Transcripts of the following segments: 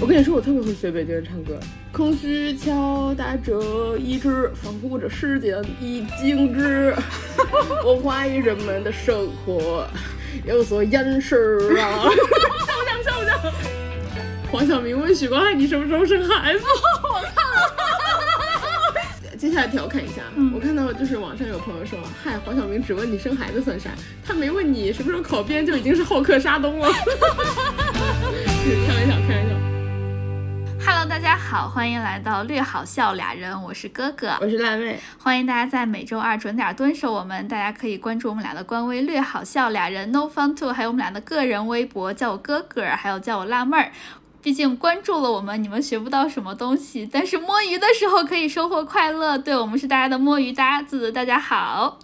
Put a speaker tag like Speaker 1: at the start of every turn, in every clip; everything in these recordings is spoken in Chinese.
Speaker 1: 我跟你说，我特别会学北京人唱歌。空虚敲打着一只，仿佛我这世界已静止。 我怀疑人们的生活有所掩饰 啊！
Speaker 2: 笑不笑？笑不笑？
Speaker 1: 黄晓明问许光汉：“你什么时候生孩子
Speaker 2: 我靠！？”
Speaker 1: 接下来调侃一下，啊
Speaker 2: 嗯
Speaker 1: 我看到就是网上有朋友说：“嗨，黄晓明只问你生孩子算啥？他没问你什么时候考编，就已经是好客沙东 了。” 开玩笑，开玩笑。
Speaker 2: Hello，大家好，欢迎来到略好笑俩人，我是哥哥，
Speaker 1: 我是辣妹，
Speaker 2: 欢迎大家在每周二准点蹲守我们，大家可以关注我们俩的官微“略好笑俩人 No Fun Two”，还有我们俩的个人微博，叫我哥哥儿，还有叫我辣妹儿。毕竟关注了我们，你们学不到什么东西，但是摸鱼的时候可以收获快乐。对我们是大家的摸鱼搭子，大家好。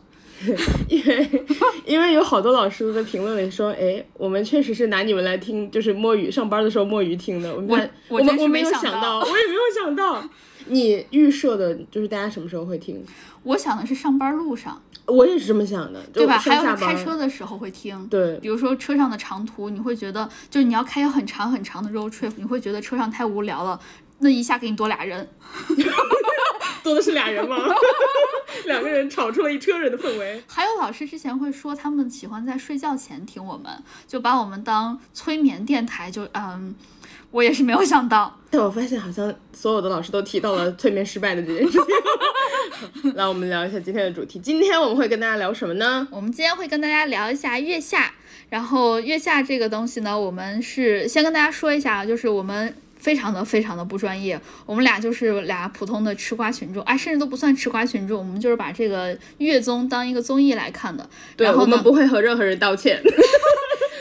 Speaker 1: 因为 因为有好多老师在评论里说，哎，我们确实是拿你们来听，就是摸鱼上班的时候摸鱼听的。我们
Speaker 2: 我
Speaker 1: 大
Speaker 2: 我
Speaker 1: 我们
Speaker 2: 真是
Speaker 1: 没
Speaker 2: 没
Speaker 1: 有
Speaker 2: 想
Speaker 1: 想
Speaker 2: 到
Speaker 1: 我也没有想到。你预设的就是大家什么时候会听？
Speaker 2: 我想的是上班路上，
Speaker 1: 我也是这么想的，
Speaker 2: 对
Speaker 1: 哦
Speaker 2: 吧？
Speaker 1: 就上
Speaker 2: 还有
Speaker 1: 下
Speaker 2: 是
Speaker 1: 班
Speaker 2: 开车的时候会听，
Speaker 1: 对
Speaker 2: 比如说车上的长途，你会觉得就是你要开很长很长的 road trip，你会觉得车上太无聊了，那一下给你多俩人，
Speaker 1: 坐的是俩 人吗？两个人吵出了一车人的氛围。
Speaker 2: 还有老师之前会说，他们喜欢在睡觉前听我们，就把我们当催眠电台，就嗯，我也是没有想到，
Speaker 1: 但我发现好像所有的老师都提到了催眠失败的这件事情。 来，我们聊一下今天的主题。今天我们会跟大家聊什么呢？
Speaker 2: 我们今天会跟大家聊一下月下，然后月下这个东西呢，我们是先跟大家说一下啊，就是我们。非常的非常的不专业，我们俩就是俩普通的吃瓜群众，哎，甚至都不算吃瓜群众，我们就是把这个月综当一个综艺来看的。
Speaker 1: 对，
Speaker 2: 然后
Speaker 1: 我
Speaker 2: 呢
Speaker 1: 们不会和任何人道歉。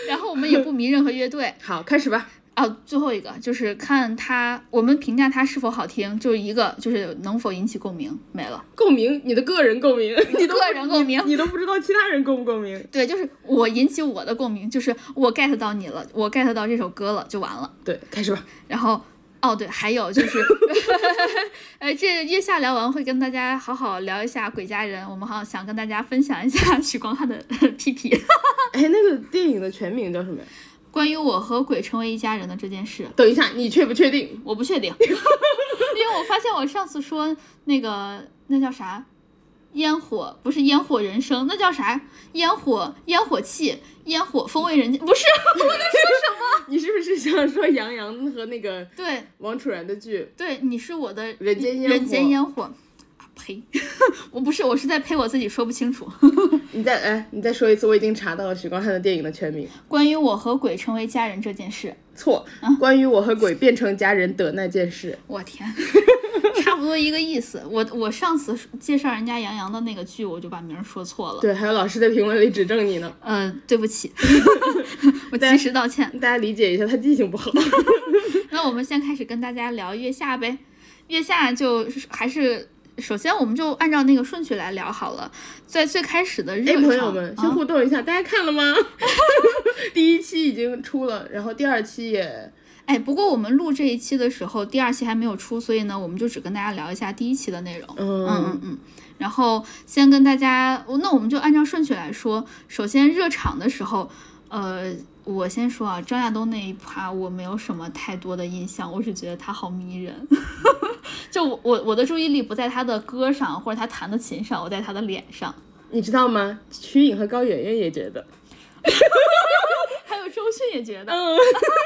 Speaker 2: 然后我们也不迷任何乐队，
Speaker 1: 好，开始吧。
Speaker 2: 啊，最后一个就是看它，我们评价它是否好听，就一个就是能否引起共鸣，没了。
Speaker 1: 共鸣，你的个人共鸣，你 都不
Speaker 2: 个人共鸣
Speaker 1: 你，你都不知道其他人共不共鸣。
Speaker 2: 对，就是我引起我的共鸣，就是我 get 到你了，我 get 到这首歌了，就完了。
Speaker 1: 对，开始吧。
Speaker 2: 然后，哦对，还有就是， 呃，这月下聊完会跟大家好好聊一下《鬼家人》，我们好想跟大家分享一下 许光汉的屁屁，
Speaker 1: 哎，那个电影的全名叫什么呀？
Speaker 2: 关于我和鬼成为一家人的这件事。
Speaker 1: 等一下，你确不确定？
Speaker 2: 我不确定， 因为我发现我上次说那个那叫啥，烟火不是烟火人生，那叫啥？烟火烟火气，烟火风味人间不是？
Speaker 1: 啊你是不是想说杨洋和那个
Speaker 2: 对
Speaker 1: 王楚然的剧？
Speaker 2: 对，你是我的
Speaker 1: 人间烟火
Speaker 2: 人间烟火。啊呸！ 我不是，我是在呸我自己说不清楚。
Speaker 1: 你再哎，你再说一次，我已经查到了许光汉的电影的全名。
Speaker 2: 关于我和鬼成为家人这件事，
Speaker 1: 错，关于我和鬼变成家人的那件事。
Speaker 2: 我天， 差不多一个意思。我我上次介绍人家杨洋的那个剧，我就把名儿说错了。
Speaker 1: 对，还有老师在评论里指正你呢，
Speaker 2: 嗯、对不起， 我及时道歉。
Speaker 1: 大家理解一下，他记性不 好。
Speaker 2: 那我们先开始跟大家聊月下呗。月下就是还是首先我们就按照那个顺序来聊好了。在最开始的热
Speaker 1: 哎，
Speaker 2: 场，
Speaker 1: 朋友们，先
Speaker 2: 啊
Speaker 1: 互动一下，大家看了吗？ 第一期已经出了，然后第二期也
Speaker 2: 哎，不过我们录这一期的时候，第二期还没有出，所以呢，我们就只跟大家聊一下第一期的内容。嗯嗯嗯。然后先跟大家，哦那我们就按照顺序来说。首先热场的时候，呃，我先说啊，张亚东那一趴我没有什么太多的印象，我只觉得他好迷人。 就我我我的注意力不在他的歌上或者他弹的琴上，我在他的脸上。
Speaker 1: 你知道吗？瞿颖和高圆圆也觉得，
Speaker 2: 还有周迅也觉得，
Speaker 1: 嗯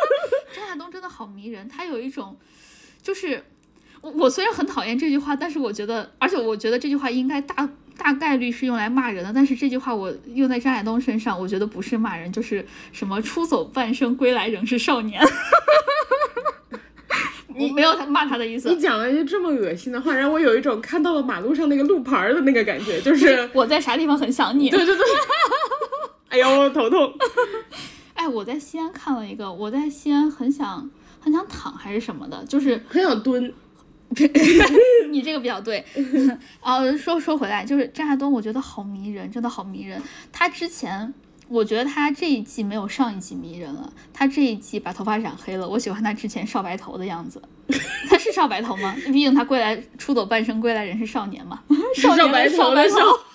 Speaker 2: 张亚东真的好迷人，他有一种，就是我我虽然很讨厌这句话，但是我觉得，而且我觉得这句话应该大大概率是用来骂人的，但是这句话我用在张亚东身上，我觉得不是骂人，就是什么出走半生归来仍是少年。 我没有骂他的意
Speaker 1: 你
Speaker 2: 思，
Speaker 1: 讲了一句这么恶心的话，让我有一种看到了马路上那个路牌儿的那个感
Speaker 2: ，
Speaker 1: 觉，就是
Speaker 2: 我在啥地方很想你。
Speaker 1: 对对对， 哎呦，我头痛。
Speaker 2: 哎，我在西安看了一个，我在西安很想很想躺还是什么的，就是
Speaker 1: 很想蹲，
Speaker 2: 你这个比较对。呃，说说回来，就是张亚东，我觉得好迷人，真的好迷人。他之前，我觉得他这一季没有上一季迷人了，他这一季把头发染黑了。我喜欢他之前少白头的样子。他是少白头吗？ 毕竟他归来出 走半生归来人是少年嘛，少年
Speaker 1: 白
Speaker 2: 的少
Speaker 1: 的
Speaker 2: 头
Speaker 1: 少。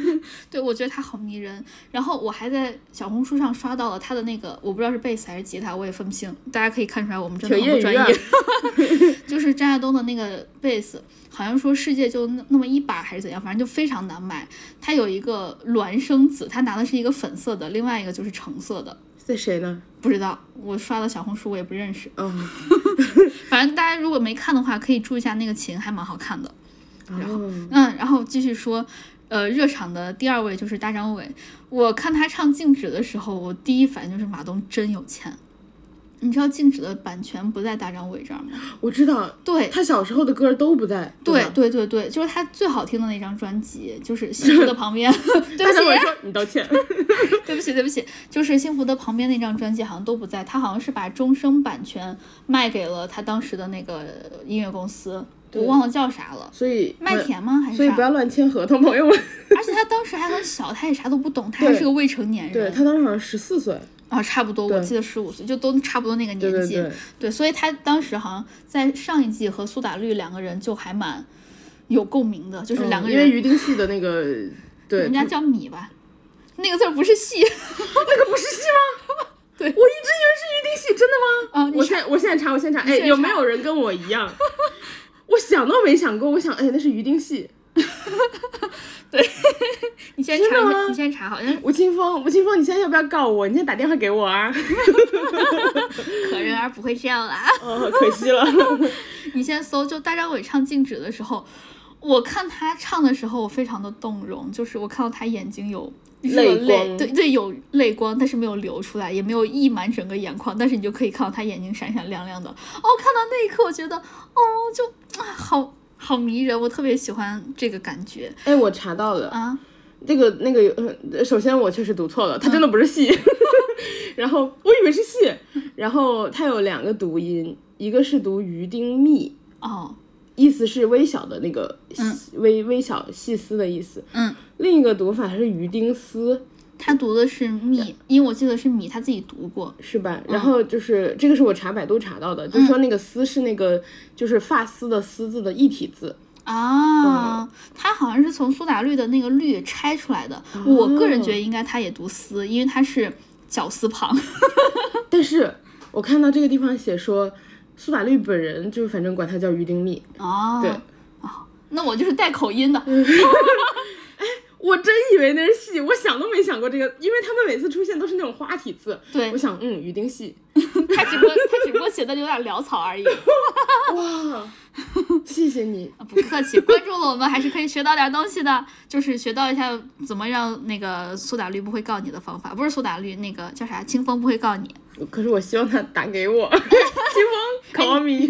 Speaker 2: 对，就我觉得他好迷人。然后我还在小红书上刷到了他的那个，我不知道是贝斯还是吉他，我也分不清。大家可以看出来，我们真的
Speaker 1: 挺
Speaker 2: 很
Speaker 1: 业
Speaker 2: 不
Speaker 1: 余
Speaker 2: 专
Speaker 1: 啊
Speaker 2: 业。 就是张亚东的那个贝斯，好像说世界就那那么一把还是怎样，反正就非常难买。他有一个孪生子，他拿的是一个粉色的，另外一个就是橙色的，
Speaker 1: 这谁呢？
Speaker 2: 不知道。我刷的小红书我也不认识，
Speaker 1: 哦，
Speaker 2: 反正大家如果没看的话，可以注意一下那个琴，还蛮好看的。
Speaker 1: 然
Speaker 2: 嗯，然后继续说，呃，热场的第二位就是大张伟。我看他唱《静止》的时候，我第一反应就是马东真有钱。你知道《静止》的版权不在大张伟这儿吗？
Speaker 1: 我知道
Speaker 2: 对，
Speaker 1: 他小时候的歌都不在，
Speaker 2: 对
Speaker 1: 吧
Speaker 2: 对对对，就是他最好听的那张专辑，就是《幸福的旁边》。 对
Speaker 1: 大
Speaker 2: 不
Speaker 1: 张伟
Speaker 2: 起，
Speaker 1: 说你道歉，
Speaker 2: 对不起，对不起，就是《幸福的旁边》那张专辑好像都不在，他好像是把终生版权卖给了他当时的那个音乐公司，我
Speaker 1: 对
Speaker 2: 忘了叫啥 了，
Speaker 1: 所以
Speaker 2: 麦田吗？还是
Speaker 1: 所以
Speaker 2: 啥
Speaker 1: 不？要乱签合同，朋友们。
Speaker 2: 而且他当时还很小，他也啥都不懂，他还
Speaker 1: 对
Speaker 2: 是个未成年人。
Speaker 1: 对他当时好像十四岁，
Speaker 2: 啊，差不多，我
Speaker 1: 对
Speaker 2: 记得十五岁，就都差不多那个年纪。
Speaker 1: 对对对，
Speaker 2: 对所以他当时好像在上一季和苏打绿两个人就还蛮有共鸣的，就是
Speaker 1: 嗯
Speaker 2: 两个
Speaker 1: 因为
Speaker 2: 人，
Speaker 1: 于丁系的那个，对，
Speaker 2: 人家叫米吧，那个字儿不是戏
Speaker 1: 那个不是戏吗？
Speaker 2: 对
Speaker 1: 我一直以为是于丁系，真的吗？
Speaker 2: 啊，你
Speaker 1: 我
Speaker 2: 是
Speaker 1: 现在我现在查，我现在查，哎，
Speaker 2: 现在
Speaker 1: 有
Speaker 2: 查
Speaker 1: 没有人跟我一样？我想都没想过，我想，哎，那是于丁系，
Speaker 2: 你先查
Speaker 1: 真的吗
Speaker 2: 一下，你先查，好像是
Speaker 1: 吴青峰，吴青峰，你现在要不要告我？你现在打电话给我啊！
Speaker 2: 可人儿不会这样啦。
Speaker 1: 哦，可惜了，
Speaker 2: 你先搜，就大张伟唱《静止》的时候，我看他唱的时候，我非常的动容，就是我看到他眼睛有热
Speaker 1: 泪
Speaker 2: 泪，
Speaker 1: 光
Speaker 2: 对对，有泪光，但是没有流出来，也没有溢满整个眼眶，但是你就可以看到他眼睛闪闪亮亮的。哦，看到那一刻，我觉得，哦，就啊，好好迷人，我特别喜欢这个感觉
Speaker 1: 哎，我查到了，
Speaker 2: 啊。
Speaker 1: 这个那个，呃首先我确实读错了，它真的不是戏，
Speaker 2: 嗯
Speaker 1: 然后我以为是戏， 然后它有两个读音，一个是读于丁密，
Speaker 2: 哦，
Speaker 1: 意思是微小的那个，
Speaker 2: 嗯
Speaker 1: 微微小细丝的意思，
Speaker 2: 嗯，
Speaker 1: 另一个读法是于丁丝，
Speaker 2: 他读的是密，因为我记得是米，他自己读过。
Speaker 1: 是吧？
Speaker 2: 嗯
Speaker 1: 然后就是、这个是我查百度查到的，就是说那个丝是那个就是发丝的丝字的一体字，
Speaker 2: 啊，他好像是从苏打绿的那个绿拆出来的。我个人觉得应该他也读丝，因为他是绞丝旁。
Speaker 1: 但是我看到这个地方写说苏打绿本人就是反正管他叫于丁密，
Speaker 2: 哦，
Speaker 1: 对
Speaker 2: 啊，那我就是带口音的。
Speaker 1: 我真以为那是戏，我想都没想过这个，因为他们每次出现都是那种花体字。
Speaker 2: 对
Speaker 1: 我想，嗯，于丁戏，
Speaker 2: 他只不过他只不过写的有点潦草而已。
Speaker 1: 哇，谢谢你，
Speaker 2: 啊不客气，关注了我们还是可以学到点东西的，就是学到一下怎么让那个苏打绿不会告你的方法，不是苏打绿，那个叫啥？清风不会告你，
Speaker 1: 可是我希望他打给我， 清风考 米，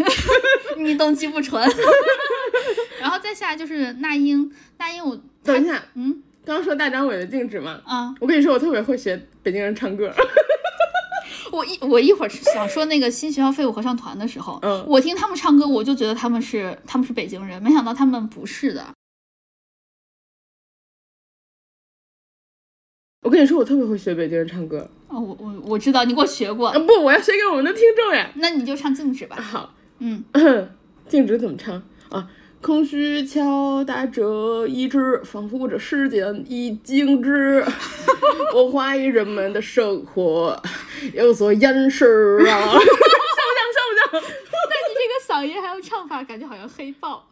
Speaker 2: 你动机不纯。 然后再下来就是那英，那英我
Speaker 1: 等一下，
Speaker 2: 嗯
Speaker 1: 刚刚说大张伟的静止嘛，
Speaker 2: 啊。
Speaker 1: 我跟你说，我特别会学北京人唱歌，
Speaker 2: 我一我一会儿想说那个新学校废物合唱团的时候，
Speaker 1: 嗯
Speaker 2: 我听他们唱歌，我就觉得他们是他们是北京人，没想到他们不是的。
Speaker 1: 我跟你说，我特别会学北京人唱歌
Speaker 2: 哦，我我我知道你给我学过，
Speaker 1: 啊！不，我要学给我们的听众呀。啊
Speaker 2: 那你就唱静止吧。
Speaker 1: 好，
Speaker 2: 嗯，
Speaker 1: 静止怎么唱啊？空虚敲打着一只，仿佛这世间已静止。 我怀疑人们的生活有所掩饰啊！ 像不像？像不像？
Speaker 2: 但你这个嗓音还有唱法，感觉好像黑豹。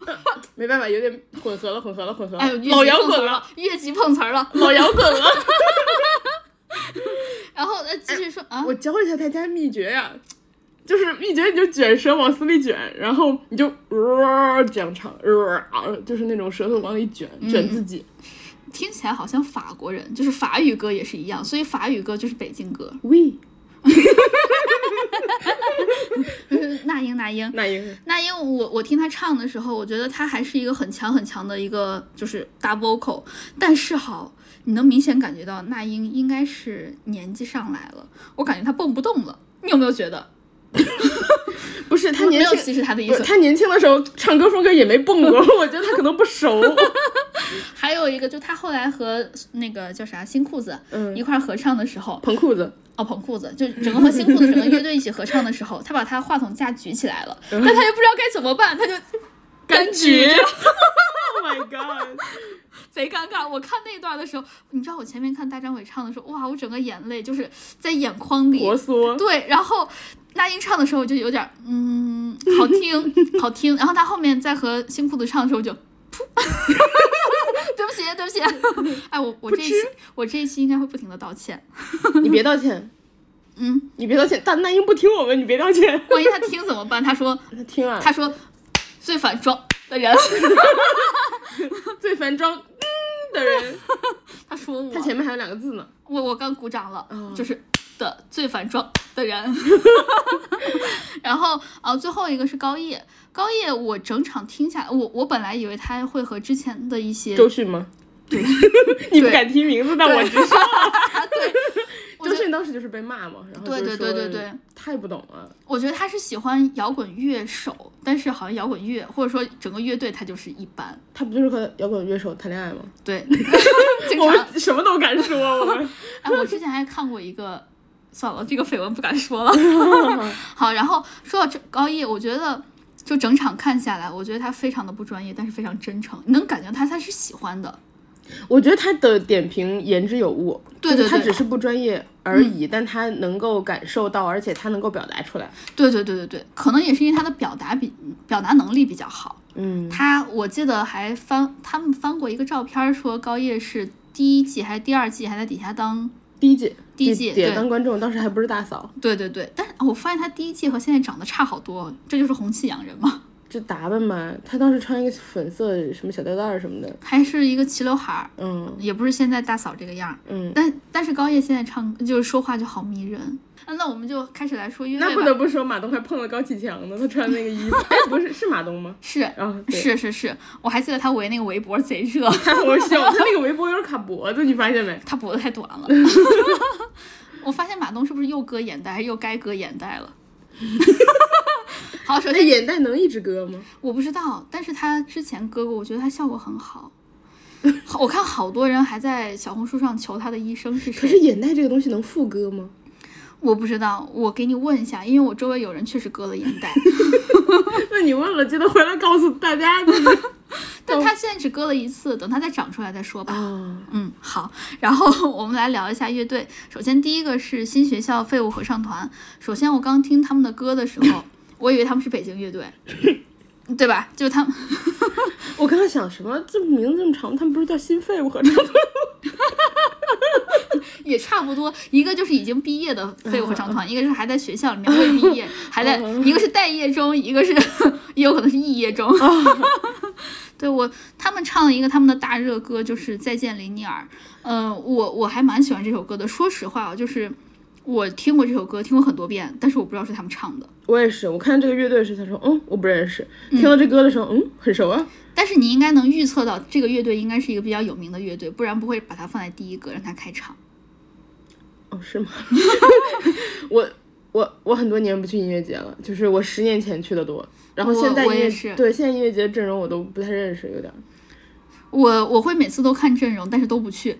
Speaker 1: 没办法，有点混合了，混合了，混合了，
Speaker 2: 哎呦，越级
Speaker 1: 老摇
Speaker 2: 碰瓷
Speaker 1: 滚
Speaker 2: 儿
Speaker 1: 了，嗯
Speaker 2: 了，越级碰瓷儿了。
Speaker 1: 老摇滚了。
Speaker 2: 然后呃，继续说啊，
Speaker 1: 我教一下大家秘诀呀、就是秘诀，你就卷舌往死里卷，然后你就、呃、这样唱，呃、就是那种舌头往里卷，
Speaker 2: 嗯
Speaker 1: 卷自己。
Speaker 2: 听起来好像法国人，就是法语歌也是一样，所以法语歌就是北京歌。
Speaker 1: We
Speaker 2: 嗯那英，那英，
Speaker 1: 那英
Speaker 2: 那因为我我听他唱的时候，我觉得他还是一个很强很强的一个就是大 vocal，但是好，你能明显感觉到那英应该是年纪上来了，我感觉他蹦不动了，你有没有觉得？
Speaker 1: 不是他
Speaker 2: 没
Speaker 1: 年
Speaker 2: 有
Speaker 1: 轻
Speaker 2: 歧视他的意
Speaker 1: 不是
Speaker 2: 思。
Speaker 1: 他年轻的时候唱歌风格也没蹦 过，我觉得他可能不熟。
Speaker 2: 还有一个，就他后来和那个叫啥新裤子
Speaker 1: 嗯
Speaker 2: 一，块儿合唱的时候，
Speaker 1: 彭裤子，
Speaker 2: 哦，捧裤子，就整个和新裤子整个乐队一起合唱的时候，他把他话筒架举起来了，
Speaker 1: 嗯
Speaker 2: 但他也不知道该怎么办，他就
Speaker 1: 柑橘。Oh my god！
Speaker 2: 贼尴尬。我看那段的时候，你知道我前面看大张伟唱的时候，哇，我整个眼泪就是在眼眶里
Speaker 1: 婆娑。
Speaker 2: 对，然后那英唱的时候，我就有点嗯，好听，好听。然后他后面再和新裤子唱的时候，我就噗， 对不起，对不起。哎，我我这一期我这一期应该会不停的道歉。
Speaker 1: 你别道歉，
Speaker 2: 嗯，
Speaker 1: 你别道歉，但那英不听我们，你别道歉。
Speaker 2: 万一他听怎么办？他说
Speaker 1: 他听啊，
Speaker 2: 他说最反装的人，
Speaker 1: 最烦装嗯的人，
Speaker 2: 他说我
Speaker 1: 他前面还有两个字呢。
Speaker 2: 我我刚鼓掌了，
Speaker 1: 哦
Speaker 2: 就是的最反装的人。 然后啊，最后一个是高叶，高叶我整场听下来，我我本来以为他会和之前的一些
Speaker 1: 周迅吗？对， 你不敢提名字，但我知道。
Speaker 2: 对， 我
Speaker 1: 周
Speaker 2: 觉得
Speaker 1: 迅当时就是被骂嘛，然后
Speaker 2: 对
Speaker 1: 就
Speaker 2: 对
Speaker 1: 是
Speaker 2: 对
Speaker 1: 说
Speaker 2: 对对，
Speaker 1: 太不懂了。
Speaker 2: 我觉得他是喜欢摇滚乐手，但是好像摇滚乐或者说整个乐队他就是一般，
Speaker 1: 他不就是和摇滚乐手谈恋爱吗？
Speaker 2: 对，经
Speaker 1: 我
Speaker 2: 常
Speaker 1: 们什么都敢说，我 们
Speaker 2: 哎，我之前还看过一个，算了，这个绯闻不敢说了。好，然后说到这高一，我觉得就整场看下来，我觉得他非常的不专业，但是非常真诚，你能感觉他他是喜欢的。
Speaker 1: 我觉得他的点评言之有物，
Speaker 2: 对
Speaker 1: 就是
Speaker 2: 对
Speaker 1: 他
Speaker 2: 对嗯
Speaker 1: 只是不专业而已，但他能够感受到，而且他能够表达出来。
Speaker 2: 对对对对对，可能也是因为他的表达比表达能力比较好。
Speaker 1: 嗯，
Speaker 2: 他我记得还翻他们翻过一个照片儿，说高叶是第一季还是第二季还在底下当。
Speaker 1: 第一季，
Speaker 2: 第一季
Speaker 1: 姐
Speaker 2: 对
Speaker 1: 当观众，当时还不是大嫂，
Speaker 2: 对对对，但是哦我发现他第一季和现在长得差好多，这就是红气养人嘛，
Speaker 1: 就打扮嘛，他当时穿一个粉色什么小吊带儿什么的，
Speaker 2: 还是一个齐刘海儿，
Speaker 1: 嗯
Speaker 2: 也不是现在大嫂这个样儿。
Speaker 1: 嗯。
Speaker 2: 但但是高叶现在唱就是说话就好迷人。啊那我们就开始来说乐
Speaker 1: 那
Speaker 2: 队
Speaker 1: 不
Speaker 2: 吧。
Speaker 1: 得不说，马东还碰了高启强呢。他穿那个衣 服，哎，不是是马东吗？
Speaker 2: 是
Speaker 1: 啊，对，
Speaker 2: 是是是，我还记得他围那个围脖贼热，
Speaker 1: 太好笑 了。他那个围脖有点卡脖子，你发现 没？
Speaker 2: 他脖子太短了。我发现马东是不是又割眼袋，还是又该割眼袋了？ 好，首
Speaker 1: 那
Speaker 2: 先
Speaker 1: 眼袋能一直割吗？
Speaker 2: 我不知道，但是他之前割过，我觉得他效果很好。好我看好多人还在小红书上求他的医生是
Speaker 1: 可是
Speaker 2: 谁，
Speaker 1: 眼袋这个东西能复割吗？
Speaker 2: 我不知道，我给你问一下，因为我周围有人确实割了眼袋，
Speaker 1: 那你问了，记得回来告诉大家。 就是
Speaker 2: 但他现在只割了一次，等他再长出来再说吧。
Speaker 1: 啊，
Speaker 2: 嗯，好，然后 我们来聊一下乐队。首先，第一个是新学校废物合唱团。首先，我刚听他们的歌的时候，我以为他们是北京乐队， 对吧？就是他们，
Speaker 1: 我刚刚想什么？这名字这么长，他们不是叫新废物合唱团？
Speaker 2: 也差不多。一个就是已经毕业的废物合唱团，一个是还在学校里面未毕业，还在一个是待业中，一个是也有可能是肄业中。 对我，他们唱了一个他们的大热歌，就是《再见林尼尔》。嗯、我我还蛮喜欢这首歌的。说实话啊，就是我听过这首歌，听过很多遍，但是我不知道是他们唱的。
Speaker 1: 我也是，我看这个乐队时，他说，嗯，我不认识。听到这歌的时候，嗯，很熟啊。
Speaker 2: 但是你应该能预测到，这个乐队应该是一个比较有名的乐队，不然不会把它放在第一个让它开场。
Speaker 1: 哦，是吗？ 我我我很多年不去音乐节了，就是我十年前去的多，然后
Speaker 2: 我
Speaker 1: 现在
Speaker 2: 我
Speaker 1: 音乐
Speaker 2: 也是
Speaker 1: 对现在音乐节阵容我都不太认识，有点儿。
Speaker 2: 我我会每次都看阵容，但是都不去。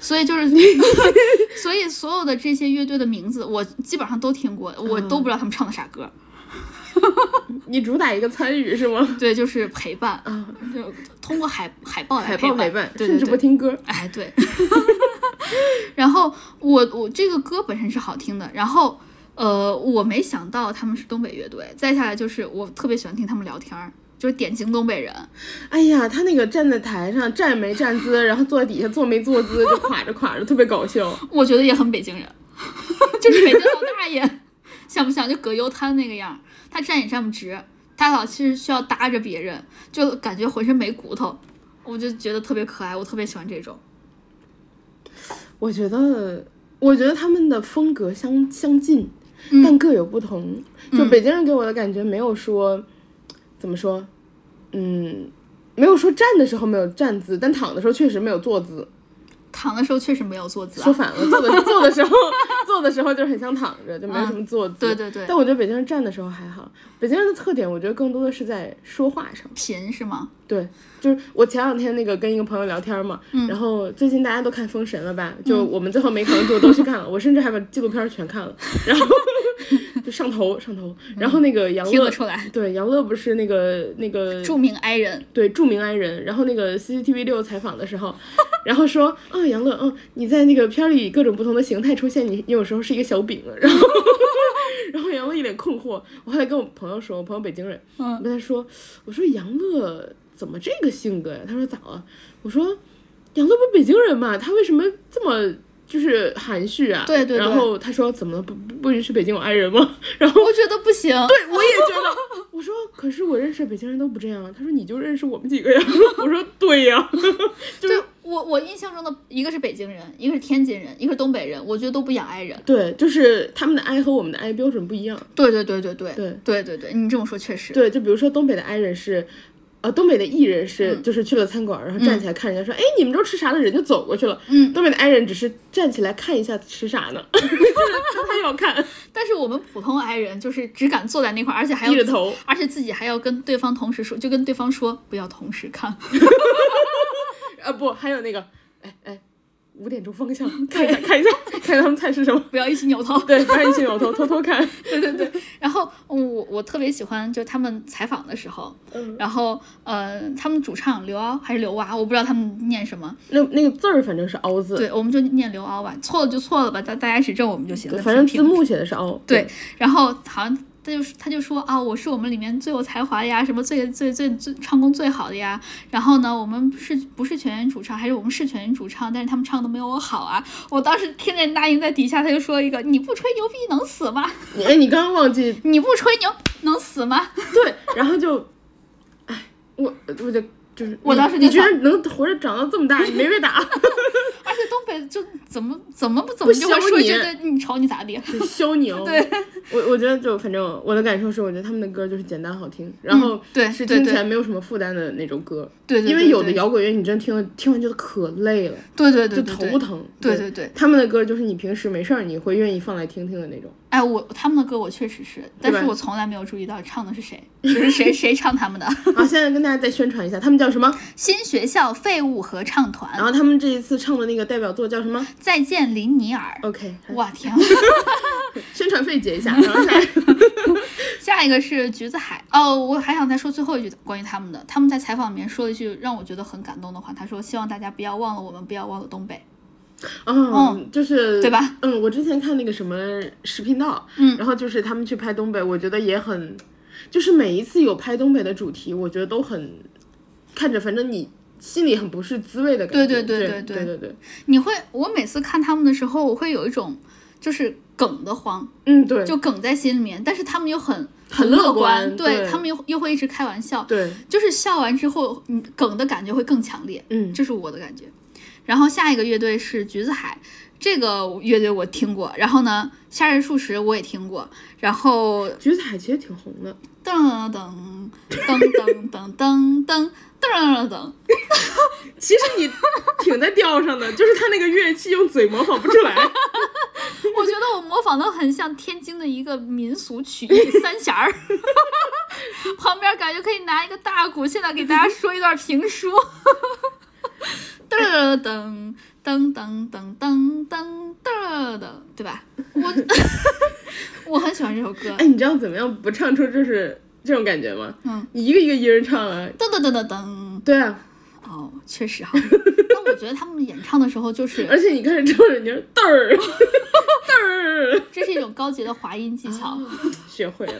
Speaker 2: 所以就是， 所以所有的这些乐队的名字，我基本上都听过，
Speaker 1: 嗯
Speaker 2: 我都不知道他们唱的啥歌。
Speaker 1: 你主打一个参与是吗？
Speaker 2: 对，就是陪伴，
Speaker 1: 啊，
Speaker 2: 就通过海海报来
Speaker 1: 海
Speaker 2: 哦陪
Speaker 1: 报
Speaker 2: 伴，
Speaker 1: 陪伴，
Speaker 2: 对
Speaker 1: 甚
Speaker 2: 对
Speaker 1: 至
Speaker 2: 对
Speaker 1: 不。听歌。
Speaker 2: 哎，对。 然后我我这个歌本身是好听的，然后呃，我没想到他们是东北乐队。再下来就是我特别喜欢听他们聊天儿，就是典型东北人。
Speaker 1: 哎呀，他那个站在台上站没站姿，然后坐在底下坐没坐姿，就垮着垮着，特别搞笑。
Speaker 2: 我觉得也很北京人， 就是北京老大爷，像不像就葛优瘫那个样儿？他站也站不直，他老是需要搭着别人，就感觉浑身没骨头。我就觉得特别可爱，我特别喜欢这种。
Speaker 1: 我觉得，我觉得他们的风格相相近，
Speaker 2: 嗯
Speaker 1: 但各有不同。就北京人给我的感觉，没有说、怎么说，嗯，没有说站的时候没有站姿，但躺的时候确实没有坐姿。
Speaker 2: 躺的时候确实没有坐姿
Speaker 1: 说
Speaker 2: 啊，
Speaker 1: 反了，坐的坐的时候坐的时候就是很像躺 着，就没有什么坐姿。
Speaker 2: 嗯对对对
Speaker 1: 但我觉得北京人站的时候还好，北京人的特点，我觉得更多的是在说话上。
Speaker 2: 贫是吗？
Speaker 1: 对，就是我前两天那个跟一个朋友聊天嘛，
Speaker 2: 嗯
Speaker 1: 然后最近大家都看《封 神》了吧？就我们最后没扛住都去看了，我甚至还把纪录片全看了。然后就上头上头。然后那个杨
Speaker 2: 嗯听
Speaker 1: 乐
Speaker 2: 得，出来，
Speaker 1: 对杨乐不是那个那个
Speaker 2: 著名 i 人，
Speaker 1: 对著名 i 人，然后那个 CCTV 六采访的时候， 然后说啊、杨乐，嗯，你在那个片儿里各种不同的形态出现，你你有时候是一个小饼， 然后然后杨乐一脸困惑，我后来跟我朋友说，我朋友北京人，
Speaker 2: 嗯
Speaker 1: 我跟他说，我说杨乐怎么这个性格呀？他说咋了？我说杨乐不是北京人嘛，他为什么这么？就是含蓄啊，
Speaker 2: 对对对
Speaker 1: 然后他说怎么了不不不允许北京有爱人吗？ 然后
Speaker 2: 我觉得不行。
Speaker 1: 对， 我也觉得。我说，可是我认识的北京人都不这样啊。他说，你就认识我们几个呀。 我说，对呀。
Speaker 2: 对我我印象中的一个是北京人，一个是天津人，一个是东北人，我觉得都不养 i 人。
Speaker 1: 对，就是他们的 I 和我们的 I 标准不一样。
Speaker 2: 对对对对对
Speaker 1: 对
Speaker 2: 对对对，你这么说确实。
Speaker 1: 对，就比如说东北的 I 人是。呃，东北的艺人是就是去了餐馆，然后站起来看人家说，哎，你们这吃啥了？人就走过去了。
Speaker 2: 嗯
Speaker 1: 东北的 I 人只是站起来看一下吃啥 呢，就是就他要看，
Speaker 2: 但是我们普通 i 人就是只敢坐在那块儿，而且还要
Speaker 1: 低着头，
Speaker 2: 而且自己还要跟对方同时说，就跟对方说不要同时看。
Speaker 1: 啊不，还有那个，哎哎，五点钟方 向看一下看一下，看一下他们菜是什么，
Speaker 2: 不要一起扭头。
Speaker 1: 对，不然一起扭头偷偷看，
Speaker 2: 对对对。然后嗯我我特别喜欢，就他们采访的时候，
Speaker 1: 嗯，
Speaker 2: 然后呃，他们主唱刘骜还是刘娃，我不知道他们念什么。
Speaker 1: 那那个字儿反正是凹字，
Speaker 2: 对，我们就念刘骜吧，错了就错了吧，大大家指正我们就行
Speaker 1: 对
Speaker 2: 了。
Speaker 1: 反正
Speaker 2: 批
Speaker 1: 字
Speaker 2: 评
Speaker 1: 幕写的是哦凹。
Speaker 2: 对，然后好像他就他就说啊，我是我们里面最有才华的呀，什么最最最最唱功最好的呀。然后呢，我们是不是全员主唱，还是我们是全员主唱，但是他们唱的没有我好啊。我当时听见那英在底下，他就说一个，你不吹牛逼能死吗？
Speaker 1: 你哎，你刚刚忘记
Speaker 2: 你不吹牛能死吗？
Speaker 1: 对，然后就，哎，我我就就是
Speaker 2: 我
Speaker 1: 你
Speaker 2: 当时就
Speaker 1: 你居
Speaker 2: 想
Speaker 1: 然能活着长到这么大，你没被 打，
Speaker 2: 而且东北就怎么怎么不怎么就会
Speaker 1: 不削
Speaker 2: 说一句
Speaker 1: 你
Speaker 2: 对你瞅你咋地？
Speaker 1: 就削你哦。
Speaker 2: 对，
Speaker 1: 我我觉得就反正我的感受是，我觉得他们的歌就是简单好听，然后
Speaker 2: 嗯对
Speaker 1: 是
Speaker 2: 对
Speaker 1: 听起
Speaker 2: 对
Speaker 1: 来没有什么负担的那种歌。
Speaker 2: 对对
Speaker 1: 因为
Speaker 2: 对
Speaker 1: 有的
Speaker 2: 对
Speaker 1: 摇滚乐你真听了听完觉得可累了，
Speaker 2: 对对对
Speaker 1: 就
Speaker 2: 对
Speaker 1: 头
Speaker 2: 对。
Speaker 1: 疼。
Speaker 2: 对对对，
Speaker 1: 他们的歌就是你平时没事儿你会愿意放来听听的那 种。
Speaker 2: 哎，我他们的歌我确实是，但
Speaker 1: 吧
Speaker 2: 是我从来没有注意到唱的是谁，就是谁谁唱他们的。
Speaker 1: 好，啊现在跟大家再宣传一下，他们叫什么？
Speaker 2: 新学校废物合唱团
Speaker 1: 然，后他们这一次唱的那个代表作叫什么
Speaker 2: 再见林尼尔。
Speaker 1: ？OK，
Speaker 2: 哇天啊！
Speaker 1: 宣传费结一下，然后下一个
Speaker 2: 下一个是橘子海哦，我还想再说最后一句关于他们的。他们在采访里面说了一句让我觉得很感动的话，他说：“希望大家不要忘了我们，不要忘了东北。
Speaker 1: 嗯，就是
Speaker 2: 哦对吧？
Speaker 1: 嗯，我之前看那个什么食频道，
Speaker 2: 嗯
Speaker 1: 然后就是他们去拍东北，我觉得也很，就是每一次有拍东北的主题，我觉得都很看着，反正你心里很不是滋味的感觉。
Speaker 2: 对
Speaker 1: 对
Speaker 2: 对
Speaker 1: 对
Speaker 2: 对对
Speaker 1: 对对，”
Speaker 2: 你会，我每次看他们的时候，我会有一种就是梗的慌，
Speaker 1: 嗯对，
Speaker 2: 就梗在心里面。但是他们又很
Speaker 1: 很乐
Speaker 2: 乐
Speaker 1: 观
Speaker 2: 对
Speaker 1: 对
Speaker 2: 他们又又会一直开玩笑，
Speaker 1: 对，
Speaker 2: 就是笑完之后，你梗的感觉会更强烈。
Speaker 1: 嗯
Speaker 2: 这是我的感觉。然后下一个乐队是橘子海，这个乐队我听过。然后呢，夏日树石我也听过。然后
Speaker 1: 橘子海其实挺红的，
Speaker 2: 噔噔噔噔噔噔噔噔噔，
Speaker 1: 其实你挺在调上的，就是他那个乐器用嘴模仿不出来。
Speaker 2: 我觉得我模仿的很像天津的一个民俗曲艺三弦儿， 旁边感觉可以拿一个大鼓，现在给大家说一段评书，噔噔噔噔噔噔噔噔噔，对吧？我我很喜欢这首歌，
Speaker 1: 哎，你知道怎么样不唱出就是这种感觉吗？
Speaker 2: 嗯，
Speaker 1: 你一个一个一人唱啊。
Speaker 2: 噔噔噔噔噔，
Speaker 1: 对啊，
Speaker 2: 哦，确实哈，但我觉得他们演唱的时候就是
Speaker 1: 而且你开始唱着，你说嘚儿 嘚儿，
Speaker 2: 这是一种高级的滑音技巧。
Speaker 1: 学会了。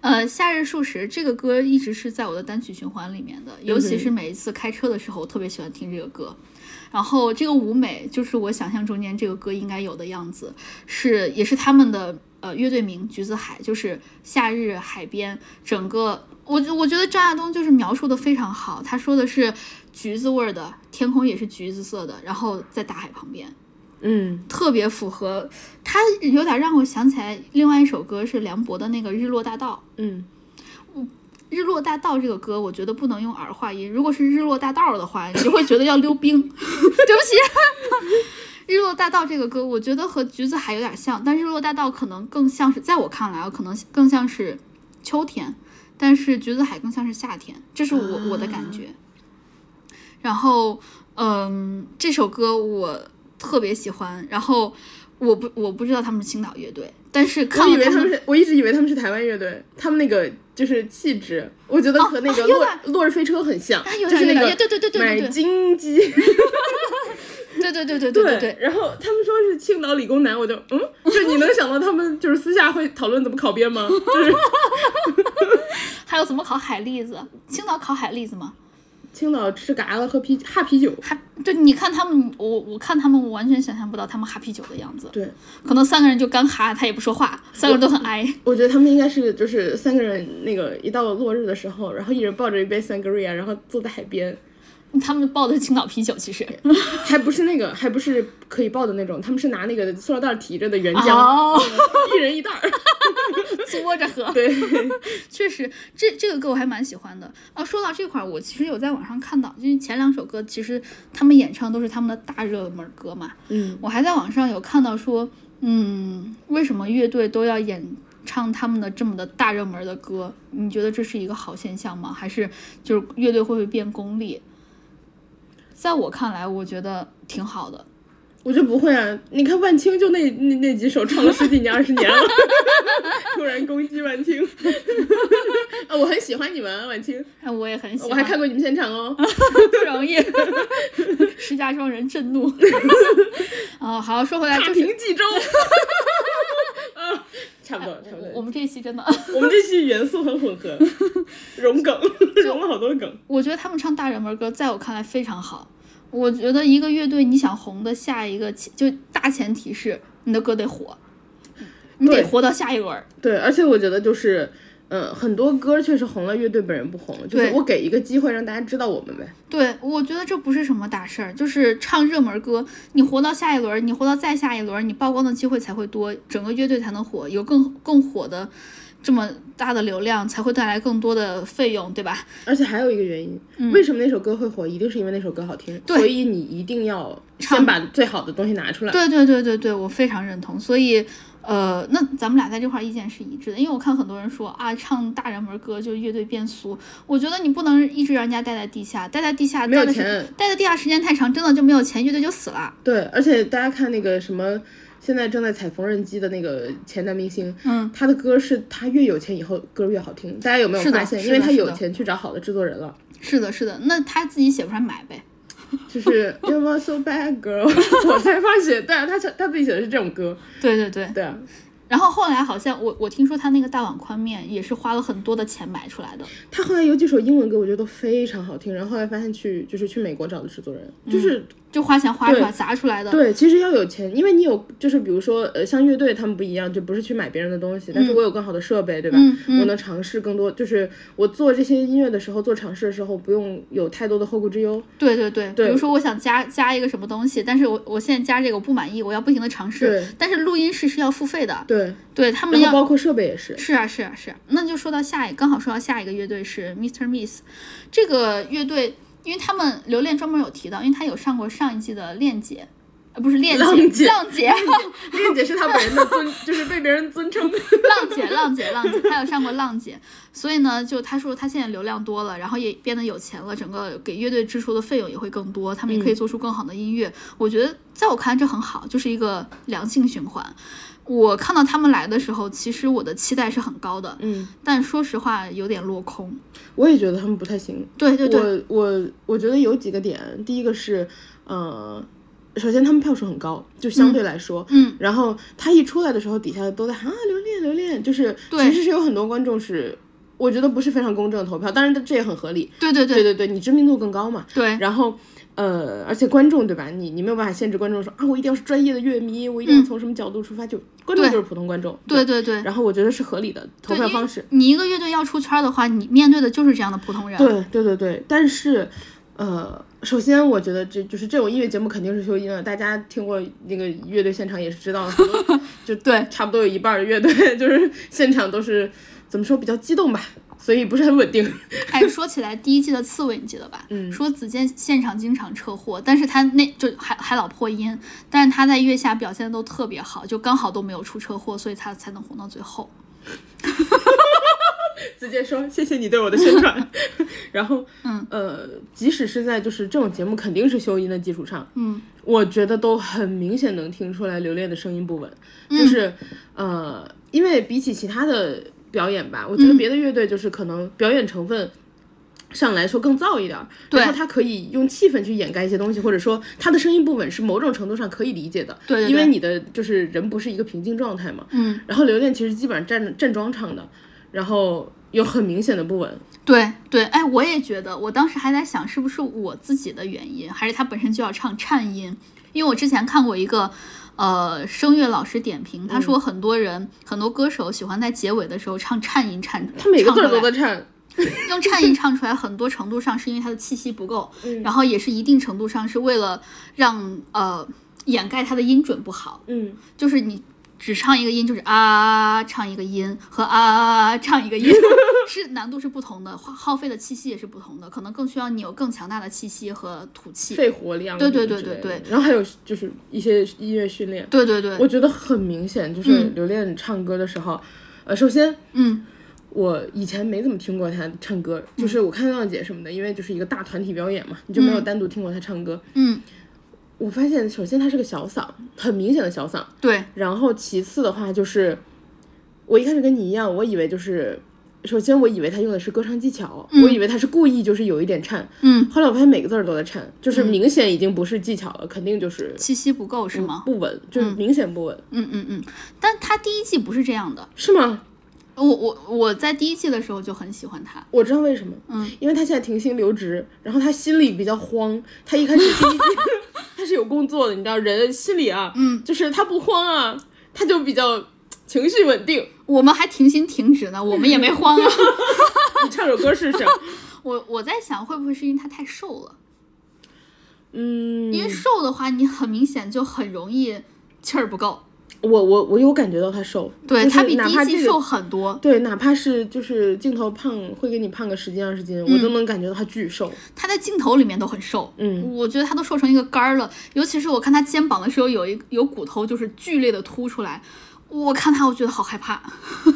Speaker 2: 呃，夏日数十这个歌一直是在我的单曲循环里面的，尤其是每一次开车的时候，我特别喜欢听这个歌。然后这个舞美就是我想象中间这个歌应该有的样子，是也是他们的呃乐队名橘子海，就是夏日海边整个。我我觉得张亚东就是描述的非常好，他说的是橘子味儿的，天空也是橘子色的，然后在大海旁边，
Speaker 1: 嗯，
Speaker 2: 特别符合。他有点让我想起来另外一首歌是梁博的那个《日落大道》，
Speaker 1: 嗯，
Speaker 2: 《日落大道》这个歌，我觉得不能用儿化音。如果是《日落大道》的话，你就会觉得要溜冰。对不起，《日落大道》这个歌，我觉得和橘子还有点像，但《日落大道》可能更像是，在我看来，可能更像是秋天，但是橘子海更像是夏天，这是我、我的感觉。然后，嗯，这首歌我特别喜欢。然后，我不我不知道他们是青岛乐队，但是
Speaker 1: 我
Speaker 2: 看
Speaker 1: 以
Speaker 2: 了
Speaker 1: 为
Speaker 2: 他
Speaker 1: 他们
Speaker 2: 们
Speaker 1: 是，我一直以为他们是台湾乐队，他们那个就是气质，我觉得和那个
Speaker 2: 啊
Speaker 1: 落
Speaker 2: 有啊
Speaker 1: 《落日飞车》很像，
Speaker 2: 有
Speaker 1: 就是
Speaker 2: 点
Speaker 1: 那
Speaker 2: 有
Speaker 1: 个
Speaker 2: 点对对对对对
Speaker 1: 买
Speaker 2: 对
Speaker 1: 金鸡，
Speaker 2: 对对对对对对对，
Speaker 1: 然后他们说是青岛理工男，我就嗯， 就你能想到他们就是私下会讨论怎么考编吗？就是
Speaker 2: 还有怎么烤海蛎子？青岛烤海蛎子吗？
Speaker 1: 青岛吃嘎了喝啤哈啤酒，
Speaker 2: 还对，你看他们，我我看他们，我完全想象不到他们哈啤酒的样子。
Speaker 1: 对，
Speaker 2: 可能三个人就干哈，他也不说话，三个人都很哀。
Speaker 1: 我觉得他们应该是就是三个人那个一到落日的时候，然后一人抱着一杯 sangria，然后坐在海边，
Speaker 2: 他们抱的是青岛啤酒，其实。
Speaker 1: 还不是那个，还不是可以抱的那种，他们是拿那个塑料袋提着的原浆，
Speaker 2: 哦，
Speaker 1: 一人一袋儿。
Speaker 2: 嘬着喝。
Speaker 1: 对，
Speaker 2: 确实，这这个歌我还蛮喜欢的。啊，说到这块儿，我其实有在网上看到，因为前两首歌其实他们演唱都是他们的大热门歌嘛。
Speaker 1: 嗯，
Speaker 2: 我还在网上有看到说，嗯，为什么乐队都要演唱他们的这么的大热门的歌？你觉得这是一个好现象吗？还是就是乐队会不会变功利？在我看来，我觉得挺好的。
Speaker 1: 我就不会啊。你看万青就那那那几首唱了十几年、二十年了， 突然攻击万青。 啊，我很喜欢你们啊万青，
Speaker 2: 哎，我也很喜欢。啊
Speaker 1: 我还看过你们现场哦。
Speaker 2: 不容易，石家庄人震怒。 哦，好，说回来
Speaker 1: 大
Speaker 2: 就
Speaker 1: 平
Speaker 2: 是
Speaker 1: 济州。啊，差不多，差不
Speaker 2: 我
Speaker 1: 多。
Speaker 2: 们这一期真的，
Speaker 1: 我们这期元素很混合，融 梗，融了好多梗。
Speaker 2: 我觉得他们唱大热门歌，在我看来非常好。我觉得一个乐队你想红的下一个前就大前提是你的歌得火，你
Speaker 1: 对
Speaker 2: 得活到下一轮儿。
Speaker 1: 对，而且我觉得就是，呃，很多歌确实红了，乐队本人不红，就是
Speaker 2: 对
Speaker 1: 我给一个机会让大家知道我们呗。
Speaker 2: 对，我觉得这不是什么大事儿，就是唱热门歌，你活到下一轮儿，你活到再下一轮儿，你曝光的机会才会多，整个乐队才能火，有更更火的这么大的流量，才会带来更多的费用，对吧？
Speaker 1: 而且还有一个原因，为什么那首歌会火，一定是因为那首歌好听，
Speaker 2: 嗯对
Speaker 1: 所以你一定要先
Speaker 2: 唱
Speaker 1: 把最好的东西拿出来。
Speaker 2: 对对对对对，我非常认同。所以，呃，那咱们俩在这块儿意见是一致的，因为我看很多人说啊，唱大热门歌就乐队变俗，我觉得你不能一直让人家待在地下，待在地下
Speaker 1: 没有
Speaker 2: 待的时
Speaker 1: 钱，
Speaker 2: 待在地下时间太长，真的就没有钱，乐队就死了。
Speaker 1: 对，而且大家看那个什么，现在正在踩缝纫机的那个前男明星，
Speaker 2: 嗯，
Speaker 1: 他的歌是他越有钱以后歌越好听，大家有没有
Speaker 2: 是的
Speaker 1: 发现？
Speaker 2: 是
Speaker 1: 因为
Speaker 2: 的
Speaker 1: 他
Speaker 2: 是
Speaker 1: 有
Speaker 2: 的
Speaker 1: 钱去找好的制作人了，
Speaker 2: 是的，是的，那他自己写不出来买呗。
Speaker 1: 就是 You are so bad girl，我 才发现，对啊，他他自己写的是这种歌，
Speaker 2: 对对对，
Speaker 1: 对啊，
Speaker 2: 然后后来好像我我听说他那个大碗宽面也是花了很多的钱买出来的，
Speaker 1: 他后来有几首英文歌，我觉得都非常好听，然后后来发现去就是去美国找的制作人，就是
Speaker 2: 就花钱花出来
Speaker 1: 对
Speaker 2: 砸出来的。
Speaker 1: 对，其实要有钱，因为你有，就是比如说，呃，像乐队他们不一样，就不是去买别人的东西，但是我有更好的设备，对吧？
Speaker 2: 嗯嗯
Speaker 1: 我能尝试更多，就是我做这些音乐的时候，做尝试的时候，不用有太多的后顾之忧。
Speaker 2: 对对对，
Speaker 1: 对
Speaker 2: 比如说我想加加一个什么东西，但是我我现在加这个我不满意，我要不停的尝试
Speaker 1: 对。
Speaker 2: 但是录音室是要付费的，
Speaker 1: 对，
Speaker 2: 对他们
Speaker 1: 然后
Speaker 2: 要。
Speaker 1: 包括设备也是，
Speaker 2: 是啊，是啊，是啊。那就说到下一，刚好说到下一个乐队是 Mr. Miss，这个乐队，因为他们刘恋专门有提到，因为他有上过上一季的恋姐，呃，不是恋
Speaker 1: 浪姐
Speaker 2: 姐，浪 姐，
Speaker 1: 燕姐是她本人的尊， 就是被别人尊称。
Speaker 2: 浪姐，浪姐，浪姐，她有上过浪姐，所以呢，就她说她现在流量多了，然后也变得有钱了，整个给乐队支出的费用也会更多，他们
Speaker 1: 嗯
Speaker 2: 也可以做出更好的音乐。我觉得在我看来这很好，就是一个良性循环。我看到他们来的时候，其实我的期待是很高的，
Speaker 1: 嗯，
Speaker 2: 但说实话有点落空。
Speaker 1: 我也觉得他们不太行。
Speaker 2: 对对对，
Speaker 1: 我我我觉得有几个点，第一个是，呃，首先他们票数很高，就相对来说，
Speaker 2: 嗯，
Speaker 1: 然后他一出来的时候，底下都在喊啊留恋留恋，就是
Speaker 2: 对
Speaker 1: 其实是有很多观众是，我觉得不是非常公正的投票，当然这也很合理。
Speaker 2: 对对
Speaker 1: 对
Speaker 2: 对
Speaker 1: 对对，你知名度更高嘛。
Speaker 2: 对
Speaker 1: 然后，呃，而且观众对吧？你你没有办法限制观众说啊，我一定要是专业的乐迷，我一定要从什么角度出发，就观众
Speaker 2: 对
Speaker 1: 就是普通观众。
Speaker 2: 嗯对对对，
Speaker 1: 然后我觉得是合理的投票方式。
Speaker 2: 你一个乐队要出圈的话，你面对的就是这样的普通人。
Speaker 1: 对对对对，但是，呃，首先我觉得这就是这种音乐节目肯定是修音了，大家听过那个乐队现场也是知道，很多就
Speaker 2: 对
Speaker 1: 差不多有一半儿的乐队就是现场都是怎么说比较激动吧，所以不是很稳定。
Speaker 2: 哎，说起来，第一季的刺猬你记得吧？
Speaker 1: 嗯
Speaker 2: 说子健现场经常车祸，但是他那就还还老破音，但是他在月下表现的都特别好，就刚好都没有出车祸，所以他才能红到最后。
Speaker 1: 直接说谢谢你对我的宣传。然后， 嗯呃，即使是在就是这种节目肯定是修音的基础上，
Speaker 2: 嗯，
Speaker 1: 我觉得都很明显能听出来刘恋的声音不稳，
Speaker 2: 嗯
Speaker 1: 就是呃，因为比起其他的表演吧，我
Speaker 2: 嗯
Speaker 1: 觉得别的乐队就是可能表演成分。上来说更燥一点儿，
Speaker 2: 对
Speaker 1: 然后他可以用气氛去掩盖一些东西，或者说他的声音不稳是某种程度上可以理解的，
Speaker 2: 对对对
Speaker 1: 因为你的就是人不是一个平静状态嘛，
Speaker 2: 嗯，
Speaker 1: 然后刘恋其实基本上站站桩唱的，然后有很明显的不稳，
Speaker 2: 对对，哎，我也觉得，我当时还在想，是不是我自己的原因，还是他本身就要唱颤音？因为我之前看过一个，呃，声乐老师点评，
Speaker 1: 嗯
Speaker 2: 他说很多人、很多歌手喜欢在结尾的时候唱颤音颤，
Speaker 1: 他每个
Speaker 2: 唱
Speaker 1: 字儿
Speaker 2: 出来
Speaker 1: 都在颤，
Speaker 2: 用颤音唱出来，很多程度上是因为他的气息不够，然后也是一定程度上是为了让呃掩盖他的音准不好，
Speaker 1: 嗯，
Speaker 2: 就是你只唱一个音，就是啊唱一个音和啊唱一个音是难度是不同的，花耗费的气息也是不同的，可能更需要你有更强大的气息和吐气。
Speaker 1: 肺活量，
Speaker 2: 对对对
Speaker 1: 之类的
Speaker 2: 对对，嗯
Speaker 1: 然后还有就是一些音乐训练，
Speaker 2: 对对对，
Speaker 1: 我觉得很明显，就是刘恋唱歌的时候，呃，首先
Speaker 2: 嗯
Speaker 1: 我以前没怎么听过她唱歌，就是我看浪姐什么的，因为就是一个大团体表演嘛，你就没有单独听过她唱歌。
Speaker 2: 嗯，
Speaker 1: 我发现，首先她是个小嗓，很明显的小嗓，
Speaker 2: 对，
Speaker 1: 然后其次的话就是，我一开始跟你一样，我以为就是，首先我以为他用的是歌唱技巧，我以为他是故意就是有一点颤，
Speaker 2: 嗯，
Speaker 1: 后来我发现每个字儿都在颤，就是明显已经不是技巧了，肯定就是
Speaker 2: 气息不够是吗？
Speaker 1: 不稳，就是明显不稳，
Speaker 2: 嗯嗯嗯，但他第一季不是这样的，
Speaker 1: 是吗？
Speaker 2: 我我我在第一季的时候就很喜欢他，
Speaker 1: 我知道为什么，
Speaker 2: 嗯，
Speaker 1: 因为他现在停薪留职，然后他心里比较慌，他一开始第一季 他是有工作的，你知道人心里啊，
Speaker 2: 嗯，
Speaker 1: 就是他不慌啊，他就比较情绪稳定。
Speaker 2: 我们还停薪停职呢，我们也没慌啊。
Speaker 1: 你唱首歌试 试，
Speaker 2: 我我在想，会不会是因为他太瘦了？
Speaker 1: 嗯，
Speaker 2: 因为瘦的话，你很明显就很容易气儿不够。
Speaker 1: 我我我有感觉到他瘦，
Speaker 2: 对、
Speaker 1: 就是
Speaker 2: 他比
Speaker 1: 哪
Speaker 2: 第
Speaker 1: 怕
Speaker 2: 一
Speaker 1: 这
Speaker 2: 季
Speaker 1: 个
Speaker 2: 瘦很多，
Speaker 1: 对，哪怕是就是镜头胖会给你胖个十斤二十
Speaker 2: 嗯
Speaker 1: 斤，我都能感觉到他巨瘦。
Speaker 2: 他在镜头里面都很瘦。
Speaker 1: 嗯，
Speaker 2: 我觉得他都瘦成一个杆儿了，尤其是我看他肩膀的时候，有一有骨头就是剧烈的凸出来，我看他我觉得好害怕。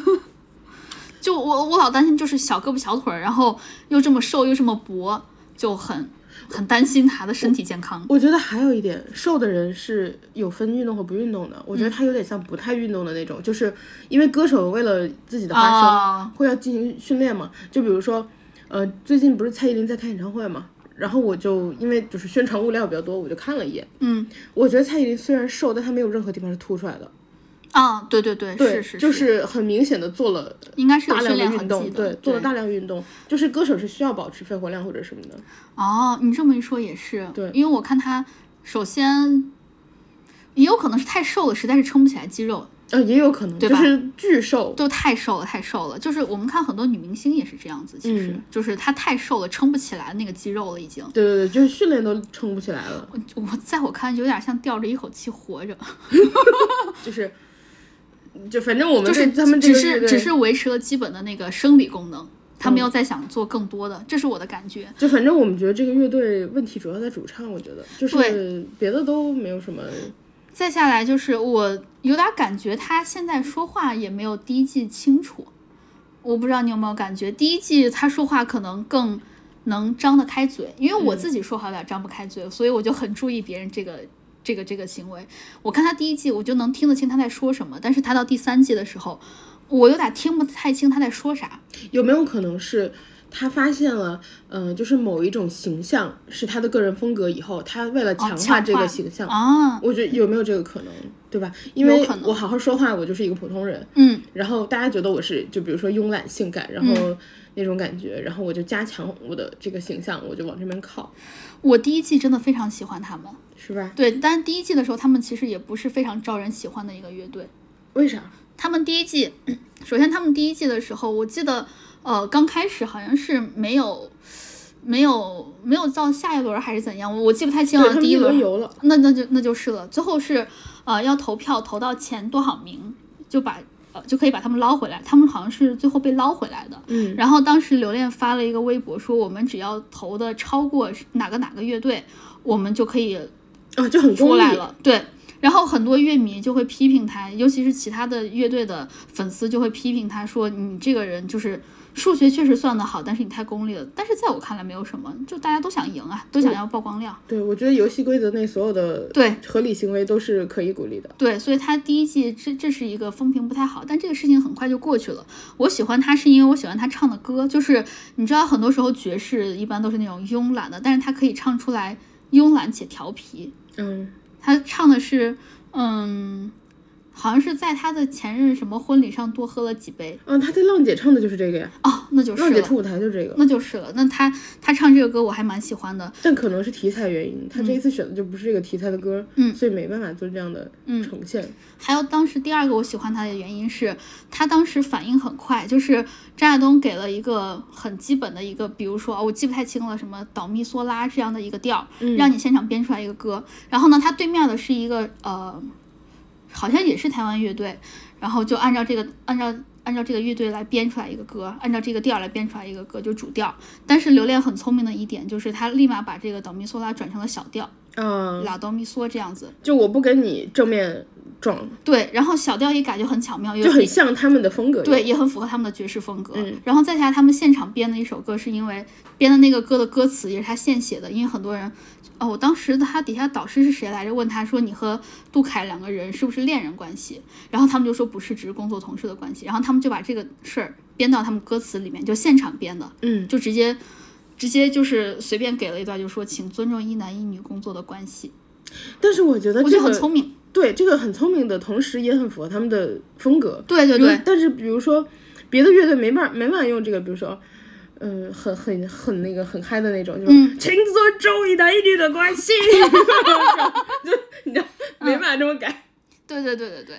Speaker 2: 就我我老担心就是小胳膊小腿儿，然后又这么瘦又这么薄，就很很担心他的身体健康。
Speaker 1: 我觉得还有一点，瘦的人是有分运动和不运动的。我
Speaker 2: 嗯
Speaker 1: 觉得他有点像不太运动的那种，就是因为歌手为了自己的发声
Speaker 2: 哦
Speaker 1: 会要进行训练嘛。就比如说，呃，最近不是蔡依林在开演唱会嘛，然后我就因为就是宣传物料比较多，我就看了一眼。
Speaker 2: 嗯
Speaker 1: 我觉得蔡依林虽然瘦，但她没有任何地方是凸出来的，
Speaker 2: 啊，对对对，
Speaker 1: 对，
Speaker 2: 是是，
Speaker 1: 就是很明显的做了。
Speaker 2: 应该是有
Speaker 1: 大
Speaker 2: 训
Speaker 1: 量
Speaker 2: 练
Speaker 1: 的运
Speaker 2: 痕迹
Speaker 1: 动，
Speaker 2: 的，
Speaker 1: 对，做了大量运动，就是歌手是需要保持肺活量或者什么的。
Speaker 2: 哦，你这么一说也是，
Speaker 1: 对
Speaker 2: 因为我看他首先也有可能是太瘦了，实在是撑不起来肌肉，
Speaker 1: 呃，也有可能
Speaker 2: 对
Speaker 1: 就
Speaker 2: 吧
Speaker 1: 是巨瘦，
Speaker 2: 就太瘦了，太瘦了。就是我们看很多女明星也是这样子，其实、
Speaker 1: 嗯
Speaker 2: 就是她太瘦了，撑不起来那个肌肉了，已经。
Speaker 1: 对对对，就是训练都撑不起来了，
Speaker 2: 我我在我看有点像吊着一口气活着，
Speaker 1: 就是，就反正我们
Speaker 2: 就是
Speaker 1: 对嗯他们这
Speaker 2: 只
Speaker 1: 个乐
Speaker 2: 是
Speaker 1: 队
Speaker 2: 只是维持了基本的那个生理功能，她没有再想做更多的，这是我的感觉。
Speaker 1: 就反正我们觉得这个乐队问题主要在主唱，我觉得就是
Speaker 2: 对
Speaker 1: 别的都没有什么，
Speaker 2: 再下来就是我有点感觉他现在说话也没有第一季清楚，我不知道你有没有感觉，第一季他说话可能更能张得开嘴，因为我自己说话有点张不开嘴，所以我就很注意别人这个。这个这个行为，我看他第一季我就能听得清他在说什么，但是他到第三季的时候，我有点听不太清他在说啥。
Speaker 1: 有没有可能是？他发现了，嗯、就是某一种形象是他的个人风格，以后他为了强化
Speaker 2: 哦强
Speaker 1: 这个
Speaker 2: 化
Speaker 1: 形象，
Speaker 2: 啊，
Speaker 1: 我觉得有没有这个可能，对吧？因
Speaker 2: 有
Speaker 1: 为
Speaker 2: 可能
Speaker 1: 我好好说话，我就是一个普通人，
Speaker 2: 嗯，
Speaker 1: 然后大家觉得我是就比如说慵懒性感，然后那种感觉，然后我就加强我的这个形象，我就往这边靠，
Speaker 2: 我第一季真的非常喜欢他们，
Speaker 1: 是吧？
Speaker 2: 对，但是第一季的时候他们其实也不是非常招人喜欢的一个乐队，
Speaker 1: 为啥？
Speaker 2: 他们第一季， 首先他们第一季的时候，我记得，呃，刚开始好像是没有，没有，没有到下一轮还是怎样，我我记不太清
Speaker 1: 对他
Speaker 2: 了。
Speaker 1: 们
Speaker 2: 第
Speaker 1: 一轮
Speaker 2: 轮
Speaker 1: 游了，
Speaker 2: 那那就那就是了。最后是，呃，要投票投到前多少名，就把呃就可以把他们捞回来。他们好像是最后被捞回来的。
Speaker 1: 嗯，
Speaker 2: 然后当时刘恋发了一个微博说，我们只要投的超过哪个哪个乐队，我们就可以
Speaker 1: 啊，就很
Speaker 2: 出
Speaker 1: 功利
Speaker 2: 来，了。对，然后很多乐迷就会批评他，尤其是其他的乐队的粉丝就会批评他说：“你这个人就是数学确实算得好，但是你太功利了。”但是在我看来没有什么，就大家都想赢啊，都想要曝光量。
Speaker 1: 对，我觉得游戏规则内所有的
Speaker 2: 对
Speaker 1: 合理行为都是可以鼓励的。
Speaker 2: 对，所以他第一季这这是一个风评不太好，但这个事情很快就过去了。我喜欢他是因为我喜欢他唱的歌，就是你知道，很多时候爵士一般都是那种慵懒的，但是他可以唱出来慵懒且调皮。
Speaker 1: 嗯，
Speaker 2: 他唱的是，嗯，好像是在他的前任什么婚礼上多喝了几杯。
Speaker 1: 啊，他在浪姐唱的就是这个呀，
Speaker 2: 哦，那就是
Speaker 1: 浪姐
Speaker 2: 了，
Speaker 1: 出舞台就这个，
Speaker 2: 那就是了。那他他唱这个歌我还蛮喜欢的，
Speaker 1: 但可能是题材原因，他这一次选的就不是这个题材的歌，
Speaker 2: 嗯
Speaker 1: 所以没办法做这样的呈现。
Speaker 2: 还有当时第二个我喜欢他的原因是，他当时反应很快，就是张亚东给了一个很基本的一个，比如说哦我记不太清了，什么倒咪嗦拉这样的一个调儿，
Speaker 1: 嗯
Speaker 2: 让你现场编出来一个歌。然后呢，他对面的是一个呃，好像也是台湾乐队，然后就按照这个按照。按照这个乐队来编出来一个歌，按照这个调儿来编出来一个歌，就主调。但是刘恋很聪明的一点就是，他立马把这个倒咪嗦拉转成了小调，
Speaker 1: 啊，
Speaker 2: 拉哆咪嗦这样子。
Speaker 1: 就我不跟你正面撞，
Speaker 2: 对，然后小调一改就很巧妙，有
Speaker 1: 就很像他们的风格。，
Speaker 2: 对，也很符合他们的爵士风格。
Speaker 1: 嗯
Speaker 2: 然后再加上他们现场编的一首歌，是因为编的那个歌的歌词也是他现写的，因为很多人，哦，我当时他底下导师是谁来着？问他说你和杜凯两个人是不是恋人关系？然后他们就说不是，只是工作同事的关系。然后他们就把这个事儿编到他们歌词里面，就现场编的，
Speaker 1: 嗯，
Speaker 2: 就直接。直接就是随便给了一段，就说请尊重一男一女工作的关系，
Speaker 1: 但是我觉得
Speaker 2: 我觉
Speaker 1: 这
Speaker 2: 得很
Speaker 1: 个
Speaker 2: 聪明。
Speaker 1: 对这个很聪明的同时，也很符合他们的风格。
Speaker 2: 对对
Speaker 1: 比如
Speaker 2: 对，
Speaker 1: 但是比如说别的乐队没办法没办法用这个，比如说。嗯，很很很那个很嗨的那种，就是、
Speaker 2: 嗯
Speaker 1: 请尊重一男一女的关 系，就你知道没
Speaker 2: 嗯
Speaker 1: 办法这么改。
Speaker 2: 对对对对对，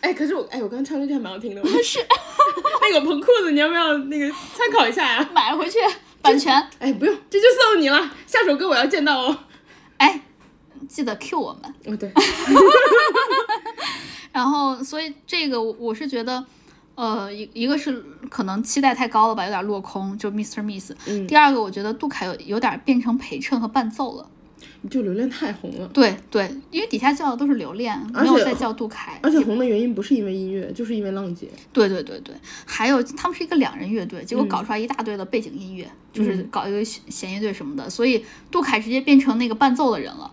Speaker 1: 哎，可是我哎，我刚唱那句还蛮好听 的，我是 那个蓬裤子，你要不要那个参考一下呀、
Speaker 2: 买回去版权，
Speaker 1: 哎，不用，这就送你了。下首歌我要见到哦。
Speaker 2: 哎，记得 Q 我们。
Speaker 1: 哦，对，
Speaker 2: 然后，所以这个我我是觉得，呃，一一个是可能期待太高了吧，有点落空，就 Mr. Miss。
Speaker 1: 嗯
Speaker 2: 第二个，我觉得杜凯有有点变成陪衬和伴奏了。
Speaker 1: 就流量太红了，
Speaker 2: 对对，因为底下叫的都是留恋，
Speaker 1: 而
Speaker 2: 没有
Speaker 1: 且
Speaker 2: 再叫杜凯。
Speaker 1: 而且红的原因不是因为音乐，就是因为浪姐。
Speaker 2: 对对对对，还有他们是一个两人乐队，结果
Speaker 1: 嗯
Speaker 2: 搞出来一大堆的背景音乐，就是搞一个弦弦乐队什么的，所以杜凯直接变成那个伴奏的人了。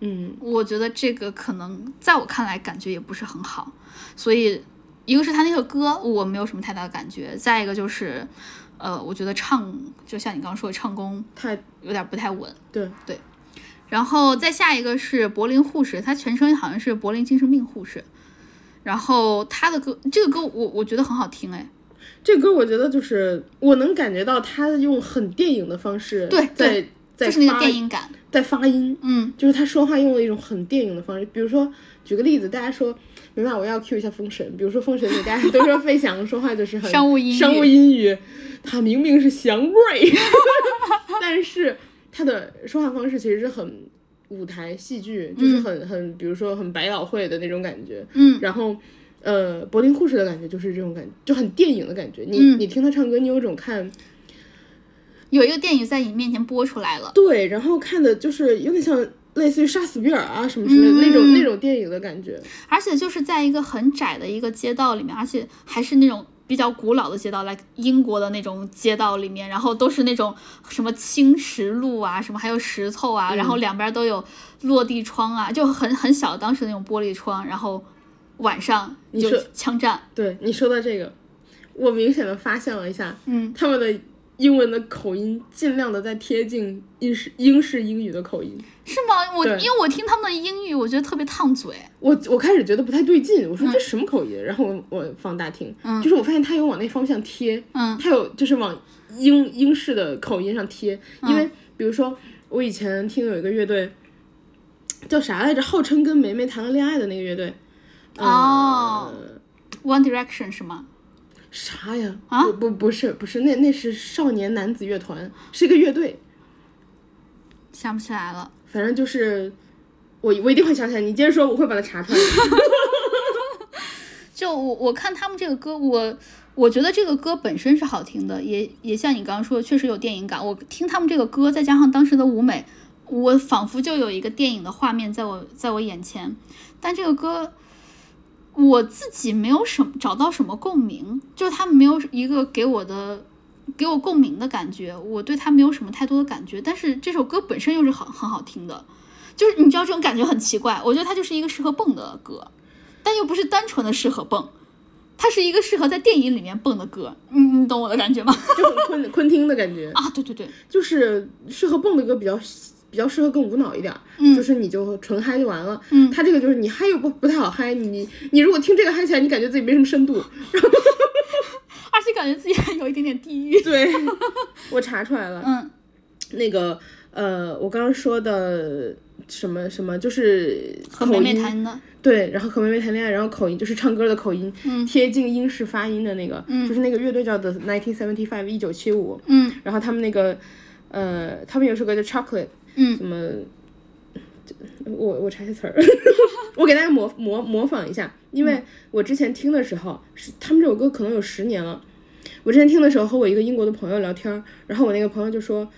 Speaker 1: 嗯，
Speaker 2: 我觉得这个可能在我看来感觉也不是很好，所以一个是他那个歌我没有什么太大的感觉，再一个就是，呃，我觉得唱就像你刚刚说的唱功
Speaker 1: 太
Speaker 2: 有点不太稳，
Speaker 1: 对，
Speaker 2: 然后再下一个是柏林护士，她全称好像是柏林精神病护士，然后她的歌这个歌我我觉得很好听哎，
Speaker 1: 这歌我觉得就是我能感觉到他用很电影的方式
Speaker 2: 对
Speaker 1: 在
Speaker 2: 对
Speaker 1: 在
Speaker 2: 就是那个
Speaker 1: 发
Speaker 2: 电影感，
Speaker 1: 在发音，
Speaker 2: 嗯，
Speaker 1: 就是他说话用了一种很电影的方式，比如说举个例子，大家说没办法，我要 cue 一下封神，比如说封神里大家都说费翔说话就是很
Speaker 2: 商务英语
Speaker 1: 商务英语，他明明是祥瑞， 但是他的说话方式其实是很舞台戏剧，就是很、很比如说很百老汇的那种感觉，
Speaker 2: 嗯，
Speaker 1: 然后。呃，柏林护士的感觉就是这种感觉，就很电影的感觉。你、
Speaker 2: 嗯
Speaker 1: 你听他唱歌，你有种看
Speaker 2: 有一个电影在你面前播出来了，
Speaker 1: 对，然后看的就是有点像类似于杀死比尔啊什么之类的、那种那种电影的感觉。
Speaker 2: 而且就是在一个很窄的一个街道里面，而且还是那种比较古老的街道，来英国的那种街道里面，然后都是那种什么青石路啊，什么还有石头啊，然后两边都有落地窗啊，就很很小当时那种玻璃窗，然后晚上就
Speaker 1: 说
Speaker 2: 枪战，
Speaker 1: 对你说到这个，我明显的发现了一下，
Speaker 2: 嗯，
Speaker 1: 他们的英文的口音尽量的在贴近英式英式英语的口音。
Speaker 2: 是吗？我
Speaker 1: 对
Speaker 2: 因为我听他们的英语，我觉得特别烫嘴，
Speaker 1: 我我开始觉得不太对劲，我说这什么口音？然后我我放大听，
Speaker 2: 嗯
Speaker 1: 就是我发现他有往那方向贴，
Speaker 2: 嗯
Speaker 1: 他有就是往英英式的口音上贴，因
Speaker 2: 嗯
Speaker 1: 为比如说我以前听有一个乐队叫啥来着，号称跟梅梅谈了恋爱的那个乐队，
Speaker 2: 哦
Speaker 1: 呃
Speaker 2: ，One Direction 是吗？
Speaker 1: 啥呀？
Speaker 2: 啊
Speaker 1: 不不不是不是，那那是少年男子乐团，是一个乐队，
Speaker 2: 想不起来了，
Speaker 1: 反正就是我我一定会想起来。你接着说，我会把它查出来的。
Speaker 2: 就我我看他们这个歌，我我觉得这个歌本身是好听的，也也像你刚刚说的，确实有电影感。我听他们这个歌，再加上当时的舞美，我仿佛就有一个电影的画面在我在我眼前。但这个歌我自己没有什么找到什么共鸣，就是他们没有一个给我的给我共鸣的感觉，我对他没有什么太多的感觉。但是这首歌本身又是很很好听的，就是你知道这种感觉很奇怪，我觉得它就是一个适合蹦的歌，但又不是单纯的适合蹦。它是一个适合在电影里面蹦的歌，你、嗯、你懂我的感觉吗？
Speaker 1: 就很昆昆汀的感觉
Speaker 2: 啊，对对对，
Speaker 1: 就是适合蹦的歌比较比较适合更无脑一点，
Speaker 2: 嗯
Speaker 1: 就是你就纯嗨就完了。
Speaker 2: 嗯
Speaker 1: 他这个就是你嗨又不不太好嗨，你你如果听这个嗨起来，你感觉自己没什么深 度。
Speaker 2: 而且感觉自己还有一点点地狱。
Speaker 1: 对， 我查出来了，
Speaker 2: 嗯
Speaker 1: 那个呃，我刚刚说的什么什么就是
Speaker 2: 和
Speaker 1: 口
Speaker 2: 梅梅
Speaker 1: 音
Speaker 2: 谈的，
Speaker 1: 对，然后和妹妹谈恋爱，然后口音就是唱歌的口音，
Speaker 2: 嗯
Speaker 1: 贴近英式发音的那个，就是那个乐队叫 The 1975一九七五，
Speaker 2: 嗯
Speaker 1: 然后他们那个呃，他们有首歌叫 Chocolate，
Speaker 2: 嗯
Speaker 1: 什么，就我我查一下词儿， 我给大家模模模仿一下，因为我之前听的时候是他们这首歌可能有十年了，我之前听的时候和我一个英国的朋友聊天儿，然后我那个朋友就说，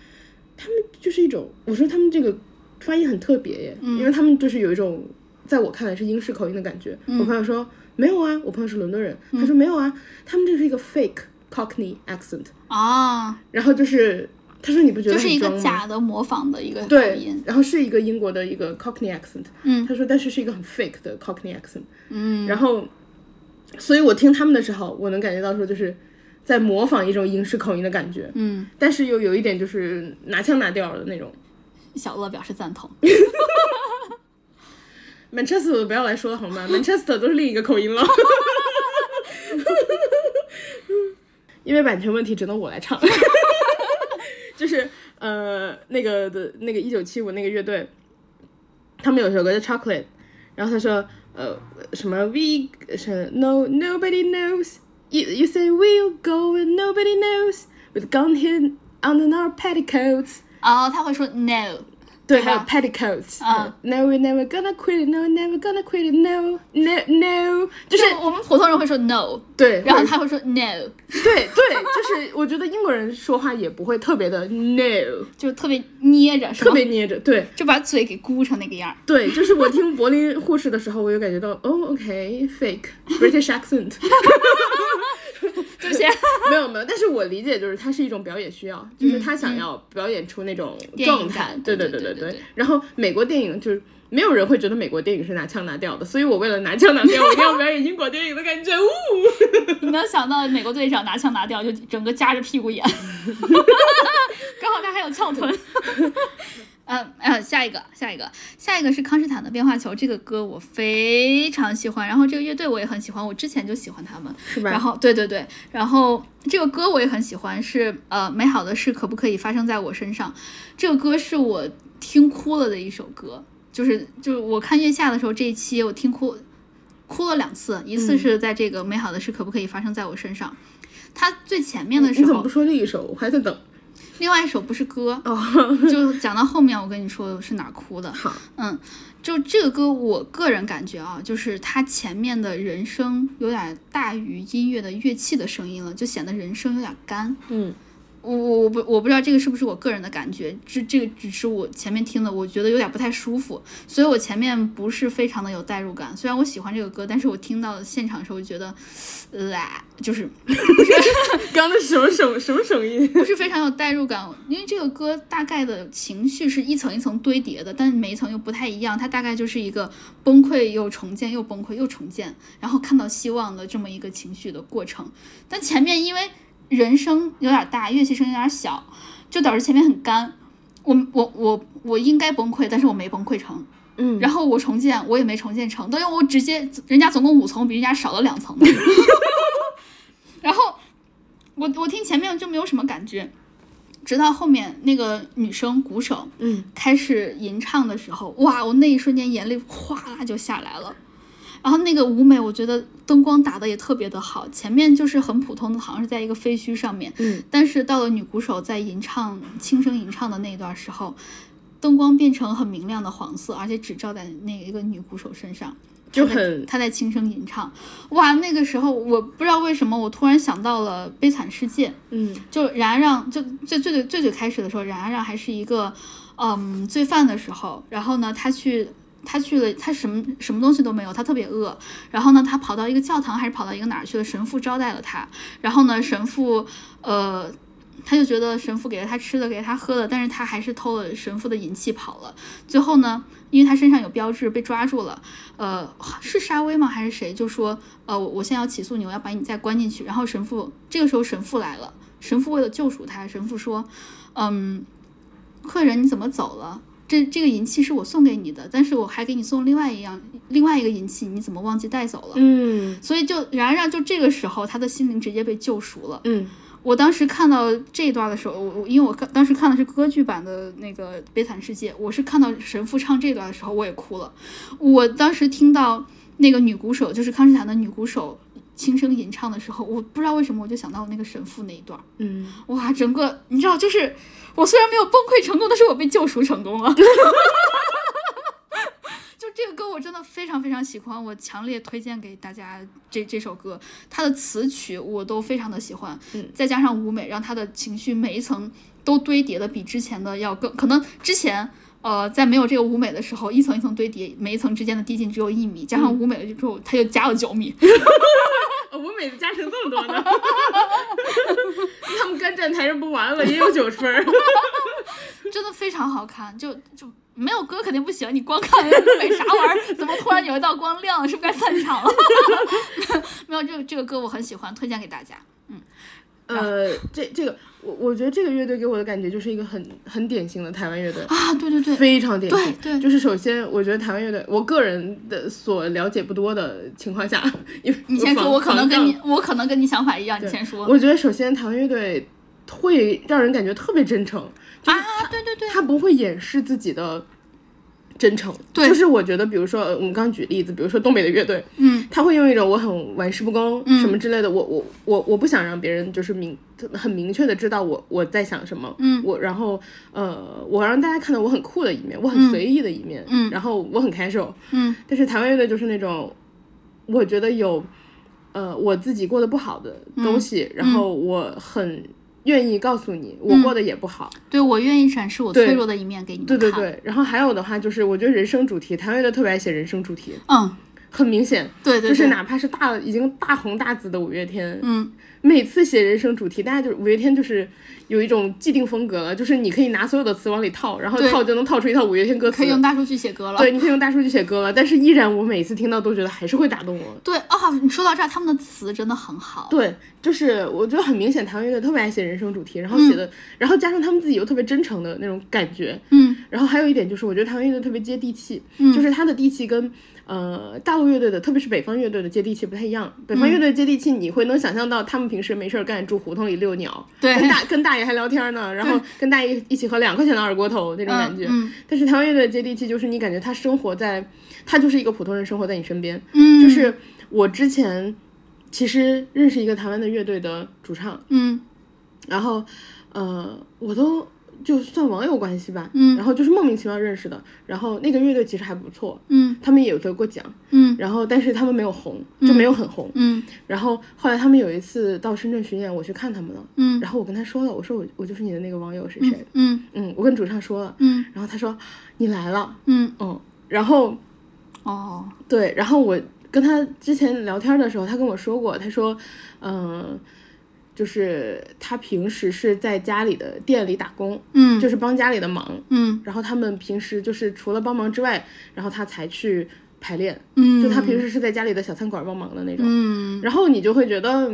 Speaker 1: 他们就是一种，我说他们这个发音很特别耶，因为他们就是有一种在我看来是英式口音的感觉。我朋友说没有啊，我朋友是伦敦人，他说没有啊，他们这是一个 fake Cockney accent，
Speaker 2: 啊，
Speaker 1: 然后就是他说你不觉得
Speaker 2: 就是一
Speaker 1: 很装
Speaker 2: 个
Speaker 1: 吗
Speaker 2: 假的模仿的一个口
Speaker 1: 对
Speaker 2: 音，，
Speaker 1: 然后是一个英国的一个 Cockney accent，
Speaker 2: 嗯
Speaker 1: 他说但是是一个很 fake 的 Cockney accent，
Speaker 2: 嗯，
Speaker 1: 然后，所以我听他们的时候，我能感觉到说就是在模仿一种英式口音的感觉，
Speaker 2: 嗯，
Speaker 1: 但是又有一点就是拿腔拿调的那种。
Speaker 2: 小乐表示赞同。
Speaker 1: Manchester 不要来说了好吗？Manchester 都是另一个口音了。因为版权问题，只能我来唱。就是呃，那个的那个一九七五那个乐队，他们有首歌叫《Chocolate》，然后他说呃什么 We 是 No nobody knows you you say we'll go and nobody knows with gun here under our petticoats。
Speaker 2: 哦，他会说 no，
Speaker 1: 对，
Speaker 2: 对
Speaker 1: 还有
Speaker 2: 吧
Speaker 1: petticoats，
Speaker 2: 啊
Speaker 1: 嗯，No we never gonna quit it，No never gonna quit it，No no no，就是
Speaker 2: 就我们普通人会说 no，
Speaker 1: 对，
Speaker 2: 然后
Speaker 1: 或者
Speaker 2: 他会说 no，
Speaker 1: 对对，就是我觉得英国人说话也不会特别的 no，
Speaker 2: 就特别捏着，是
Speaker 1: 特
Speaker 2: 吧？
Speaker 1: 别捏着，对
Speaker 2: 就把嘴给箍成那个样儿。
Speaker 1: 对，就是我听柏林护士的时候，我就感觉到，哦，OK，fake British accent，
Speaker 2: 就先
Speaker 1: 没有没有，但是我理解就是它是一种表演需要，就是他想要表演出那种
Speaker 2: 电
Speaker 1: 状
Speaker 2: 影
Speaker 1: 态
Speaker 2: 感，
Speaker 1: 对
Speaker 2: 对
Speaker 1: 对
Speaker 2: 对对
Speaker 1: 对
Speaker 2: 对。
Speaker 1: 然后美国电影就是没有人会觉得美国电影是拿腔拿调的，所以我为了拿腔拿调，我一定要表演英国电影的感觉，呜。
Speaker 2: 你能想到美国队长拿枪拿掉，就整个夹着屁股演，刚好他还有翘臀。嗯嗯，下一个，下一个，下一个是康斯坦的变化球。这个歌我非常喜欢，然后这个乐队我也很喜欢，我之前就喜欢他们，
Speaker 1: 是吧
Speaker 2: 然后对对对，然后这个歌我也很喜欢，是呃，美好的事可不可以发生在我身上？这个歌是我听哭了的一首歌，就是就是我看月下的时候这一期我听哭哭了两次，一
Speaker 1: 嗯
Speaker 2: 次是在这个美好的事可不可以发生在我身上，它最前面的
Speaker 1: 嗯你
Speaker 2: 时
Speaker 1: 怎么
Speaker 2: 候
Speaker 1: 不，说另一首？我还在等。
Speaker 2: 另外一首不 是歌，
Speaker 1: 哦，
Speaker 2: 就讲到后面我跟你说是哪儿哭的，
Speaker 1: 好，
Speaker 2: 嗯，就这个歌，我个人感觉啊，就是它前面的人声有点大于音乐的乐器的声音了，就显得人声有点干。
Speaker 1: 嗯，
Speaker 2: 我我我不我不知道这个是不是我个人的感觉，这这个只是我前面听的，我觉得有点不太舒服，所以我前面不是非常的有代入感。虽然我喜欢这个歌，但是我听到现场的时候就觉得，呃啊，就是
Speaker 1: 刚刚那什么什么什么声音？
Speaker 2: 不是非常有代入感，因为这个歌大概的情绪是一层一层堆叠的，但每一层又不太一样。它大概就是一个崩溃又重建，又崩溃又重建，然后看到希望的这么一个情绪的过程。但前面因为人声有点大，乐器声有点小，就导致前面很干。我我我我应该崩溃，但是我没崩溃成。
Speaker 1: 嗯
Speaker 2: 然后我重建，我也没重建成，但是我直接人家总共五层，比人家少了两层的。 然后我我听前面就没有什么感觉，直到后面那个女生鼓手
Speaker 1: 嗯，
Speaker 2: 开始吟唱的时候，哇，我那一瞬间眼泪哗啦就下来了。然后那个舞美，我觉得灯光打的也特别的好，前面就是很普通的，好像是在一个废墟上面，
Speaker 1: 嗯，
Speaker 2: 但是到了女鼓手在吟唱轻声吟唱的那一段时候，灯光变成很明亮的黄色，而且只照在那一个女鼓手身上，
Speaker 1: 就
Speaker 2: 她在
Speaker 1: 很
Speaker 2: 她在轻声吟唱，哇，那个时候我不知道为什么，我突然想到了《悲惨世界》，
Speaker 1: 嗯
Speaker 2: 就冉冉让就最最最最最开始的时候，冉冉让还是一个嗯罪犯的时候，然后呢，他去他去了，他什么什么东西都没有，他特别饿。然后呢，他跑到一个教堂还是跑到一个哪儿去了？神父招待了他。然后呢，神父呃，他就觉得神父给了他吃的，给了他喝的，但是他还是偷了神父的银器跑了。最后呢，因为他身上有标志，被抓住了。呃，是沙威吗？还是谁？就说呃，我我现在要起诉你，我要把你再关进去。然后神父这个时候神父来了，神父为了救赎他，神父说，嗯，客人你怎么走了？这这个银器是我送给你的，但是我还给你送另外一样，另外一个银器，你怎么忘记带走了？
Speaker 1: 嗯，
Speaker 2: 所以就然而让就这个时候，他的心灵直接被救赎了。
Speaker 1: 嗯，
Speaker 2: 我当时看到这一段的时候，我我因为我看当时看的是歌剧版的那个《悲惨世界》，我是看到神父唱这段的时候，我也哭了。我当时听到那个女鼓手，就是康斯坦的女鼓手。轻声吟唱的时候，我不知道为什么我就想到那个神父那一段，
Speaker 1: 嗯，
Speaker 2: 哇，整个你知道，就是我虽然没有崩溃成功，但是我被救赎成功了。 就这个歌我真的非常非常喜欢，我强烈推荐给大家这这首歌，它的词曲我都非常的喜欢，
Speaker 1: 嗯
Speaker 2: 再加上舞美，让他的情绪每一层都堆叠的比之前的要更，可能之前。呃，在没有这个舞美的时候，一层一层堆叠，每一层之间的递进只有一米，加上舞美了之后，它又加了九米，
Speaker 1: 哦我每次加成这么多呢， 他们干站台上不完了，也有九分儿。
Speaker 2: 真的非常好看，就就没有歌肯定不行，你光看美啥玩意儿？怎么突然有一道光亮了？是不是该散场了？ 没有，这个这个歌我很喜欢，推荐给大家。
Speaker 1: 呃，这这个我我觉得这个乐队给我的感觉就是一个很很典型的台湾乐队。
Speaker 2: 啊，对对对，
Speaker 1: 非常典型。
Speaker 2: 对对
Speaker 1: 就是首先，我觉得台湾乐队，我个人的所了解不多的情况下，因为
Speaker 2: 你先说，
Speaker 1: 防
Speaker 2: 我可能
Speaker 1: 防
Speaker 2: 跟
Speaker 1: 杠
Speaker 2: 你我可能跟你想法一样，你
Speaker 1: 对
Speaker 2: 先说。
Speaker 1: 我觉得首先台湾乐队会让人感觉特别真诚，
Speaker 2: 啊，对对对，
Speaker 1: 他不会掩饰自己的真诚。
Speaker 2: 对
Speaker 1: 就是我觉得，比如说呃我们刚举例子，比如说东北的乐队，
Speaker 2: 嗯，
Speaker 1: 他会用一种我很玩世不恭、
Speaker 2: 嗯
Speaker 1: 什么之类的，我我我我不想让别人就是明很明确的知道我我在想什么，
Speaker 2: 嗯
Speaker 1: 我然后呃，我让大家看到我很酷的一面，我很随意的一面，
Speaker 2: 嗯
Speaker 1: 然后我很 casual，
Speaker 2: 嗯
Speaker 1: 但是台湾乐队就是那种，我觉得有，呃，我自己过得不好的
Speaker 2: 嗯
Speaker 1: 东西，然后我很愿意告诉
Speaker 2: 嗯
Speaker 1: 你，我过得也不好，
Speaker 2: 对我愿意展示我
Speaker 1: 对
Speaker 2: 脆弱的一面给你们
Speaker 1: 对
Speaker 2: 看。
Speaker 1: 对，对。然后还有的话就是，我觉得人生主题，台湾乐队特别爱写人生主题，
Speaker 2: 嗯，
Speaker 1: 很明显，
Speaker 2: 对对对，
Speaker 1: 就是哪怕是大已经大红大紫的五月天，
Speaker 2: 嗯，
Speaker 1: 每次写人生主题，大家就是五月天就是有一种既定风格了，就是你可以拿所有的词往里套，然后
Speaker 2: 对
Speaker 1: 套就能套出一套五月天歌词，
Speaker 2: 可以用大数据写歌了。
Speaker 1: 对，你可以用大数据写歌了，但是依然我每次听到都觉得还是会打动我。
Speaker 2: 对啊，你说到这儿，他们的词真的很好。
Speaker 1: 对，就是我觉得很明显，台湾乐队特别爱写人生主题，然后写的，然后加上他们自己又特别真诚的那种感觉，
Speaker 2: 嗯
Speaker 1: 然后还有一点就是，我觉得台湾乐队特别接地气，
Speaker 2: 嗯
Speaker 1: 就是它的地气跟呃大陆乐队的，特别是北方乐队的接地气不太一样。北方乐队接地气，你会能想象到他们平时没事儿干，住胡同里遛鸟，
Speaker 2: 对
Speaker 1: 跟大跟大爷还聊天呢，然后跟大爷一起喝两块钱的二锅头那种感觉。
Speaker 2: 嗯嗯
Speaker 1: 但是台湾乐队的接地气，就是你感觉他生活在，他就是一个普通人生活在你身边，
Speaker 2: 嗯，
Speaker 1: 就是我之前其实认识一个台湾的乐队的主唱，
Speaker 2: 嗯
Speaker 1: 然后呃，我都就算网友关系吧，
Speaker 2: 嗯
Speaker 1: 然后就是莫名其妙认识的，然后那个乐队其实还不错，
Speaker 2: 嗯
Speaker 1: 他们也有得过奖，
Speaker 2: 嗯
Speaker 1: 然后但是他们没有红，就没有很红。
Speaker 2: 嗯
Speaker 1: 然后后来他们有一次到深圳巡演，我去看他们了，
Speaker 2: 嗯
Speaker 1: 然后我跟他说了，我说我我就是你的那个网友谁谁，
Speaker 2: 嗯
Speaker 1: 嗯，我跟主唱说了，
Speaker 2: 嗯
Speaker 1: 然后他说你来了，
Speaker 2: 嗯
Speaker 1: 嗯，然后。
Speaker 2: 哦。
Speaker 1: 对，然后我跟他之前聊天的时候，他跟我说过，他说，嗯、就是他平时是在家里的店里打工，
Speaker 2: 嗯，
Speaker 1: 就是帮家里的忙，
Speaker 2: 嗯
Speaker 1: 然后他们平时就是除了帮忙之外，然后他才去排练，
Speaker 2: 嗯，
Speaker 1: 就他平时是在家里的小餐馆帮忙的那种，
Speaker 2: 嗯
Speaker 1: 然后你就会觉得。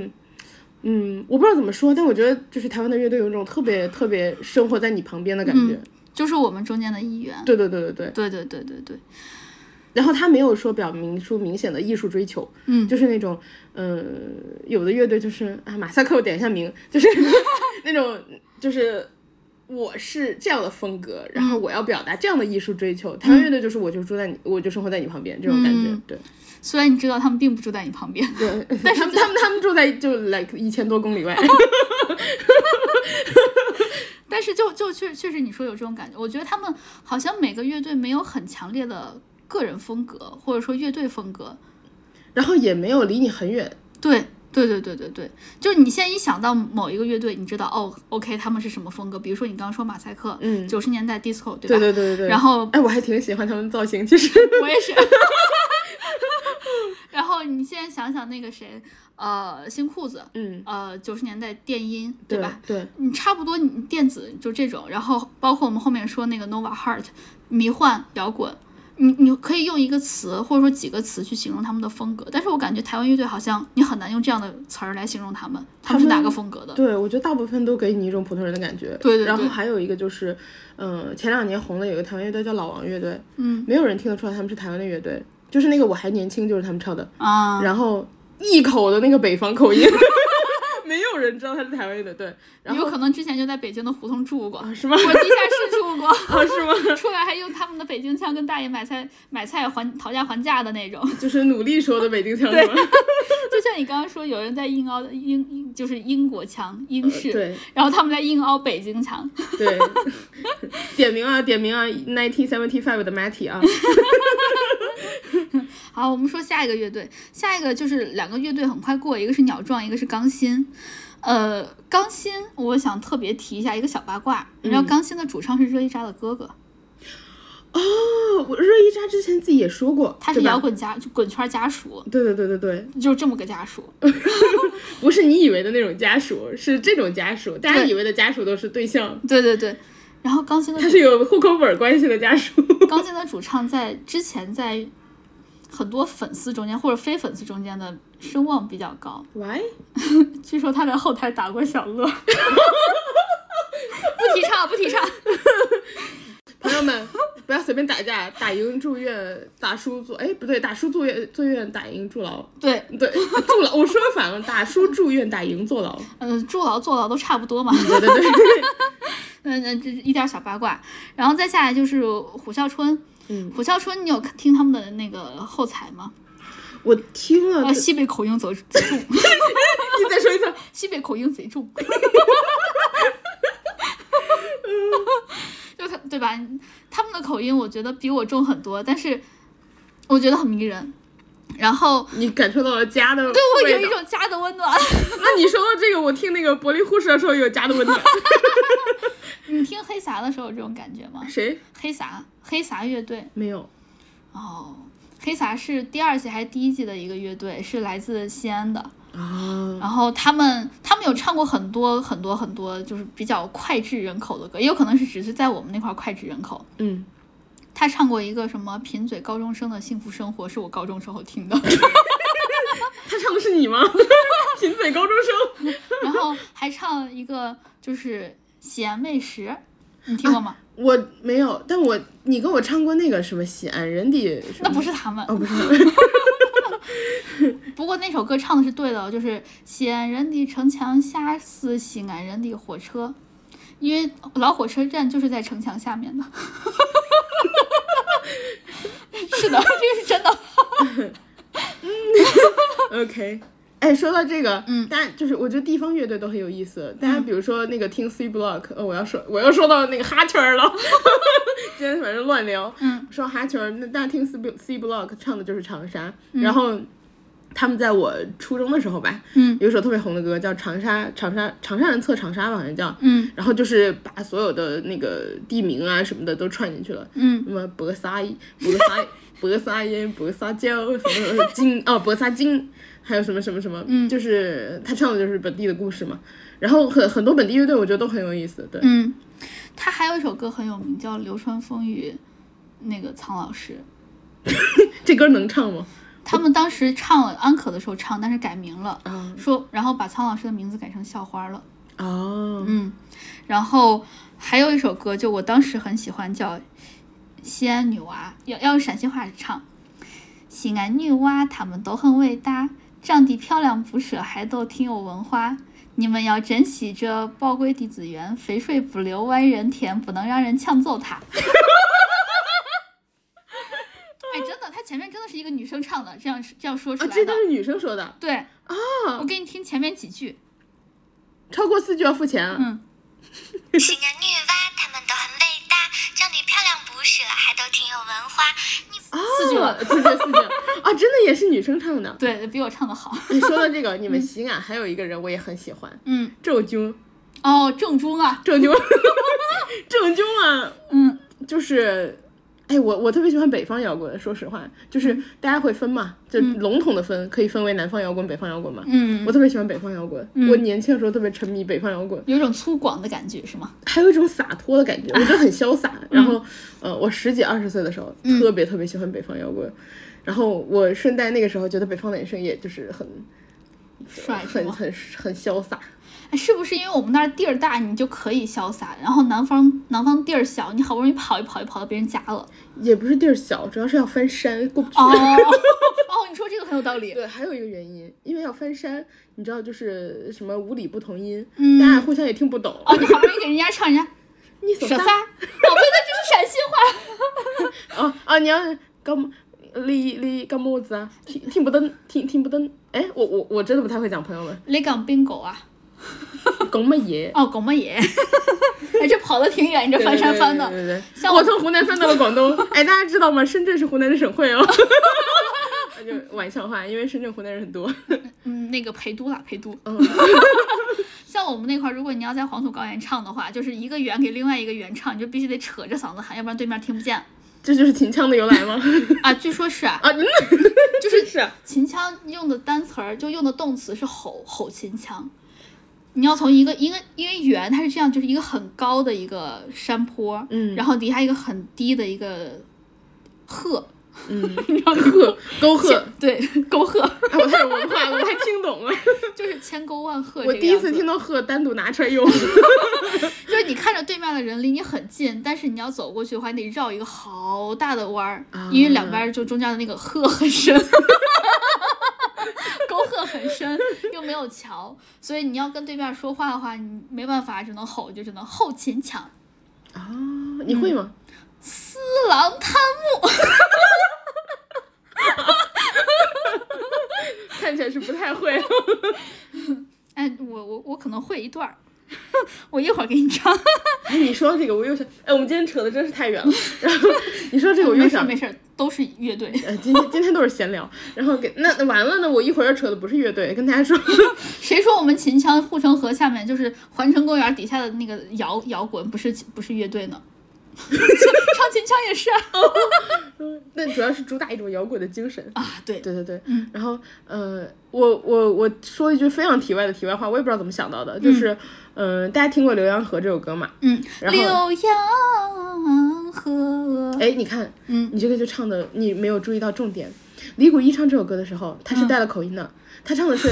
Speaker 1: 嗯，我不知道怎么说，但我觉得就是台湾的乐队有一种特别特别生活在你旁边的感觉。
Speaker 2: 就是我们中间的一员。
Speaker 1: 对对对对对。
Speaker 2: 对对对对对，
Speaker 1: 然后他没有说表明出明显的艺术追求，
Speaker 2: 嗯
Speaker 1: 就是那种，嗯、有的乐队就是啊，马赛克我点一下名，就是 那种，就是我是这样的风格，然后我要表达这样的艺术追求。台湾乐队就是我就住在你，我就生活在你旁边这种感觉，
Speaker 2: 嗯
Speaker 1: 对
Speaker 2: 虽然你知道他们并不住在你旁边，
Speaker 1: 对。但是他们他们他们住在就 like 一千多公里外，
Speaker 2: 但是就就确确实你说有这种感觉，我觉得他们好像每个乐队没有很强烈的个人风格，或者说乐队风格。
Speaker 1: 然后也没有离你很远，
Speaker 2: 对对对对对对，就是你现在一想到某一个乐队，你知道哦，OK，他们是什么风格？比如说你刚刚说马赛克，
Speaker 1: 嗯
Speaker 2: 九十年代 disco，对
Speaker 1: 对
Speaker 2: 吧？
Speaker 1: 对对对对。
Speaker 2: 然后
Speaker 1: 哎，我还挺喜欢他们造型，其实
Speaker 2: 我也是。 然后你现在想想那个谁，呃，新裤子，
Speaker 1: 嗯，
Speaker 2: 呃，九十年代电音，
Speaker 1: 对
Speaker 2: 吧？？
Speaker 1: 对，
Speaker 2: 你差不多，你电子就这种，然后包括我们后面说那个 Nova Heart 迷幻摇滚，你你可以用一个词或者说几个词去形容他们的风格，但是我感觉台湾乐队好像你很难用这样的词儿来形容他们，他们是哪个风格的？
Speaker 1: 对，我觉得大部分都给你一种普通人的感觉。
Speaker 2: 对对
Speaker 1: 然后
Speaker 2: 对
Speaker 1: 还有一个就是，嗯、前两年红的有一个台湾乐队叫老王乐队，
Speaker 2: 嗯
Speaker 1: 没有人听得出来他们是台湾的乐队，就是那个我还年轻就是他们唱的，
Speaker 2: 啊，
Speaker 1: 然后一口的那个北方口音， 没有人知道他是台湾乐队，对，然后
Speaker 2: 有可能之前就在北京的胡同住 过，我
Speaker 1: 啊
Speaker 2: 地
Speaker 1: 是 吗？
Speaker 2: 下室住过。
Speaker 1: 啊是吗？
Speaker 2: 出来还用他们的北京腔跟大爷买菜买菜还讨价还价的那种，
Speaker 1: 就是努力说的北京腔是吗？
Speaker 2: 就像你刚刚说，有人在硬凹英英就是英国腔英式，
Speaker 1: 呃对
Speaker 2: 然后他们在硬凹北京腔，
Speaker 1: 对， 点名啊点名啊，nineteen seventy five 的 Matty 啊，
Speaker 2: 好，我们说下一个乐队，下一个就是两个乐队很快过，一个是鸟壮，一个是钢心。呃，钢心，我想特别提一下一个小八卦，你
Speaker 1: 嗯
Speaker 2: 知道钢心的主唱是热依扎的哥哥，
Speaker 1: 哦，我热依扎之前自己也说过，
Speaker 2: 他是
Speaker 1: 对吧
Speaker 2: 摇滚家就滚圈家属，
Speaker 1: 对对对对对，
Speaker 2: 就这么个家属。
Speaker 1: 不是你以为的那种家属，是这种家属，大家
Speaker 2: 对
Speaker 1: 以为的家属都是对象，
Speaker 2: 对对对，然后钢心的
Speaker 1: 他是有户口本关系的家属。
Speaker 2: 钢琴的主唱在之前在很多粉丝中间或者非粉丝中间的声望比较高，
Speaker 1: Why？
Speaker 2: 据说他在后台打过小乐， 不提倡，不提倡。
Speaker 1: 朋友们，不要随便打架，打赢住院，打输坐，哎，不对，打输坐院，坐院打赢坐牢，
Speaker 2: 对，
Speaker 1: 对， 坐牢，我说反了，打输住院，打赢坐牢，
Speaker 2: 嗯、坐牢坐牢都差不多嘛。
Speaker 1: 对对对，
Speaker 2: 那那这是一点小八卦，然后再下来就是虎啸春。
Speaker 1: 嗯，
Speaker 2: 虎啸春，你有听他们的那个后采吗？
Speaker 1: 我听了，
Speaker 2: 啊，西北口音贼贼重，
Speaker 1: 你再说一次，
Speaker 2: 西北口音贼重。 就他对吧？他们的口音我觉得比我重很多，但是我觉得很迷人。然后
Speaker 1: 你感受到了家的
Speaker 2: 对我有
Speaker 1: 味
Speaker 2: 一
Speaker 1: 道。
Speaker 2: 种家的温暖。
Speaker 1: 那你说到这个，我听那个柏林护士的时候有家的温暖。
Speaker 2: 你听黑撒的时候有这种感觉 吗？
Speaker 1: 谁
Speaker 2: 黑撒，黑撒乐队，
Speaker 1: 没有？
Speaker 2: 哦，黑撒是第二季还是第一季的一个乐队，是来自西安的。
Speaker 1: 啊，
Speaker 2: 然后他们他们有唱过很多很多很多，就是比较脍炙人口的歌，也有可能是只是在我们那块儿脍炙人口。
Speaker 1: 嗯，
Speaker 2: 他唱过一个什么“贫嘴高中生的幸福生活”，是我高中时候听的。
Speaker 1: 他唱的是你吗？ 贫嘴高中生，
Speaker 2: 然后还唱一个就是西安美食，你听过吗？
Speaker 1: 我没有，但我你跟我唱过那个什么西安人的什么，
Speaker 2: 那不是他们，
Speaker 1: 哦，不是，
Speaker 2: 不过那首歌唱的是对的，就是西安人的城墙下是西安人的火车，因为老火车站就是在城墙下面的。 是的，这个是真的。
Speaker 1: OK。哎，说到这个，
Speaker 2: 嗯
Speaker 1: 大家就是我觉得地方乐队都很有意思。大家比如说那个听 C Block，、哦、我要说我要说到那个哈圈儿了， 今天反正乱聊。
Speaker 2: 嗯，
Speaker 1: 说哈球，那大家听 C C Block 唱的就是长沙，然后他们在我初中的时候吧，
Speaker 2: 嗯
Speaker 1: 有一首特别红的歌叫《长沙长沙长沙人测长沙》吧，好像叫，
Speaker 2: 嗯
Speaker 1: 然后就是把所有的那个地名啊什么的都串进去了，
Speaker 2: 嗯
Speaker 1: 什么博沙博沙 博沙烟、博沙胶，什么什么金哦博沙金，还有什么什么什么，
Speaker 2: 嗯
Speaker 1: 就是他唱的就是本地的故事嘛，然后很很多本地乐队我觉得都很有意思，对，
Speaker 2: 嗯，他还有一首歌很有名，叫《流川枫与那个苍老师》。
Speaker 1: 这歌能唱吗？
Speaker 2: 他们当时唱了安可的时候唱，但是改名了，
Speaker 1: 啊
Speaker 2: 说然后把苍老师的名字改成校花了。
Speaker 1: 哦，
Speaker 2: 嗯，然后还有一首歌，就我当时很喜欢，叫《西安女娃》，要要用陕西话唱。西安女娃，她们都很伟大，长得漂亮不说，还都挺有文化。你们要珍惜这宝贵的资源，肥水不流外人田，不能让人抢走它。 哎，真的，她前面真的是一个女生唱的，这样这样说出
Speaker 1: 啊
Speaker 2: 来
Speaker 1: 这
Speaker 2: 的
Speaker 1: 都。是女生说的。
Speaker 2: 对啊，我给你听前面几句。
Speaker 1: 超过四就要付钱啊。
Speaker 2: 嗯，
Speaker 3: 西安女娃，她们都很伟大，叫你漂亮不是了，还都挺有文化。你
Speaker 1: 啊，
Speaker 2: 四句了
Speaker 1: 四句四 句啊，真的也是女生唱的。
Speaker 2: 对，比我唱的好。
Speaker 1: 你说到这个，你们喜感还有一个人我也很喜欢，
Speaker 2: 嗯，
Speaker 1: 郑钧，
Speaker 2: 哦，郑钧啊，
Speaker 1: 郑 钧，郑钧啊，
Speaker 2: 嗯，
Speaker 1: 就是。哎，我我特别喜欢北方摇滚，说实话，就是
Speaker 2: 嗯
Speaker 1: 大家会分嘛，就笼统的分，可以分为南方摇滚、北方摇滚嘛。
Speaker 2: 嗯，
Speaker 1: 我特别喜欢北方摇滚，我年轻的时候特别沉迷北方摇滚，
Speaker 2: 有一种粗犷的感觉是吗？
Speaker 1: 还有一种洒脱的感觉，我觉得很潇洒。
Speaker 2: 嗯
Speaker 1: 然后，呃，我十几二十岁的时候，特别特别喜欢北方摇滚，然后我顺带那个时候觉得北方男生也就是很
Speaker 2: 帅是
Speaker 1: 很
Speaker 2: 吗？
Speaker 1: 很很潇洒，
Speaker 2: 哎是不是因为我们那儿地儿大，你就可以潇洒，然后南方南方地儿小，你好不容易跑一跑，就跑到别人家了。
Speaker 1: 也不是地儿小，主要是要翻山过不去。
Speaker 2: 哦 哦，你说这个很有道理。
Speaker 1: 对，还有一个原因，因为要翻山，你知道就是什么五里不同音，
Speaker 2: 嗯
Speaker 1: 大家互相也听不懂。
Speaker 2: 哦，你好不容易给人家唱人家
Speaker 1: 你
Speaker 2: 舍
Speaker 1: 手
Speaker 2: 撒，
Speaker 1: 撒
Speaker 2: 宝贝，那这是陕西话。
Speaker 1: 啊啊！你要干嘛你你干么子啊？听听不懂，听听不懂。哎，我我我真的不太会讲，朋友们，
Speaker 2: 你讲冰狗啊？
Speaker 1: 讲乜嘢？
Speaker 2: 哦，讲乜嘢？哎，这跑得挺远，你这 翻山翻
Speaker 1: 对
Speaker 2: 的。
Speaker 1: 对对对对
Speaker 2: 像我
Speaker 1: 我从湖南翻到了广东。哎，大家知道吗？深圳是湖南的省会哦。 就玩笑话，因为深圳湖南人很多。
Speaker 2: 嗯，那个陪都啦，陪都。
Speaker 1: 嗯，
Speaker 2: 像我们那块儿，如果你要在黄土高原唱的话，就是一个圆给另外一个圆唱，你就必须得扯着嗓子喊，要不然对面听不见。
Speaker 1: 这就是秦腔的由来吗？
Speaker 2: 啊，据说是啊，
Speaker 1: 啊，嗯
Speaker 2: 就是
Speaker 1: 是
Speaker 2: 秦腔用的单词儿，就用的动词是吼吼秦腔。你要从一个因为因为圆它是这样，就是一个很高的一个山坡，
Speaker 1: 嗯
Speaker 2: 然后底下一个很低的一个壑，
Speaker 1: 嗯，
Speaker 2: 你知道吗？
Speaker 1: 壑沟壑，
Speaker 2: 对，沟壑
Speaker 1: 哎，我太有文化了，我还听懂了。
Speaker 2: 就是千沟万壑。
Speaker 1: 我第一次听，到鹤单独拿出来 用，
Speaker 2: 就是你看着对面的人离你很近，但是你要走过去的话，你得绕一个好大的弯儿，因为两边儿就中间的那个壑很深， 沟壑很深，又没有桥，所以你要跟对面说话的话，你没办法，只能吼，就只能吼秦腔。
Speaker 1: 啊，你会吗？
Speaker 2: 四郎贪慕，
Speaker 1: 看起来是不太会。
Speaker 2: 哎，我我我可能会一段儿， 我一会儿给你唱。
Speaker 1: 哎，你说到这个，我又想，哎，我们今天扯的真是太远了。然后你 说到这个，我又
Speaker 2: 没事儿
Speaker 1: 想
Speaker 2: 没，事儿，都是乐队。
Speaker 1: 呃，今天今天都是闲聊。然后给那那完了呢，我一会儿要扯的不是乐队，跟大家说，
Speaker 2: 谁说我们秦腔护城河下面就是环城公园底下的那个摇摇滚不是不是乐队呢？ 唱秦腔也 是啊，
Speaker 1: 哦那主要是主打一种摇滚的精神。
Speaker 2: 啊对，
Speaker 1: 对对对，
Speaker 2: 嗯
Speaker 1: 然后呃，我我我说一句非常题外的题外话，我也不知道怎么想到的，就是，嗯、大家听过《浏阳河》这首歌吗？
Speaker 2: 嗯，
Speaker 1: 然后，
Speaker 2: 浏阳河，
Speaker 1: 哎，你看，
Speaker 2: 嗯
Speaker 1: 你这个就唱的，你没有注意到重点。李谷一唱这首歌的时候，他是带了口音的，他唱 的是，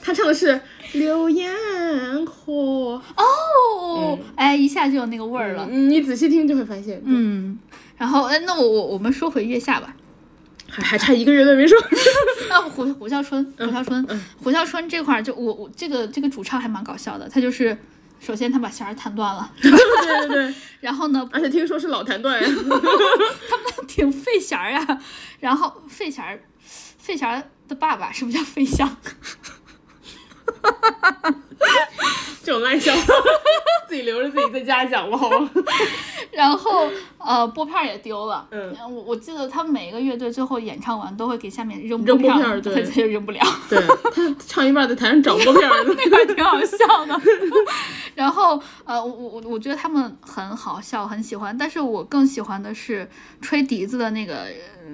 Speaker 1: 他唱的是浏阳河。
Speaker 2: 哦，哎，一下就有那个味儿了，
Speaker 1: 嗯你仔细听就会发现，
Speaker 2: 嗯，然后哎，那我我我们说回月 下吧，
Speaker 1: 还还差一个乐队 没说。
Speaker 2: 那虎虎啸春，
Speaker 1: 嗯
Speaker 2: 虎啸春，虎啸春这块儿就我我这个这个主唱还蛮搞笑的，他就是首先他把弦儿弹断了，
Speaker 1: 对对对，
Speaker 2: 然后呢
Speaker 1: 而且听说是老谭 段，
Speaker 2: 挺费弦儿啊。然后费弦儿，费弦儿的爸爸是不是叫费翔？
Speaker 1: 这种烂笑话， 自己留着自己在家讲吧，好吗？
Speaker 2: 然后呃，拨片儿也丢了。
Speaker 1: 嗯
Speaker 2: 我我记得他们每一个乐队最后演唱完都会给下面扔
Speaker 1: 扔拨
Speaker 2: 片
Speaker 1: 片
Speaker 2: 儿
Speaker 1: 儿 对
Speaker 2: 他就扔不了，
Speaker 1: 对他唱一半在台上找拨片 儿，
Speaker 2: 那块儿挺好笑的。 然后呃，我我我觉得他们很好笑，很喜欢，但是我更喜欢的是吹笛子的那个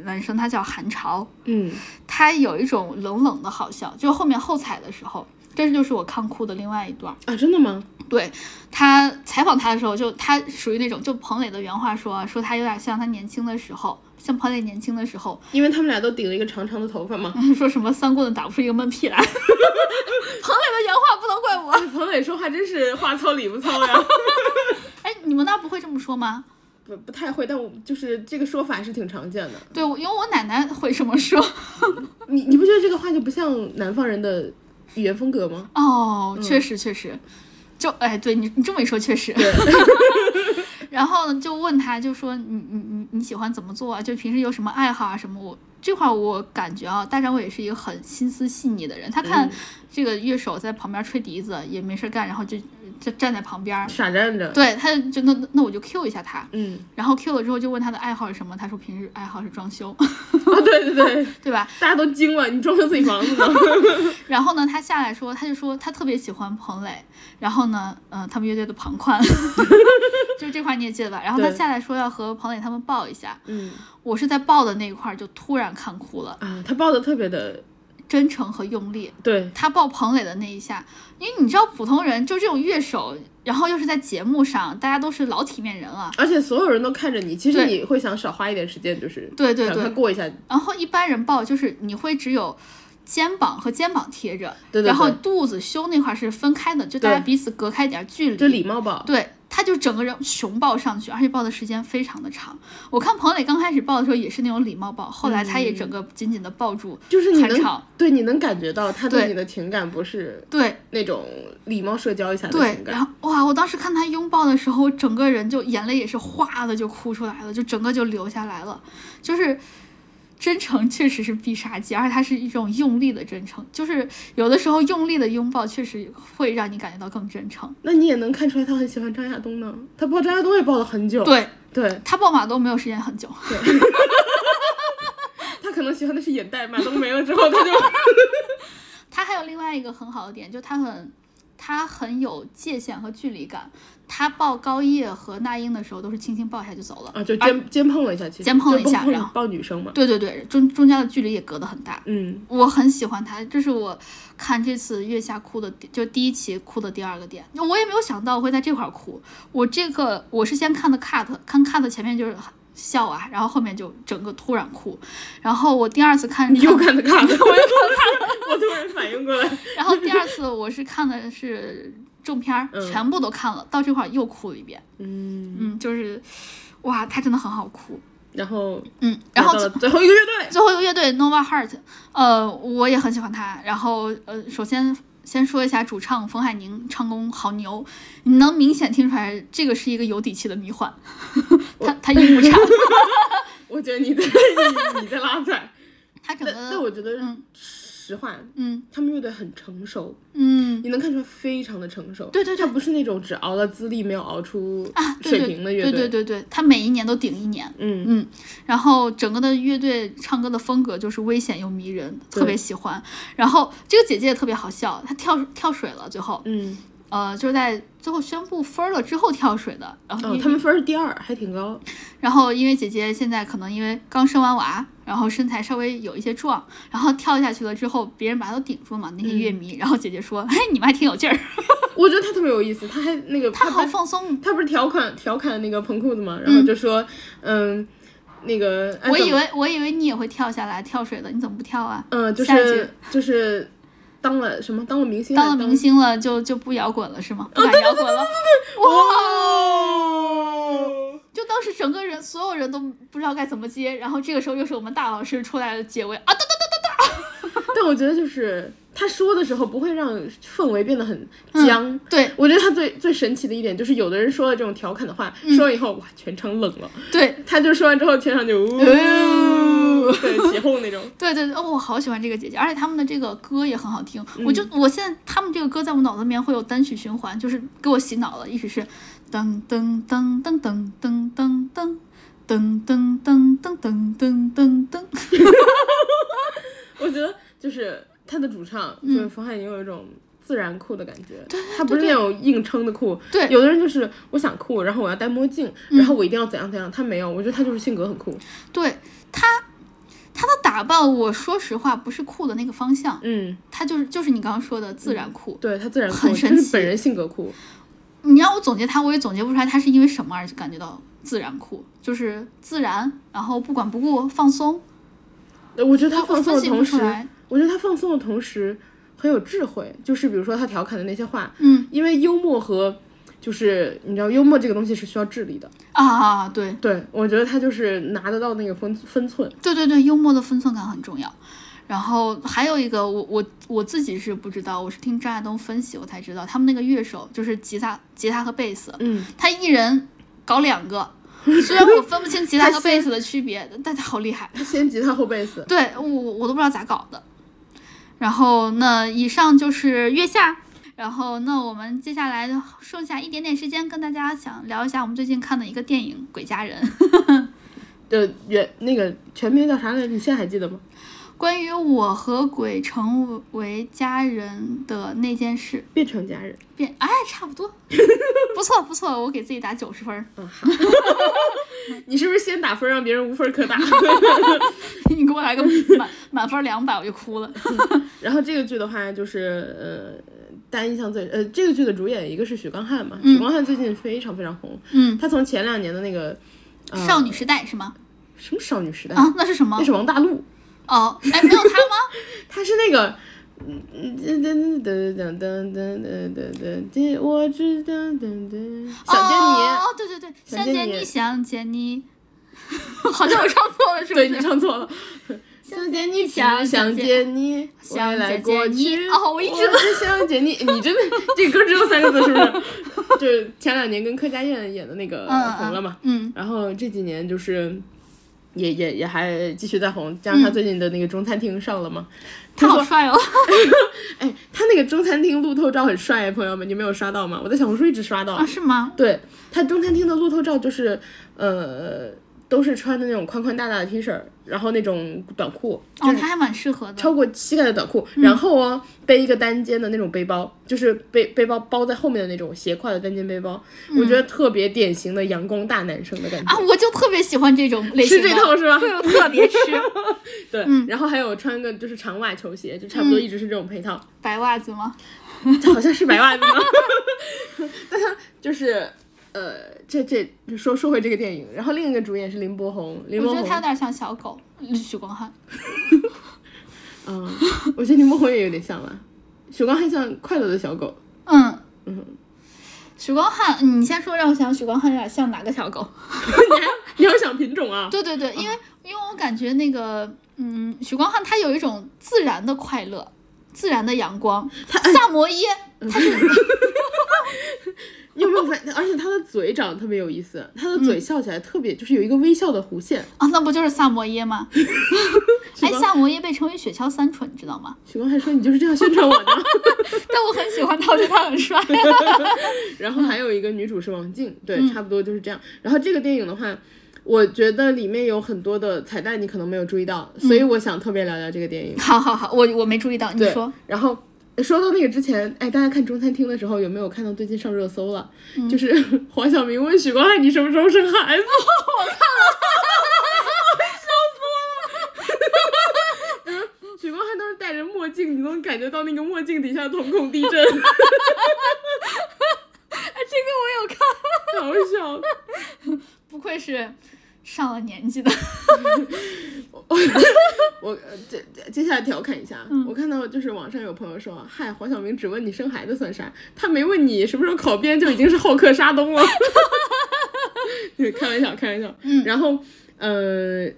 Speaker 2: 男生，他叫韩潮。
Speaker 1: 嗯，
Speaker 2: 他有一种冷冷的好笑，就是后面后采的时候，这就是我看哭的另外一段。
Speaker 1: 啊，真的吗？
Speaker 2: 对他采访他的时候就，他属于那种，就彭磊的原话说，说他有点像他年轻的时候，像彭磊年轻的时候，
Speaker 1: 因为他们俩都顶了一个长长的头发嘛。
Speaker 2: 说什么三棍子打不出一个闷屁来。彭 磊的原话不能怪我。
Speaker 1: 彭磊说话真是话糙理不糙呀，
Speaker 2: 哎，你们那儿不会这么说吗？
Speaker 1: 不不太会，但我就是这个说法是挺常见的。
Speaker 2: 对，我因为我奶奶会这么说。
Speaker 1: 你你不觉得这个话就不像南方人的语言风格吗？
Speaker 2: 哦，确实确实，就哎，对你你这么一说，确实。 然后呢，就问他，就说你你你你喜欢怎么做啊？就平时有什么爱好啊什么？我这块儿我感觉啊，大张伟是一个很心思细腻的人。他看这个乐手在旁边吹笛子，也没事儿干，然后就就站在旁边儿，
Speaker 1: 傻站着，
Speaker 2: 对，他就那那我就 Q 一下他，
Speaker 1: 嗯，
Speaker 2: 然后 Q 了之后就问他的爱好是什么，他说平时爱好是装修，
Speaker 1: 啊，对对对，
Speaker 2: 对吧？
Speaker 1: 大家都惊了，你装修自己房子 吗？
Speaker 2: 然后呢，他下来说，他就说他特别喜欢彭磊，然后呢，呃，他们乐队的庞宽， 就这块你也记得吧？然后他
Speaker 1: 对
Speaker 2: 下来说要和彭磊他们抱一下，
Speaker 1: 嗯
Speaker 2: 我是在抱的那一块儿就突然看哭了，
Speaker 1: 啊，他抱的特别的，
Speaker 2: 真诚和用力。
Speaker 1: 对，
Speaker 2: 他抱彭磊的那一下，因为你知道普通人就这种乐手，然后又是在节目上，大家都是老体面人了。
Speaker 1: 而且所有人都看着你，其实
Speaker 2: 对
Speaker 1: 你会想少花一点时间，就是
Speaker 2: 对对
Speaker 1: 赶快
Speaker 2: 对，
Speaker 1: 过一下，
Speaker 2: 然后一般人抱就是你会只有肩膀和肩膀贴着，
Speaker 1: 对对对
Speaker 2: 然后肚子胸那块儿是分开的，就大家
Speaker 1: 对
Speaker 2: 彼此隔开一点距离。
Speaker 1: 就礼貌吧。
Speaker 2: 对，他就整个人熊抱上去，而且抱的时间非常的长。我看彭磊刚开始抱的时候也是那种礼貌抱，后来他也
Speaker 1: 嗯
Speaker 2: 整个紧紧的抱住，
Speaker 1: 就是你
Speaker 2: 很
Speaker 1: 能
Speaker 2: 吵
Speaker 1: 对你能感觉到他对
Speaker 2: 对
Speaker 1: 你的情感不是
Speaker 2: 对
Speaker 1: 那种礼貌社交一下的
Speaker 2: 对
Speaker 1: 情，
Speaker 2: 然
Speaker 1: 感，
Speaker 2: 后哇，我当时看他拥抱的时候，我整个人就眼泪也是哗的就哭出来了，就整个就流下来了，就是。真诚确实是必杀技，而且它是一种用力的真诚，就是有的时候用力的拥抱确实会让你感觉到更真诚。
Speaker 1: 那你也能看出来他很喜欢张亚东呢。他抱张亚东也抱了很久，
Speaker 2: 对
Speaker 1: 对，
Speaker 2: 他抱马都没有时间很久，
Speaker 1: 他可能喜欢的是眼袋，马东没了 之后他就
Speaker 2: 他还有另外一个很好的点，就他很他很有界限和距离感。他抱高叶和那英的时候，都是轻轻抱一下就走了。
Speaker 1: 啊就肩肩碰了一下，其实
Speaker 2: 肩碰了一下
Speaker 1: 就
Speaker 2: 然后
Speaker 1: 抱女生嘛，
Speaker 2: 对对对，中中间的距离也隔得很大。
Speaker 1: 嗯，
Speaker 2: 我很喜欢他，这是我看这次月下哭的点，就第一期哭的第二个点。我也没有想到我会在这块儿哭。我这个我是先看的 cut，看 cut 前面就是笑啊，然后后面就整个突然哭。然后我第二次看
Speaker 1: 你又看他看了， 我又看了， 我突然反应过来，
Speaker 2: 然后第二次我是看的是正片儿，
Speaker 1: 嗯
Speaker 2: 全部都看了，到这块儿又哭了一遍。
Speaker 1: 嗯，
Speaker 2: 嗯，就是，哇，他真的很好哭。
Speaker 1: 然后
Speaker 2: 嗯，然后
Speaker 1: 到
Speaker 2: 最
Speaker 1: 了最后一个乐队，
Speaker 2: 最后一个乐队 Nova Heart，呃，我也很喜欢他。然后呃，首先先说一下主唱冯海宁唱功好牛，你能明显听出来这个是一个有底气的迷幻，他他音不 差，
Speaker 1: 我觉得你在 你你在拉踩，
Speaker 2: 他整
Speaker 1: 但但
Speaker 2: 个
Speaker 1: 我觉得
Speaker 2: 嗯
Speaker 1: 实话，
Speaker 2: 嗯
Speaker 1: 他们乐队很成熟，
Speaker 2: 嗯
Speaker 1: 你能看出来非常的成熟。
Speaker 2: 对对对
Speaker 1: 他不是那种只熬了资历没有熬出
Speaker 2: 啊，对
Speaker 1: 水
Speaker 2: 对
Speaker 1: 平的乐
Speaker 2: 对
Speaker 1: 队。
Speaker 2: 对对对，他每一年都顶一年。
Speaker 1: 嗯，
Speaker 2: 嗯，然后整个的乐队唱歌的风格就是危险又迷人，特别喜欢。然后这个姐姐也特别好笑，她跳跳水了，最后，
Speaker 1: 嗯，
Speaker 2: 呃，就是在最后宣布分儿了之后跳水的。然后因
Speaker 1: 哦
Speaker 2: 为、，
Speaker 1: 他们分儿是第二，还挺高。
Speaker 2: 然后因为姐姐现在可能因为刚生完娃，然后身材稍微有一些壮，然后跳下去了之后，别人把她都顶住嘛，那些乐迷。然后姐姐说：“嘿，你们还挺有劲儿，
Speaker 1: 我觉得他特别有意思，他还那个
Speaker 2: 她
Speaker 1: 不
Speaker 2: 好
Speaker 1: 是
Speaker 2: 放 松。
Speaker 1: 他不是调侃调侃那个彭裤子嘛，然后就说嗯那个”哎
Speaker 2: 我
Speaker 1: 怎
Speaker 2: 以
Speaker 1: 么
Speaker 2: 为我以为你也会跳下来跳水的，你怎么不跳啊？
Speaker 1: 嗯就
Speaker 2: 下一句
Speaker 1: 是就是当了什么当了明星还
Speaker 2: 当
Speaker 1: 是
Speaker 2: 了明星了就就不摇滚了是吗？不敢摇滚了。
Speaker 1: 哦。
Speaker 2: 就当时整个人所有人都不知道该怎么接，然后这个时候又是我们大老师出来的解围啊，哒哒哒哒哒，
Speaker 1: 但我觉得就是他说的时候不会让氛围变得很僵，
Speaker 2: 对
Speaker 1: 我觉得他最最神奇的一点就是，有的人说了这种调侃的话，
Speaker 2: 嗯
Speaker 1: 说了以后哇，全场冷了。
Speaker 2: 对
Speaker 1: 他就说完之后，全场就
Speaker 2: 呃
Speaker 1: 呜，对，起哄那种。
Speaker 2: 对对，哦，我好喜欢这个姐姐，而且他们的这个歌也很好听，我就我现在他们这个歌在我脑子里面会有单曲循环，就是给我洗脑了，一直是噔噔噔噔噔噔噔噔。噔噔噔噔噔噔噔噔，
Speaker 1: 我觉得就是他的主唱，
Speaker 2: 嗯
Speaker 1: 就是冯海宁，有一种自然酷的感觉。他不是那种硬撑的酷。
Speaker 2: 对嗯
Speaker 1: 有的人就是我想酷，然后我要戴墨镜，然后我一定要怎样怎样。他没有，我觉得他就是性格很酷。
Speaker 2: 对她，她的打扮，我说实话不是酷的那个方向，
Speaker 1: 嗯，
Speaker 2: 她就是就是你刚刚说的自然酷，
Speaker 1: 对他自然酷，
Speaker 2: 很神
Speaker 1: 就是
Speaker 2: 奇
Speaker 1: 本人性格酷。
Speaker 2: 你让我总结他，我也总结不出来他是因为什么而感觉到自然酷，就是自然，然后不管不顾，放松。
Speaker 1: 呃我觉得他
Speaker 2: 我
Speaker 1: 放松的
Speaker 2: 分析
Speaker 1: 同
Speaker 2: 不出
Speaker 1: 时，
Speaker 2: 来。
Speaker 1: 我觉得他放松的同时很有智慧，就是比如说他调侃的那些话，
Speaker 2: 嗯
Speaker 1: 因为幽默和就是你知道，幽默这个东西是需要智力的。
Speaker 2: 啊，对
Speaker 1: 对，我觉得他就是拿得到那个分分寸。
Speaker 2: 对对对，幽默的分寸感很重要。然后还有一个，我我我自己是不知道，我是听张亚东分析我才知道，他们那个乐手就是吉他、吉他和贝斯，
Speaker 1: 嗯，
Speaker 2: 他一人搞两个。虽然我分不清吉他和贝斯的区别，但他好厉害。
Speaker 1: 他先吉他后贝斯。
Speaker 2: 对我我都不知道咋搞的。然后那以上就是月下，然后，那我们接下来剩下一点点时间，跟大家想聊一下我们最近看的一个电影《鬼家人》
Speaker 1: 就原那个全名叫啥来着？你现在还记得吗？
Speaker 2: 关于我和鬼成为家人的那件事，
Speaker 1: 变成家人，
Speaker 2: 变哎差不多，不错不错，我给自己打九十分儿。
Speaker 1: 嗯，好。你是不是先打分，让别人无分可打？
Speaker 2: 你给我来个满满分两百，我就哭了。
Speaker 1: 然后这个剧的话，就是呃，大家印象最呃，这个剧的主演一个是许光汉嘛，
Speaker 2: 嗯
Speaker 1: 许光汉最近非常非常红，
Speaker 2: 嗯，
Speaker 1: 他从前两年的那个、呃、
Speaker 2: 少女时代是吗？
Speaker 1: 什么少女时代，
Speaker 2: 啊，那是什么
Speaker 1: 那？是王大陆，
Speaker 2: 哦，哎，没有他吗？
Speaker 1: 他是那个。嗯嗯噔噔噔噔噔噔噔噔噔，我知道噔噔，想见你，
Speaker 2: 哦，哦对对对，
Speaker 1: 想
Speaker 2: 想
Speaker 1: 见
Speaker 2: 见
Speaker 1: 你
Speaker 2: 你，想见你， 好像我唱错了，是不
Speaker 1: 对你
Speaker 2: 是？
Speaker 1: 唱错了。想见你，想
Speaker 2: 想想
Speaker 1: 见你，
Speaker 2: 想
Speaker 1: 未来
Speaker 2: 见
Speaker 1: 过
Speaker 2: 你
Speaker 1: 去。
Speaker 2: 哦我一直
Speaker 1: 只想见你。你真的这歌只有三个字，是不 是？就是前两年跟柯佳燕演的那个
Speaker 2: 嗯
Speaker 1: 红了嘛，
Speaker 2: 嗯
Speaker 1: 然后这几年就是。也也也还继续在红，加
Speaker 2: 嗯
Speaker 1: 上他最近的那个中餐厅上了嘛，
Speaker 2: 他好帅 哦。
Speaker 1: 哎，他那个中餐厅路透照很帅，朋友们，你没有刷到吗？我在小红书一直刷到，
Speaker 2: 啊，是吗？
Speaker 1: 对他中餐厅的路透照就是，呃，都是穿的那种宽宽大大的 T 恤，然后那种短裤，
Speaker 2: 哦，嗯他还蛮适合
Speaker 1: 超
Speaker 2: 的。
Speaker 1: 过膝盖的短裤，然后哦背一个单肩的那种背包，就是背背包包在后面的那种斜挎的单肩背包，我觉得特别典型的阳光大男生的感觉。
Speaker 2: 嗯啊，我就特别喜欢这种类
Speaker 1: 吃
Speaker 2: 型的，
Speaker 1: 这套是吧？
Speaker 2: 对，嗯我特别吃
Speaker 1: 对，然后还有穿个就是长袜球鞋，就
Speaker 2: 嗯
Speaker 1: 差不多一直是这种配套，
Speaker 2: 白袜子吗？
Speaker 1: 好像是白袜子 吗？但他就是呃，这这说说回这个电影，然后另一个主演是林柏宏，林
Speaker 2: 我
Speaker 1: 柏
Speaker 2: 觉得
Speaker 1: 宏
Speaker 2: 他有点像小狗，许光汉。
Speaker 1: 嗯，我觉得林柏宏也有点像了，许光汉像快乐的小狗，
Speaker 2: 嗯
Speaker 1: 嗯。
Speaker 2: 许光汉，你先说，让我想想许光汉有点像哪个小 狗？
Speaker 1: 你要想品种啊，
Speaker 2: 对对对，因为因为我感觉那个，嗯，许光汉他有一种自然的快乐，自然的阳光。萨摩耶，他是
Speaker 1: 你有没有发现？而且他的嘴长得特别有意思，他的
Speaker 2: 嗯
Speaker 1: 嘴笑起来特别，就是有一个微笑的弧线。
Speaker 2: 啊，那不 就是萨摩耶吗？哎，
Speaker 1: 光
Speaker 2: 萨摩耶被称为雪橇三蠢，你知道吗？
Speaker 1: 许光汉说：“你就是这样宣传我的。
Speaker 2: 但我很喜欢他，我觉得他很帅。”
Speaker 1: 然后还有一个女主是王静，对，差不多就是这样。然后这个电影的话，我觉得里面有很多的彩蛋，你可能没有注意到，所以我想特别聊聊这个电影。
Speaker 2: 好好好，我我没注意到，你
Speaker 1: 对
Speaker 2: 说，
Speaker 1: 然后。说到那个之前，哎，大家看中餐厅的时候有没有看到最近上热搜了？
Speaker 2: 嗯
Speaker 1: 就是 黄晓明问许光汉你什么时候生孩 子？ 嗯许光汉都是戴着墨镜，你能感觉到那个墨镜底下的瞳孔地 震，
Speaker 2: 哎这个我有看，
Speaker 1: 好笑。
Speaker 2: 不愧是上了年纪的。
Speaker 1: 我呃这这接下来调侃一下，啊我看到就是网上有朋友说，嗨，黄晓明只问你生孩子算啥？他没问你什么时候考编，就已经是好客沙东了。 对，开玩笑，开玩笑。
Speaker 2: 嗯
Speaker 1: 然后呃，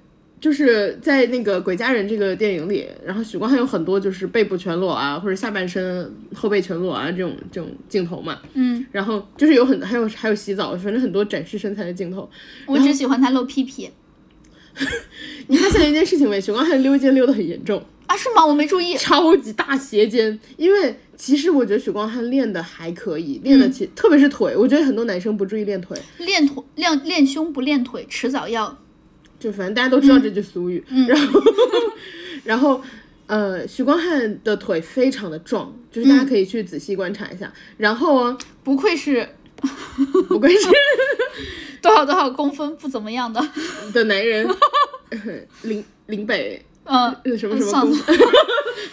Speaker 1: 就是在那个《鬼家人》这个电影里，然后许光汉有很多就是背部全裸啊，或者下半身后背全裸啊这种这种镜头嘛。
Speaker 2: 嗯，
Speaker 1: 然后就是有很还有还有洗澡，反正很多展示身材的镜头。
Speaker 2: 我只喜欢他露屁屁
Speaker 1: 你发现一件事情没？许光汉溜肩溜得很严重。
Speaker 2: 啊？是吗？我没注意。
Speaker 1: 超级大斜肩，因为其实我觉得许光汉练的还可以，练
Speaker 2: 嗯
Speaker 1: 的其、特别是腿，我觉得很多男生不注意练腿，
Speaker 2: 练腿练练胸不练腿，迟早要
Speaker 1: 就反正大家都知道这句俗语。
Speaker 2: 嗯
Speaker 1: 然后， 然后，呃，许光汉的腿非常的壮，就是
Speaker 2: 嗯
Speaker 1: 大家可以去仔细观察一下。然后啊，
Speaker 2: 不愧是
Speaker 1: 不愧是
Speaker 2: 多少多少公分不怎么样的，
Speaker 1: 的男人， 林林北。
Speaker 2: 嗯，
Speaker 1: 呃什么什么
Speaker 2: 算
Speaker 1: 公
Speaker 2: 了
Speaker 1: 司？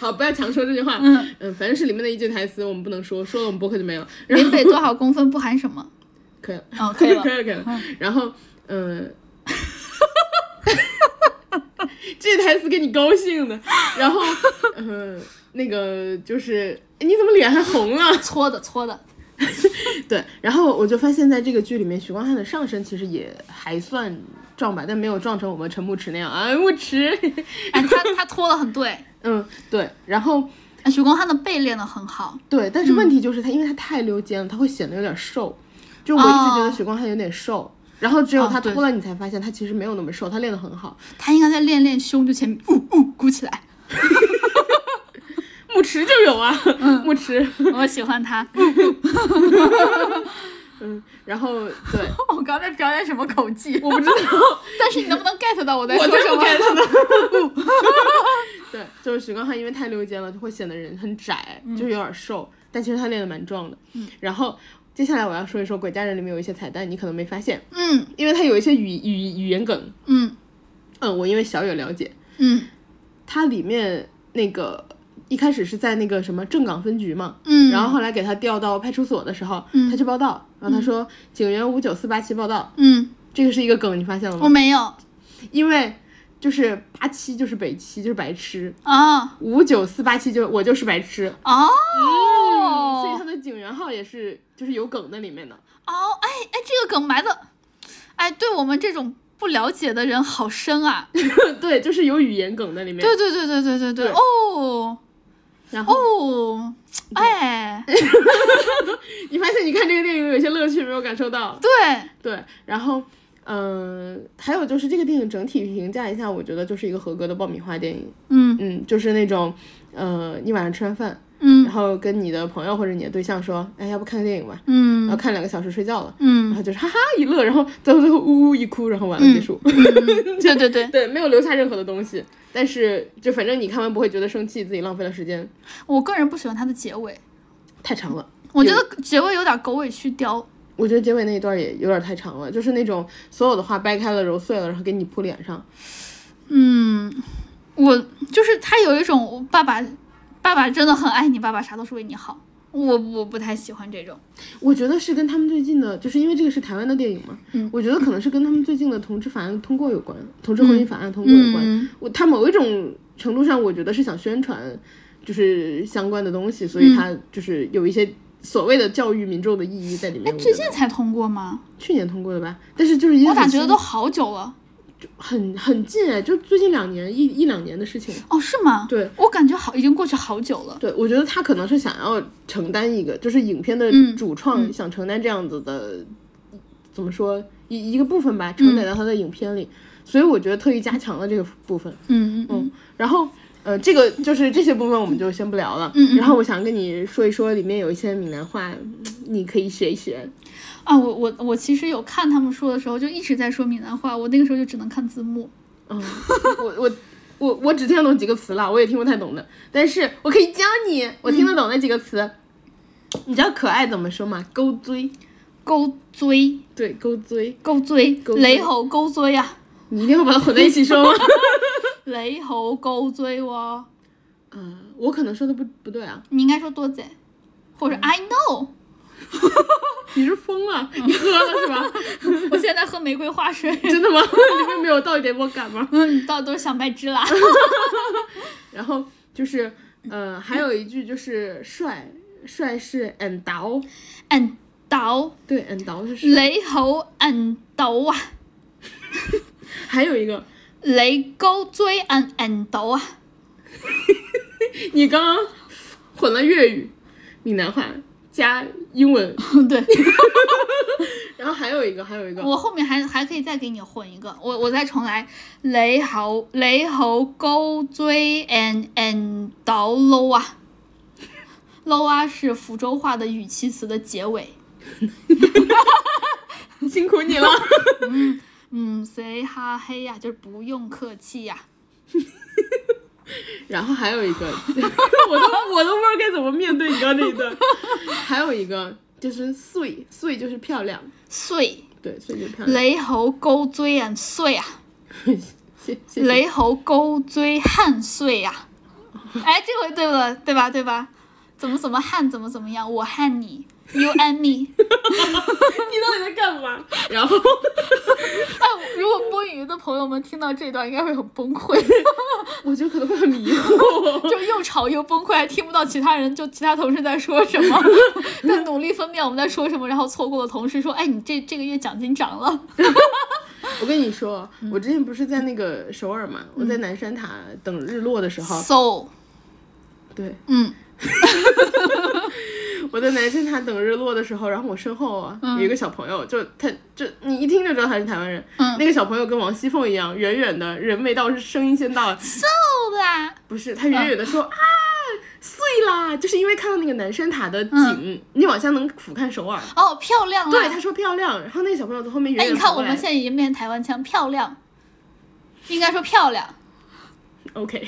Speaker 1: 好，不要强说这句话。
Speaker 2: 嗯
Speaker 1: 嗯，反正是里面的一句台词，我们不能说，说了我们播客就没有。然后
Speaker 2: 林北多少公分不含什么？
Speaker 1: 可以了，
Speaker 2: 嗯，可以 了
Speaker 1: 可以。了，可以了。然后，嗯、 这台词给你高兴的。然后，嗯、那个就是，哎你怎么脸还红了？
Speaker 2: 搓的搓的，
Speaker 1: 对，然后我就发现，在这个剧里面，许光汉的上身其实也还算壮吧，但没有壮成我们陈牧驰那样啊，牧驰。
Speaker 2: 哎，他他拖的很对。
Speaker 1: 嗯，对，然后
Speaker 2: 哎许光汉的背练得很好，
Speaker 1: 对，但是问题就是他，因为他太溜肩了，他会显得有点瘦。就我一直觉得
Speaker 2: 哦
Speaker 1: 许光汉有点瘦。然后只有
Speaker 2: 哦
Speaker 1: 他
Speaker 2: 对
Speaker 1: 脱了，你才发现他其实没有那么瘦，他练得很好。
Speaker 2: 他应该在练练胸，就前面呜呜鼓起来。
Speaker 1: 牧驰就有啊，
Speaker 2: 嗯
Speaker 1: 牧驰。
Speaker 2: 我喜欢他。
Speaker 1: 嗯，然后对，
Speaker 2: 我刚才表演什么口技？
Speaker 1: 我不知道，
Speaker 2: 但是你能不能 get 到我在
Speaker 1: 我
Speaker 2: 说
Speaker 1: 就
Speaker 2: 什
Speaker 1: 是
Speaker 2: 么？嗯
Speaker 1: get 到 的。 对，就是许光汉因为太溜肩了，就会显得人很窄，
Speaker 2: 嗯
Speaker 1: 就是有点瘦，但其实他练得蛮壮的。嗯，然后接下来我要说一说《鬼家人》里面有一些彩蛋，你可能没发现，
Speaker 2: 嗯
Speaker 1: 因为他有一些语语语言梗。
Speaker 2: 嗯
Speaker 1: 嗯，我因为小有了解，
Speaker 2: 嗯
Speaker 1: 它里面那个一开始是在那个什么正港分局嘛，
Speaker 2: 嗯，
Speaker 1: 然后后来给他调到派出所的时候，
Speaker 2: 嗯
Speaker 1: 他去报道，然后他说、警员五九四八七报道，
Speaker 2: 嗯，
Speaker 1: 这个是一个梗，你发现了
Speaker 2: 我
Speaker 1: 吗？
Speaker 2: 没有
Speaker 1: 因为就是八七就是北七就是白痴，
Speaker 2: 啊
Speaker 1: 五九四八七就我就是白痴，嗯所以他
Speaker 2: 哦
Speaker 1: 的警员号也是就是有梗在里面的。
Speaker 2: 哦，哎哎，这个梗埋的，哎，对我们这种不了解的人好深啊！
Speaker 1: 对，就是有语言梗在里面。
Speaker 2: 对对对对对对对，
Speaker 1: 对
Speaker 2: 哦
Speaker 1: 然后、
Speaker 2: 哦，哎，
Speaker 1: 你发现你看这个电影有一些乐趣没有感受到？
Speaker 2: 对，
Speaker 1: 对，然后。嗯，还有就是这个电影整体评价一下，我觉得就是一个合格的爆米花电影。
Speaker 2: 嗯
Speaker 1: 嗯，就是那种，呃，你晚上吃完饭，
Speaker 2: 嗯
Speaker 1: 然后跟你的朋友或者你的对象说，哎，要不看个电影吧，然后
Speaker 2: 嗯
Speaker 1: 看两个小时睡觉了，然
Speaker 2: 嗯，
Speaker 1: 后就是哈哈一乐，然后到最后呜呜一哭，然后完了结束。
Speaker 2: 对对对，
Speaker 1: 嗯对，没有留下任何的东西，但是就反正你看完不会觉得生气，自己浪费了时间，
Speaker 2: 我个人不喜欢它的结尾，
Speaker 1: 太长了。
Speaker 2: 我觉得结尾有点狗尾续貂。
Speaker 1: 我觉得结尾那一段也有点太长了，就是那种所有的话掰开了揉碎了，然后给你扑脸上。
Speaker 2: 嗯，我就是他有一种我爸爸，爸爸真的很爱你，爸爸啥都是为你好。我我不太喜欢这种，
Speaker 1: 我觉得是跟他们最近的，就是因为这个是台湾的电影嘛，
Speaker 2: 嗯
Speaker 1: 我觉得可能是跟他们最近的同志法案通过有关，同志婚姻法案通过有关。
Speaker 2: 嗯
Speaker 1: 我他某一种程度上，我觉得是想宣传，就是相关的东西，所以
Speaker 2: 嗯
Speaker 1: 他就是有一些所谓的教育民众的意义在里面。我觉
Speaker 2: 哎最
Speaker 1: 得
Speaker 2: 近才通过吗？
Speaker 1: 去年通过的吧，但是就是因为
Speaker 2: 我咋
Speaker 1: 很
Speaker 2: 觉得
Speaker 1: 新
Speaker 2: 都好久了？
Speaker 1: 很很近哎，就最近两年一一两年的事情。
Speaker 2: 哦，是吗？
Speaker 1: 对，
Speaker 2: 我感觉好已经过去好久了。
Speaker 1: 对，我觉得他可能是想要承担一个，就是影片的
Speaker 2: 嗯
Speaker 1: 主创想承担这样子的，怎么说一一个部分吧，承
Speaker 2: 嗯
Speaker 1: 载到他的影片里，所以我觉得特意加强了这个部分。
Speaker 2: 嗯嗯
Speaker 1: 然后，呃，这个就是这些部分我们就先不聊了。
Speaker 2: 嗯嗯
Speaker 1: 然后我想跟你说一说，里面有一些闽南话，嗯你可以学一学。
Speaker 2: 啊，我我我其实有看他们说的时候，就一直在说闽南话，我那个时候就只能看字幕。
Speaker 1: 嗯，我我。我我只听得懂几个词了，我也听不太懂的，但是我可以教你，我听
Speaker 2: 嗯
Speaker 1: 得懂那几个词。你知道可爱怎么说吗？勾追，
Speaker 2: 勾追，
Speaker 1: 对，勾追。
Speaker 2: 勾追，
Speaker 1: 勾
Speaker 2: 雷
Speaker 1: 追
Speaker 2: 猴勾追呀、
Speaker 1: 你一定要把它混在一起说吗？
Speaker 2: 雷猴勾追哇、
Speaker 1: 嗯，我可能说的不不对啊，
Speaker 2: 你应该说多贼，或者 I know。
Speaker 1: 你是疯了，你喝了是吧？
Speaker 2: 我现在喝玫瑰花水，
Speaker 1: 真的吗？ 你们没有倒一点我感吗？
Speaker 2: 嗯，到都是小麦汁啦。
Speaker 1: 然后就是，呃，还有一句就是帅，帅是 and 刀，
Speaker 2: 俺倒
Speaker 1: 对，and 刀是帅。
Speaker 2: 雷猴俺倒啊，
Speaker 1: 还有一个，
Speaker 2: 雷沟追俺俺倒啊，
Speaker 1: 你刚刚混了粤语、闽南话加英文，
Speaker 2: 对
Speaker 1: 然后还有一个，还有一个，
Speaker 2: 我后面还还可以再给你混一个，我我再重来，雷猴雷猴沟追俺俺倒搂啊，搂啊是福州话的语气词的结尾。
Speaker 1: 辛苦你了。
Speaker 2: 嗯，谁哈嘿呀、就是不用客气呀、
Speaker 1: 然后还有一个，我都我都不知道该怎么面对你刚这一段。还有一个就是碎，碎就是漂亮，
Speaker 2: 碎
Speaker 1: 对，碎就是漂亮。
Speaker 2: 雷猴勾追俺碎啊。
Speaker 1: 谢谢谢
Speaker 2: 雷猴勾追汉岁呀、哎，这回对了，对吧？对吧？怎么怎么汉怎么怎么样？我汉你，you and me。
Speaker 1: 你到底在干嘛？然后
Speaker 2: 哎，如果摸鱼的朋友们听到这段，应该会很崩 溃，
Speaker 1: 我觉得可能会很迷惑。
Speaker 2: 就又吵又崩溃，还听不到其他人就其他同事在说什 么，在努力分辨我们在说什么，然后错过了同事说：“哎，你这这个月奖金涨 了。
Speaker 1: 我跟你说，我之前不是在那个首尔嘛，我在南山塔等日落的时候，
Speaker 2: ”So，
Speaker 1: 对，
Speaker 2: 嗯
Speaker 1: 我在南山塔等日落的时候，然后我身后啊、有一个小朋友，就他就你一听就知道他是台湾人。
Speaker 2: 嗯
Speaker 1: 那个小朋友跟王熙凤一样，远远的人没到，是声音先到，
Speaker 2: ，So 啦，嗯
Speaker 1: 不是他远远的说、啊，碎啦，就是因为看到那个南山塔
Speaker 2: 嗯
Speaker 1: 的景，你往下能俯瞰首尔。
Speaker 2: 哦，漂亮
Speaker 1: 对，他
Speaker 2: 啦！
Speaker 1: 说漂亮，然后那个小朋友从后面远
Speaker 2: 哎，
Speaker 1: 远
Speaker 2: 你看
Speaker 1: 跑
Speaker 2: 我
Speaker 1: 过
Speaker 2: 们
Speaker 1: 来
Speaker 2: 现在已经变台湾腔，漂亮，应该说漂亮。
Speaker 1: OK，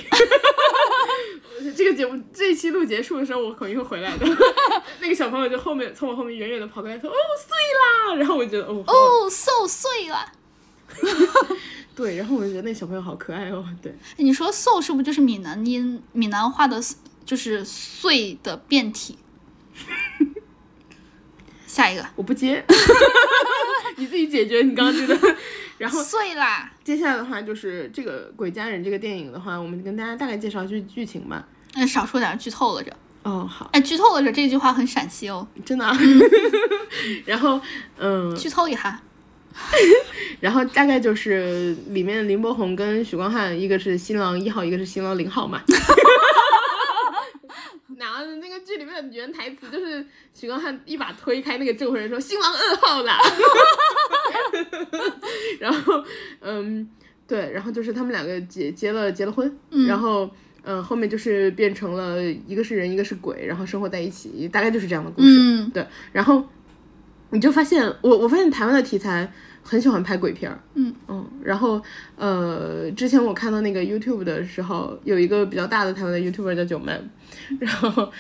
Speaker 1: 这个节目这一期录结束的时候，我口音会回来的。 那个小朋友就后面从我后面远远的跑过来说：“哦，碎啦！”然后我觉得哦，好
Speaker 2: 哦，瘦碎了。
Speaker 1: 对，然后我就觉得那小朋友好可爱哦。对，
Speaker 2: 哎你说瘦是不是就是闽南音、闽南话的，就是碎的变体？下一个
Speaker 1: 我不 接，你自己解决你刚刚这个。 然后
Speaker 2: 碎啦，
Speaker 1: 接下来的话就是这个《鬼家人》这个电影的话，我们跟大家大概介绍一下剧情吧。
Speaker 2: 嗯，少说点儿剧透了这。
Speaker 1: 哦，好，
Speaker 2: 哎，剧透了这这句话很陕西哦，
Speaker 1: 真 的、啊。然后，嗯，
Speaker 2: 剧透一下。
Speaker 1: 然后大概就是里面林柏宏跟许光汉，一个是新郎一号，一个是新郎零 号嘛。拿的那个剧里面的原台词就是许光汉一把推开那个证婚人说新郎二号 啦，然后嗯对，然后就是他们两个结结了结了婚，然后嗯、呃后面就是变成了一个是人一个是鬼，然后生活在一起，大概就是这样的故事。
Speaker 2: 嗯，
Speaker 1: 对，然后你就发现我我发现台湾的题材很喜欢拍鬼片儿，
Speaker 2: 嗯
Speaker 1: 然后呃，之前我看到那个 YouTube 的时候，有一个比较大的台湾的 YouTuber 叫九妹，
Speaker 2: 嗯
Speaker 1: 然后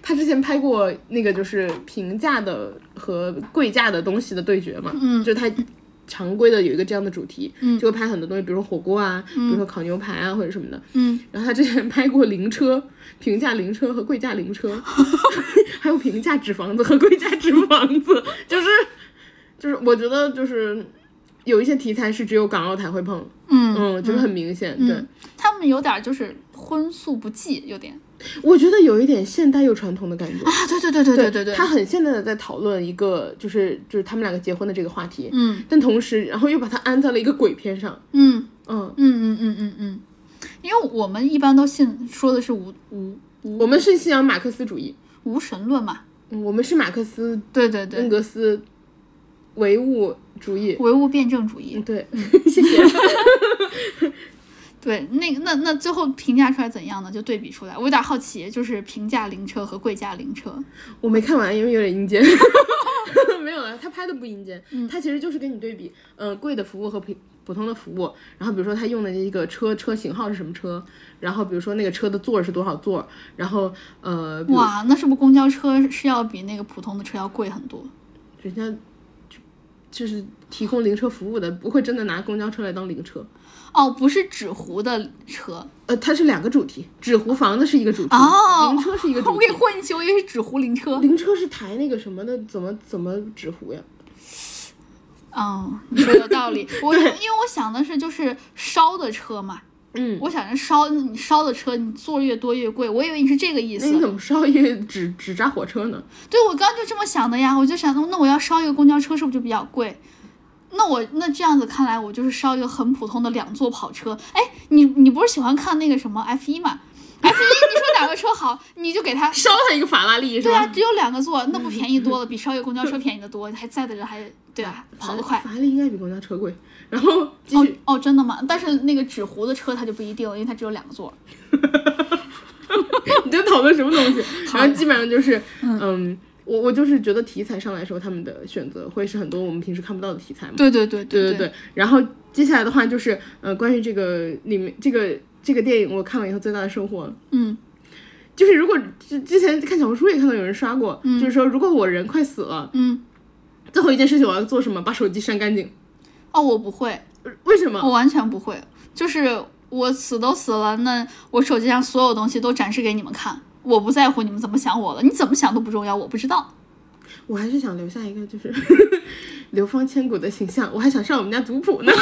Speaker 1: 他之前拍过那个就是平价的和贵价的东西的对决嘛，
Speaker 2: 嗯
Speaker 1: 就他。常规的有一个这样的主题，就会拍很多东西，比如说火锅啊，比如说烤牛排啊或者什么的。
Speaker 2: 嗯，
Speaker 1: 然后他之前拍过灵车、平价灵车和贵价灵 车，还有平价纸房子和贵价纸房子，就是就是我觉得就是有一些题材是只有港澳台会碰，
Speaker 2: 嗯
Speaker 1: 嗯，就是很明显。对，
Speaker 2: 他们有点儿就是荤素不忌，有点
Speaker 1: 我觉得有一点现代又传统的感觉。
Speaker 2: 啊，对对对对对对对，
Speaker 1: 他很现代的在讨论一个就是就是他们两个结婚的这个话题，
Speaker 2: 嗯
Speaker 1: 但同时然后又把它安在了一个鬼片上，
Speaker 2: 嗯
Speaker 1: 嗯，
Speaker 2: 嗯嗯嗯嗯嗯，因为我们一般都信说的是无无
Speaker 1: 我们是信仰马克思主义，
Speaker 2: 无神论嘛，
Speaker 1: 嗯我们是马克思
Speaker 2: 对对
Speaker 1: 恩
Speaker 2: 对，
Speaker 1: 格斯唯物主义，
Speaker 2: 唯物辩证主义，
Speaker 1: 嗯，对， 谢谢。
Speaker 2: 对，那那那最后评价出来怎样呢？就对比出来，我有点好奇，就是平价灵车和贵价灵车。
Speaker 1: 我没看完，因为有点阴间。 没有了，他拍的不阴间，
Speaker 2: 嗯
Speaker 1: 他其实就是跟你对比，呃，贵的服务和普普通的服务，然后比如说他用的那个车车型号是什么车，然后比如说那个车的座儿是多少座儿，然后呃，比如
Speaker 2: 哇，那是不是公交车是要比那个普通的车要贵很多？
Speaker 1: 人家就就是提供灵车服务的，不会真的拿公交车来当灵车。
Speaker 2: 哦，不是纸糊的车
Speaker 1: 呃，它是两个主题，纸糊房子是一个主题，
Speaker 2: 哦，
Speaker 1: 灵车是一个主
Speaker 2: 我给
Speaker 1: 题。
Speaker 2: 混进去，我以为是纸糊灵车。
Speaker 1: 灵车是抬那个什么的，怎么怎么纸糊呀？
Speaker 2: 嗯，你说有道理。 我因为我想的是就是烧的车嘛，
Speaker 1: 嗯，
Speaker 2: 我想着烧你烧的车，你座越多越贵，我以为你是这个意
Speaker 1: 那你
Speaker 2: 思。
Speaker 1: 怎么烧一个纸纸扎火车呢？
Speaker 2: 对，我刚刚就这么想的呀，我就想，那我要烧一个公交车是不是就比较贵？那我那这样子看来，我就是烧一个很普通的两座跑车。哎，你你不是喜欢看那个什么 F 一吗？F 一，你说哪个车好，你就给它。
Speaker 1: 烧他一个法拉利是
Speaker 2: 对
Speaker 1: 吧？
Speaker 2: 啊，只有两个座，那不便宜 多了，比烧一个公交车便宜的多，还在的人还对啊，跑得快。
Speaker 1: 法拉利应该比公交车贵。然后继
Speaker 2: 哦
Speaker 1: 续，
Speaker 2: 哦，真的吗？但是那个纸糊的车它就不一定了，因为它只有两个座。哦
Speaker 1: 你在讨论什么东 西？然后基本上就是，嗯，我我就是觉得题材上来说，他们的选择会是很多我们平时看不到的题材嘛。
Speaker 2: 对对对
Speaker 1: 对
Speaker 2: 对
Speaker 1: 对。然后接下来的话就是，呃，关于这个里面这个这个电影，我看完以后最大的收获。
Speaker 2: 嗯
Speaker 1: 就是如果之之前看小红书也看到有人刷过，就是说如果我人快死了，
Speaker 2: 嗯。
Speaker 1: 最后一件事情我要做什么？把手机删干净。
Speaker 2: 哦，我不会，
Speaker 1: 为什么？
Speaker 2: 我完全不会，就是我死都死了，那我手机上所有东西都展示给你们看，我不在乎你们怎么想我了，你怎么想都不重要，我不知道。
Speaker 1: 我还是想留下一个就是 流芳千古的形象，我还想上我们家族谱呢。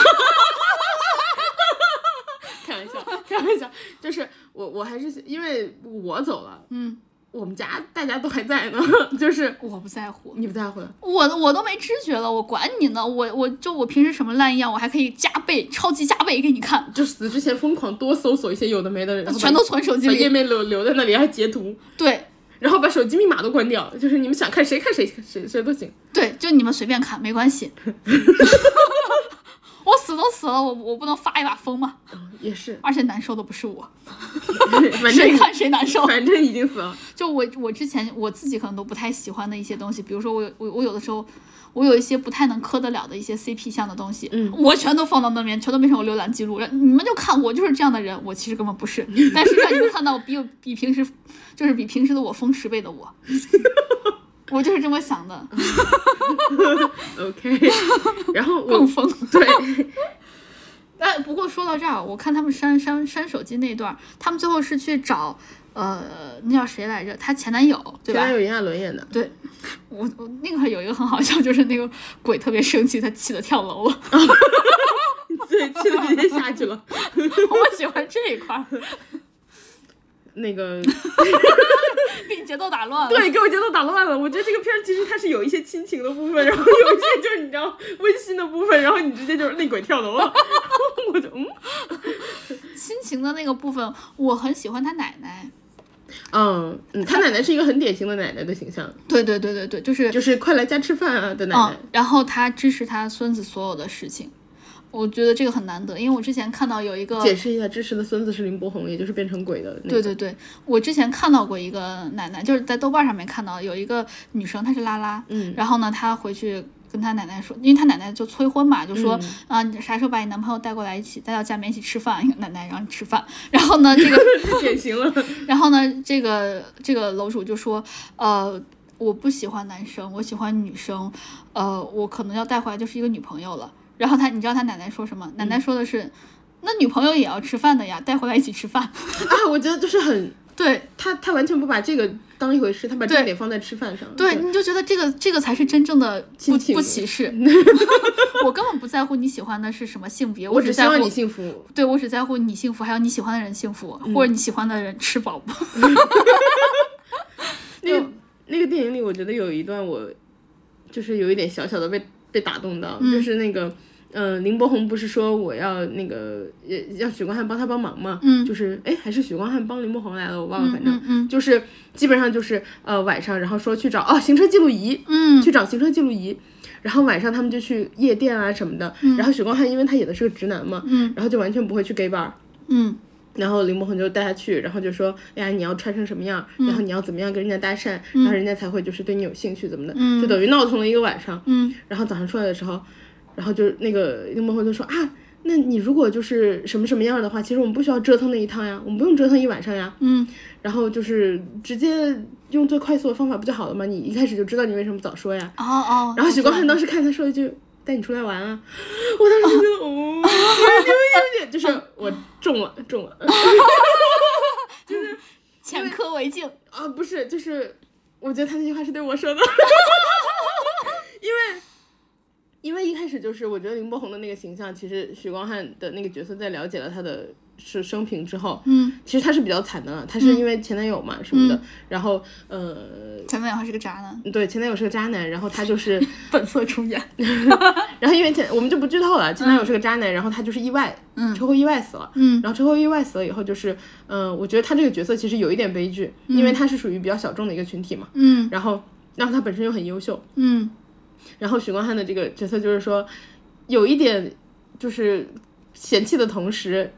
Speaker 1: 开玩笑，开玩笑，就是我我还是因为我走了，
Speaker 2: 嗯，
Speaker 1: 我们家大家都还在呢， 就是
Speaker 2: 我不在乎，
Speaker 1: 你不在乎了。
Speaker 2: 我我都没知觉了，我管你呢，我我就我平时什么烂样，我还可以加倍超级加倍给你看，
Speaker 1: 就死之前疯狂多搜索一些有的没的，然后把
Speaker 2: 全都存手机
Speaker 1: 把页
Speaker 2: 里。
Speaker 1: 面留留在那里，还截图，
Speaker 2: 对
Speaker 1: 然后把手机密码都关掉，就是你们想看谁看谁谁谁都行。
Speaker 2: 对，就你们随便看没关系。我死死都死了，我我不能发一把疯吗？
Speaker 1: 也是，
Speaker 2: 而且难受的不是我，
Speaker 1: 反
Speaker 2: 谁
Speaker 1: 正
Speaker 2: 看谁难受。
Speaker 1: 反正已经死了，
Speaker 2: 就我我之前我自己可能都不太喜欢的一些东西，比如说我有我我有的时候我有一些不太能磕得了的一些 CP 项的东西，
Speaker 1: 嗯
Speaker 2: 我全都放到那边，全都变成我浏览记录，让你们就看我就是这样的人，我其实根本 不是，但是让你们看到比我比平时就是比平时的我疯十倍 的我，我就是这么想的，
Speaker 1: OK，然后我
Speaker 2: 更疯。
Speaker 1: 对，
Speaker 2: 哎，不过说到这儿，我看他们删删删手机那段儿，他们最后是去找呃那叫谁来着？她前男友对
Speaker 1: 前
Speaker 2: 吧
Speaker 1: 男？友炎亚纶演的，
Speaker 2: 对，我我那个有一个很好笑，就是那个鬼特别生气，他气得跳楼 了。
Speaker 1: 对，气得直接下去 了。
Speaker 2: 我喜欢这一块儿，
Speaker 1: 那个，
Speaker 2: 给你节奏打乱了。，
Speaker 1: 对，给我节奏打乱了。我觉得这个片儿其实它是有一些亲情的部分，然后有一些就是你知道温馨的部分，然后你直接就是内鬼跳楼了。 我就嗯，
Speaker 2: 亲情的那个部分，我很喜欢他奶奶。
Speaker 1: 嗯嗯，他奶奶是一个很典型的奶奶的形象，
Speaker 2: 对对对对对，就是
Speaker 1: 就是快来家吃饭啊的奶
Speaker 2: 嗯
Speaker 1: 奶。，
Speaker 2: 然后他支持他孙子所有的事情，我觉得这个很难得，因为我之前看到有一个
Speaker 1: 解释一下，支持的孙子是林柏宏，也就是变成鬼的那
Speaker 2: 对
Speaker 1: 个。
Speaker 2: 对对，我之前看到过一个奶奶，就是在豆瓣上面看到有一个女生，她是拉拉，
Speaker 1: 嗯
Speaker 2: 然后呢，她回去跟她奶奶说，因为她奶奶就催婚嘛，就说、
Speaker 1: 嗯
Speaker 2: 啊，你啥时候把你男朋友带过来一起带到家里面一起吃饭？ 奶奶让你吃饭，然后呢，这 个
Speaker 1: 太典型了。
Speaker 2: 然后呢，这个这个楼主就说，呃，我不喜欢男生，我喜欢女生，呃，我可能要带回来就是一个女朋友了。然后他，你知道他奶奶说什么？奶
Speaker 1: 嗯
Speaker 2: 奶说的是，那女朋友也要吃饭的呀，带回来一起吃饭。
Speaker 1: 啊，我觉得就是很
Speaker 2: 对
Speaker 1: 他他完全不把这个当一回事，他把
Speaker 2: 对
Speaker 1: 重点放在吃饭上。
Speaker 2: 对，你就觉得这个这个才是真正的不
Speaker 1: 亲情
Speaker 2: 不 歧视。 我根本不在乎你喜欢的是什么性别，
Speaker 1: 我
Speaker 2: 只
Speaker 1: 只希
Speaker 2: 在乎
Speaker 1: 望你幸福。嗯
Speaker 2: 对我只在乎你幸福，还有你喜欢的人幸福，或者你喜欢的人吃饱吧。
Speaker 1: 那个那个电影里，我觉得有一段我就是有一点小小的被被打动到，就是那个。嗯、林柏宏不是说我要那个呃，要许光汉帮他帮忙嘛？
Speaker 2: 嗯
Speaker 1: 就是哎，还是许光汉帮林柏宏来了，我忘了，
Speaker 2: 嗯
Speaker 1: 反正、
Speaker 2: 嗯嗯
Speaker 1: 就是基本上就是呃晚上，然后说去找哦行车记录仪，
Speaker 2: 嗯
Speaker 1: 去找行车记录仪，然后晚上他们就去夜店啊什么的，然后许光汉因为他演的是个直男嘛，
Speaker 2: 嗯
Speaker 1: 然后就完全不会去 gay bar，
Speaker 2: 嗯
Speaker 1: 然后林柏宏就带他去，然后就说，哎呀，你要穿成什么样，然后你要怎么样跟人家搭讪，然后人家才会就是对你有兴趣怎么的，就等于闹腾了一个晚上。
Speaker 2: 嗯
Speaker 1: 然后早上出来的时候，然后就那个林柏宏就说啊，那你如果就是什么什么样的话，其实我们不需要折腾那一趟呀，我们不用折腾一晚上呀，
Speaker 2: 嗯
Speaker 1: 然后就是直接用最快速的方法不就好了吗？你一开始就知道你为什么早说呀。
Speaker 2: 哦哦。
Speaker 1: 然后
Speaker 2: 我
Speaker 1: 许
Speaker 2: 知道
Speaker 1: 光汉当时看他说一句。带你出来玩啊！我当时就觉得，哦，有点有点，就是我中了，中了。
Speaker 2: 前科为敬，
Speaker 1: 啊，不是，就是我觉得他那句话是对我说的， 因为因为一开始就是我觉得林柏宏的那个形象，其实许光汉的那个角色在了解了他的是生平之后，
Speaker 2: 嗯，
Speaker 1: 其实他是比较惨的了，他是因为前男友嘛、什么的，然后呃。
Speaker 2: 前男友还是个渣男，
Speaker 1: 对，前男友是个渣男，然后他就是，
Speaker 2: 本色出演。
Speaker 1: 然后因为前我们就不剧透了，前男友是个渣男，然后他就是意外，
Speaker 2: 嗯
Speaker 1: 车祸意外死了，
Speaker 2: 嗯
Speaker 1: 然后车祸意外死了以后，就是，嗯、我觉得他这个角色其实有一点悲剧，因为他是属于比较小众的一个群体嘛，
Speaker 2: 嗯
Speaker 1: 然后，然后他本身又很优秀，
Speaker 2: 嗯
Speaker 1: 然后许光汉的这个角色就是说，有一点就是嫌弃的同时，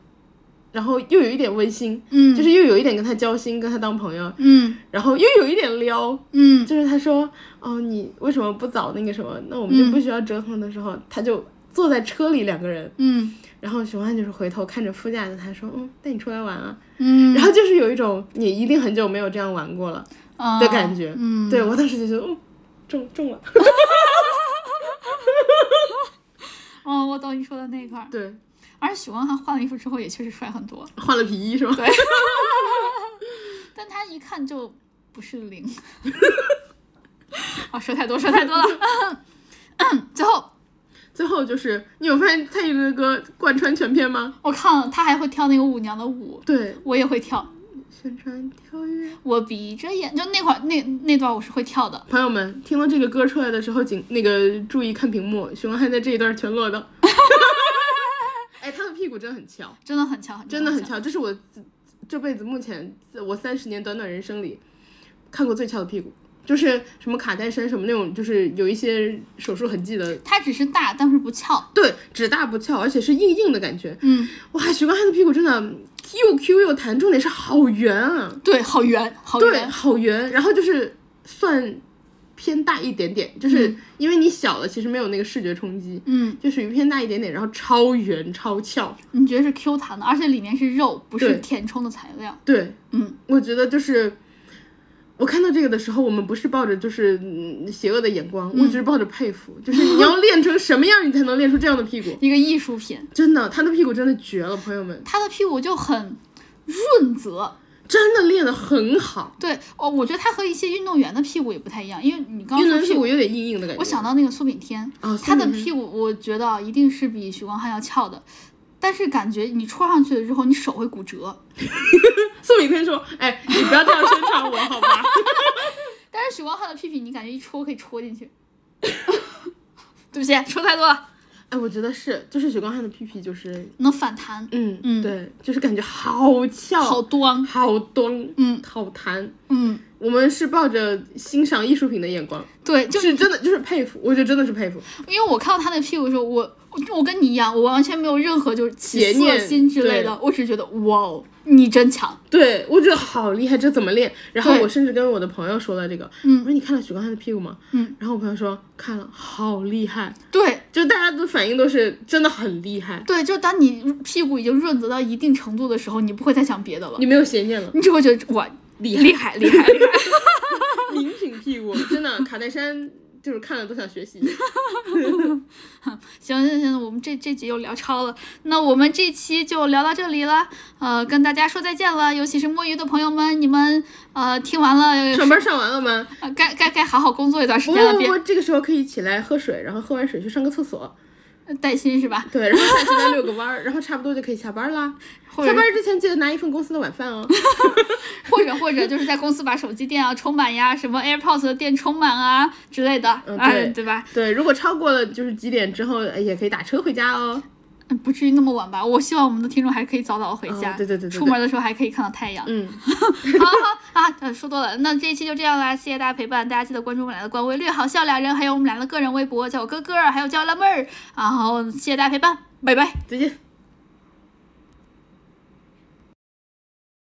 Speaker 1: 然后又有一点温馨，
Speaker 2: 嗯
Speaker 1: 就是又有一点跟他交心，跟他当朋友，
Speaker 2: 嗯
Speaker 1: 然后又有一点撩，
Speaker 2: 嗯
Speaker 1: 就是他说，哦，你为什么不早那个什么？那我们就不需要折腾的时候，他就坐在车里两个人，
Speaker 2: 嗯
Speaker 1: 然后许光汉就是回头看着副驾的他说，嗯，带你出来玩啊，
Speaker 2: 嗯
Speaker 1: 然后就是有一种你一定很久没有这样玩过了。的感觉。
Speaker 2: 嗯，
Speaker 1: 对我当时就觉得，哦，中中了。
Speaker 2: 哦，我懂你说的那一块儿。
Speaker 1: 对，
Speaker 2: 而且许光汉换了衣服之后也确实帅很多，
Speaker 1: 换了皮衣是吧？ 对，
Speaker 2: 但他一看就不是零。啊，说太多，说太多了。最后
Speaker 1: 最后就是，你有发现蔡依林的歌贯穿全篇吗？
Speaker 2: 我看了他还会跳那个舞娘的舞，
Speaker 1: 对，
Speaker 2: 我也会跳。
Speaker 1: 宣传跳跃。
Speaker 2: 我闭着眼，就那会儿那那段我是会跳的。
Speaker 1: 朋友们，听到这个歌出来的时候，请那个注意看屏幕，熊汉在这一段全落到。 哎，他的屁股真的很翘，
Speaker 2: 真的很巧，很巧
Speaker 1: 真的很
Speaker 2: 巧。
Speaker 1: 翘，这是我自这辈子目前自我三十年短短人生里看过最翘的屁股。就是什么卡戴珊什么那种，就是有一些手术痕迹的，
Speaker 2: 它只是大，但是不翘。
Speaker 1: 对，只大不翘，而且是硬硬的感觉。
Speaker 2: 嗯，
Speaker 1: 哇，许光汉的屁股真的又 Q 又弹，重点是好圆啊，
Speaker 2: 对，好圆，好
Speaker 1: 对，
Speaker 2: 圆。
Speaker 1: 好圆。然后就是算偏大一点点，就是
Speaker 2: 嗯
Speaker 1: 因为你小了，其实没有那个视觉冲击，
Speaker 2: 嗯，
Speaker 1: 就属于偏大一点点，然后超圆超翘。
Speaker 2: 你觉得是 Q 弹的，而且里面是肉，不是
Speaker 1: 对
Speaker 2: 填充的材料。
Speaker 1: 对，
Speaker 2: 嗯，
Speaker 1: 我觉得就是我看到这个的时候，我们不是抱着就是嗯邪恶的眼光，我
Speaker 2: 嗯
Speaker 1: 只是抱着佩服，就是你要练成什么样，你才能练出这样的屁股？
Speaker 2: 一个艺术品，
Speaker 1: 真的，他的屁股真的绝了，朋友们，
Speaker 2: 它的屁股就很润泽。
Speaker 1: 真的练得很好。
Speaker 2: 对，哦，我觉得它和一些运动员的屁股也不太一样，因为你刚
Speaker 1: 运动
Speaker 2: 刚说
Speaker 1: 员屁股有点硬硬的感觉，
Speaker 2: 我想到那个苏炳添，
Speaker 1: 啊苏
Speaker 2: 他的
Speaker 1: 炳添
Speaker 2: 屁股我觉得啊一定是比许光汉要翘的，但是感觉你戳上去了之后，你手会骨折。
Speaker 1: 宋炳添说：“哎，你不要这样宣传我， 好吧？
Speaker 2: 但是许光汉的屁屁，你感觉一戳可以戳 进去。对不起，说太多了，
Speaker 1: 哎，我觉得是，就是许光汉的屁屁，就是，
Speaker 2: 能反弹，
Speaker 1: 嗯
Speaker 2: 嗯
Speaker 1: 对，就是感觉好翘，
Speaker 2: 好端，
Speaker 1: 好端，
Speaker 2: 嗯
Speaker 1: 好弹。
Speaker 2: 嗯，
Speaker 1: 我们是抱着欣赏艺术品的眼光，
Speaker 2: 对，
Speaker 1: 就
Speaker 2: 就
Speaker 1: 是真的就是佩服，我觉得真的是佩服。
Speaker 2: 因为我看到他的屁股的时候，我我我跟你一样，我完全没有任何就是起
Speaker 1: 邪
Speaker 2: 色
Speaker 1: 念
Speaker 2: 心之类的，
Speaker 1: 对
Speaker 2: 我只是觉得哇哦，你真强，
Speaker 1: 对，我觉得好厉害，这怎么练？然后
Speaker 2: 对
Speaker 1: 我甚至跟我的朋友说了这个，
Speaker 2: 嗯
Speaker 1: 我说你看了许光汉的屁股吗？
Speaker 2: 嗯，
Speaker 1: 然后我朋友说看了，好厉害，
Speaker 2: 对。
Speaker 1: 就大家的反应都是真的很厉害，
Speaker 2: 对，就当你屁股已经润泽到一定程度的时候，你不会再想别的了，
Speaker 1: 你没有邪念了，
Speaker 2: 你只会觉得哇，
Speaker 1: 厉 害
Speaker 2: 厉害厉害厉害。
Speaker 1: 名品屁股，真的卡戴珊就是看了都想学习。
Speaker 2: 行行行，我们这这集又聊超了，那我们这期就聊到这里了，呃，跟大家说再见了，尤其是摸鱼的朋友们，你们呃听完了
Speaker 1: 上班上完了吗？
Speaker 2: 呃该该该好好工作一段时
Speaker 1: 不
Speaker 2: 间了，
Speaker 1: 不不，
Speaker 2: 别
Speaker 1: 这个时候可以起来喝水，然后喝完水去上个厕所，
Speaker 2: 带薪是吧？
Speaker 1: 对，然后再去再遛个弯儿，然后差不多就可以下班啦。
Speaker 2: 或者
Speaker 1: 下班之前记得拿一份公司的晚饭哦。
Speaker 2: 或者或者就是在公司把手机电啊充满呀，什么 AirPods 的电充满啊之类的，
Speaker 1: 嗯
Speaker 2: 哎
Speaker 1: 对
Speaker 2: 对吧？
Speaker 1: 对，如果超过了就是几点之后，呃也可以打车回家哦。
Speaker 2: 嗯不至于那么晚吧？我希望我们的听众还是可以早早回家，
Speaker 1: 哦对对对对对
Speaker 2: 出门的时候还可以看到太阳。
Speaker 1: 嗯，
Speaker 2: 好好啊，呃说多了，那这一期就这样啦，谢谢大家陪伴，大家记得关注我们俩的官微“略好笑俩人”，还有我们俩的个人微博，叫我哥哥儿，还有叫我辣妹儿，然后谢谢大家陪伴，拜拜。
Speaker 1: 再见。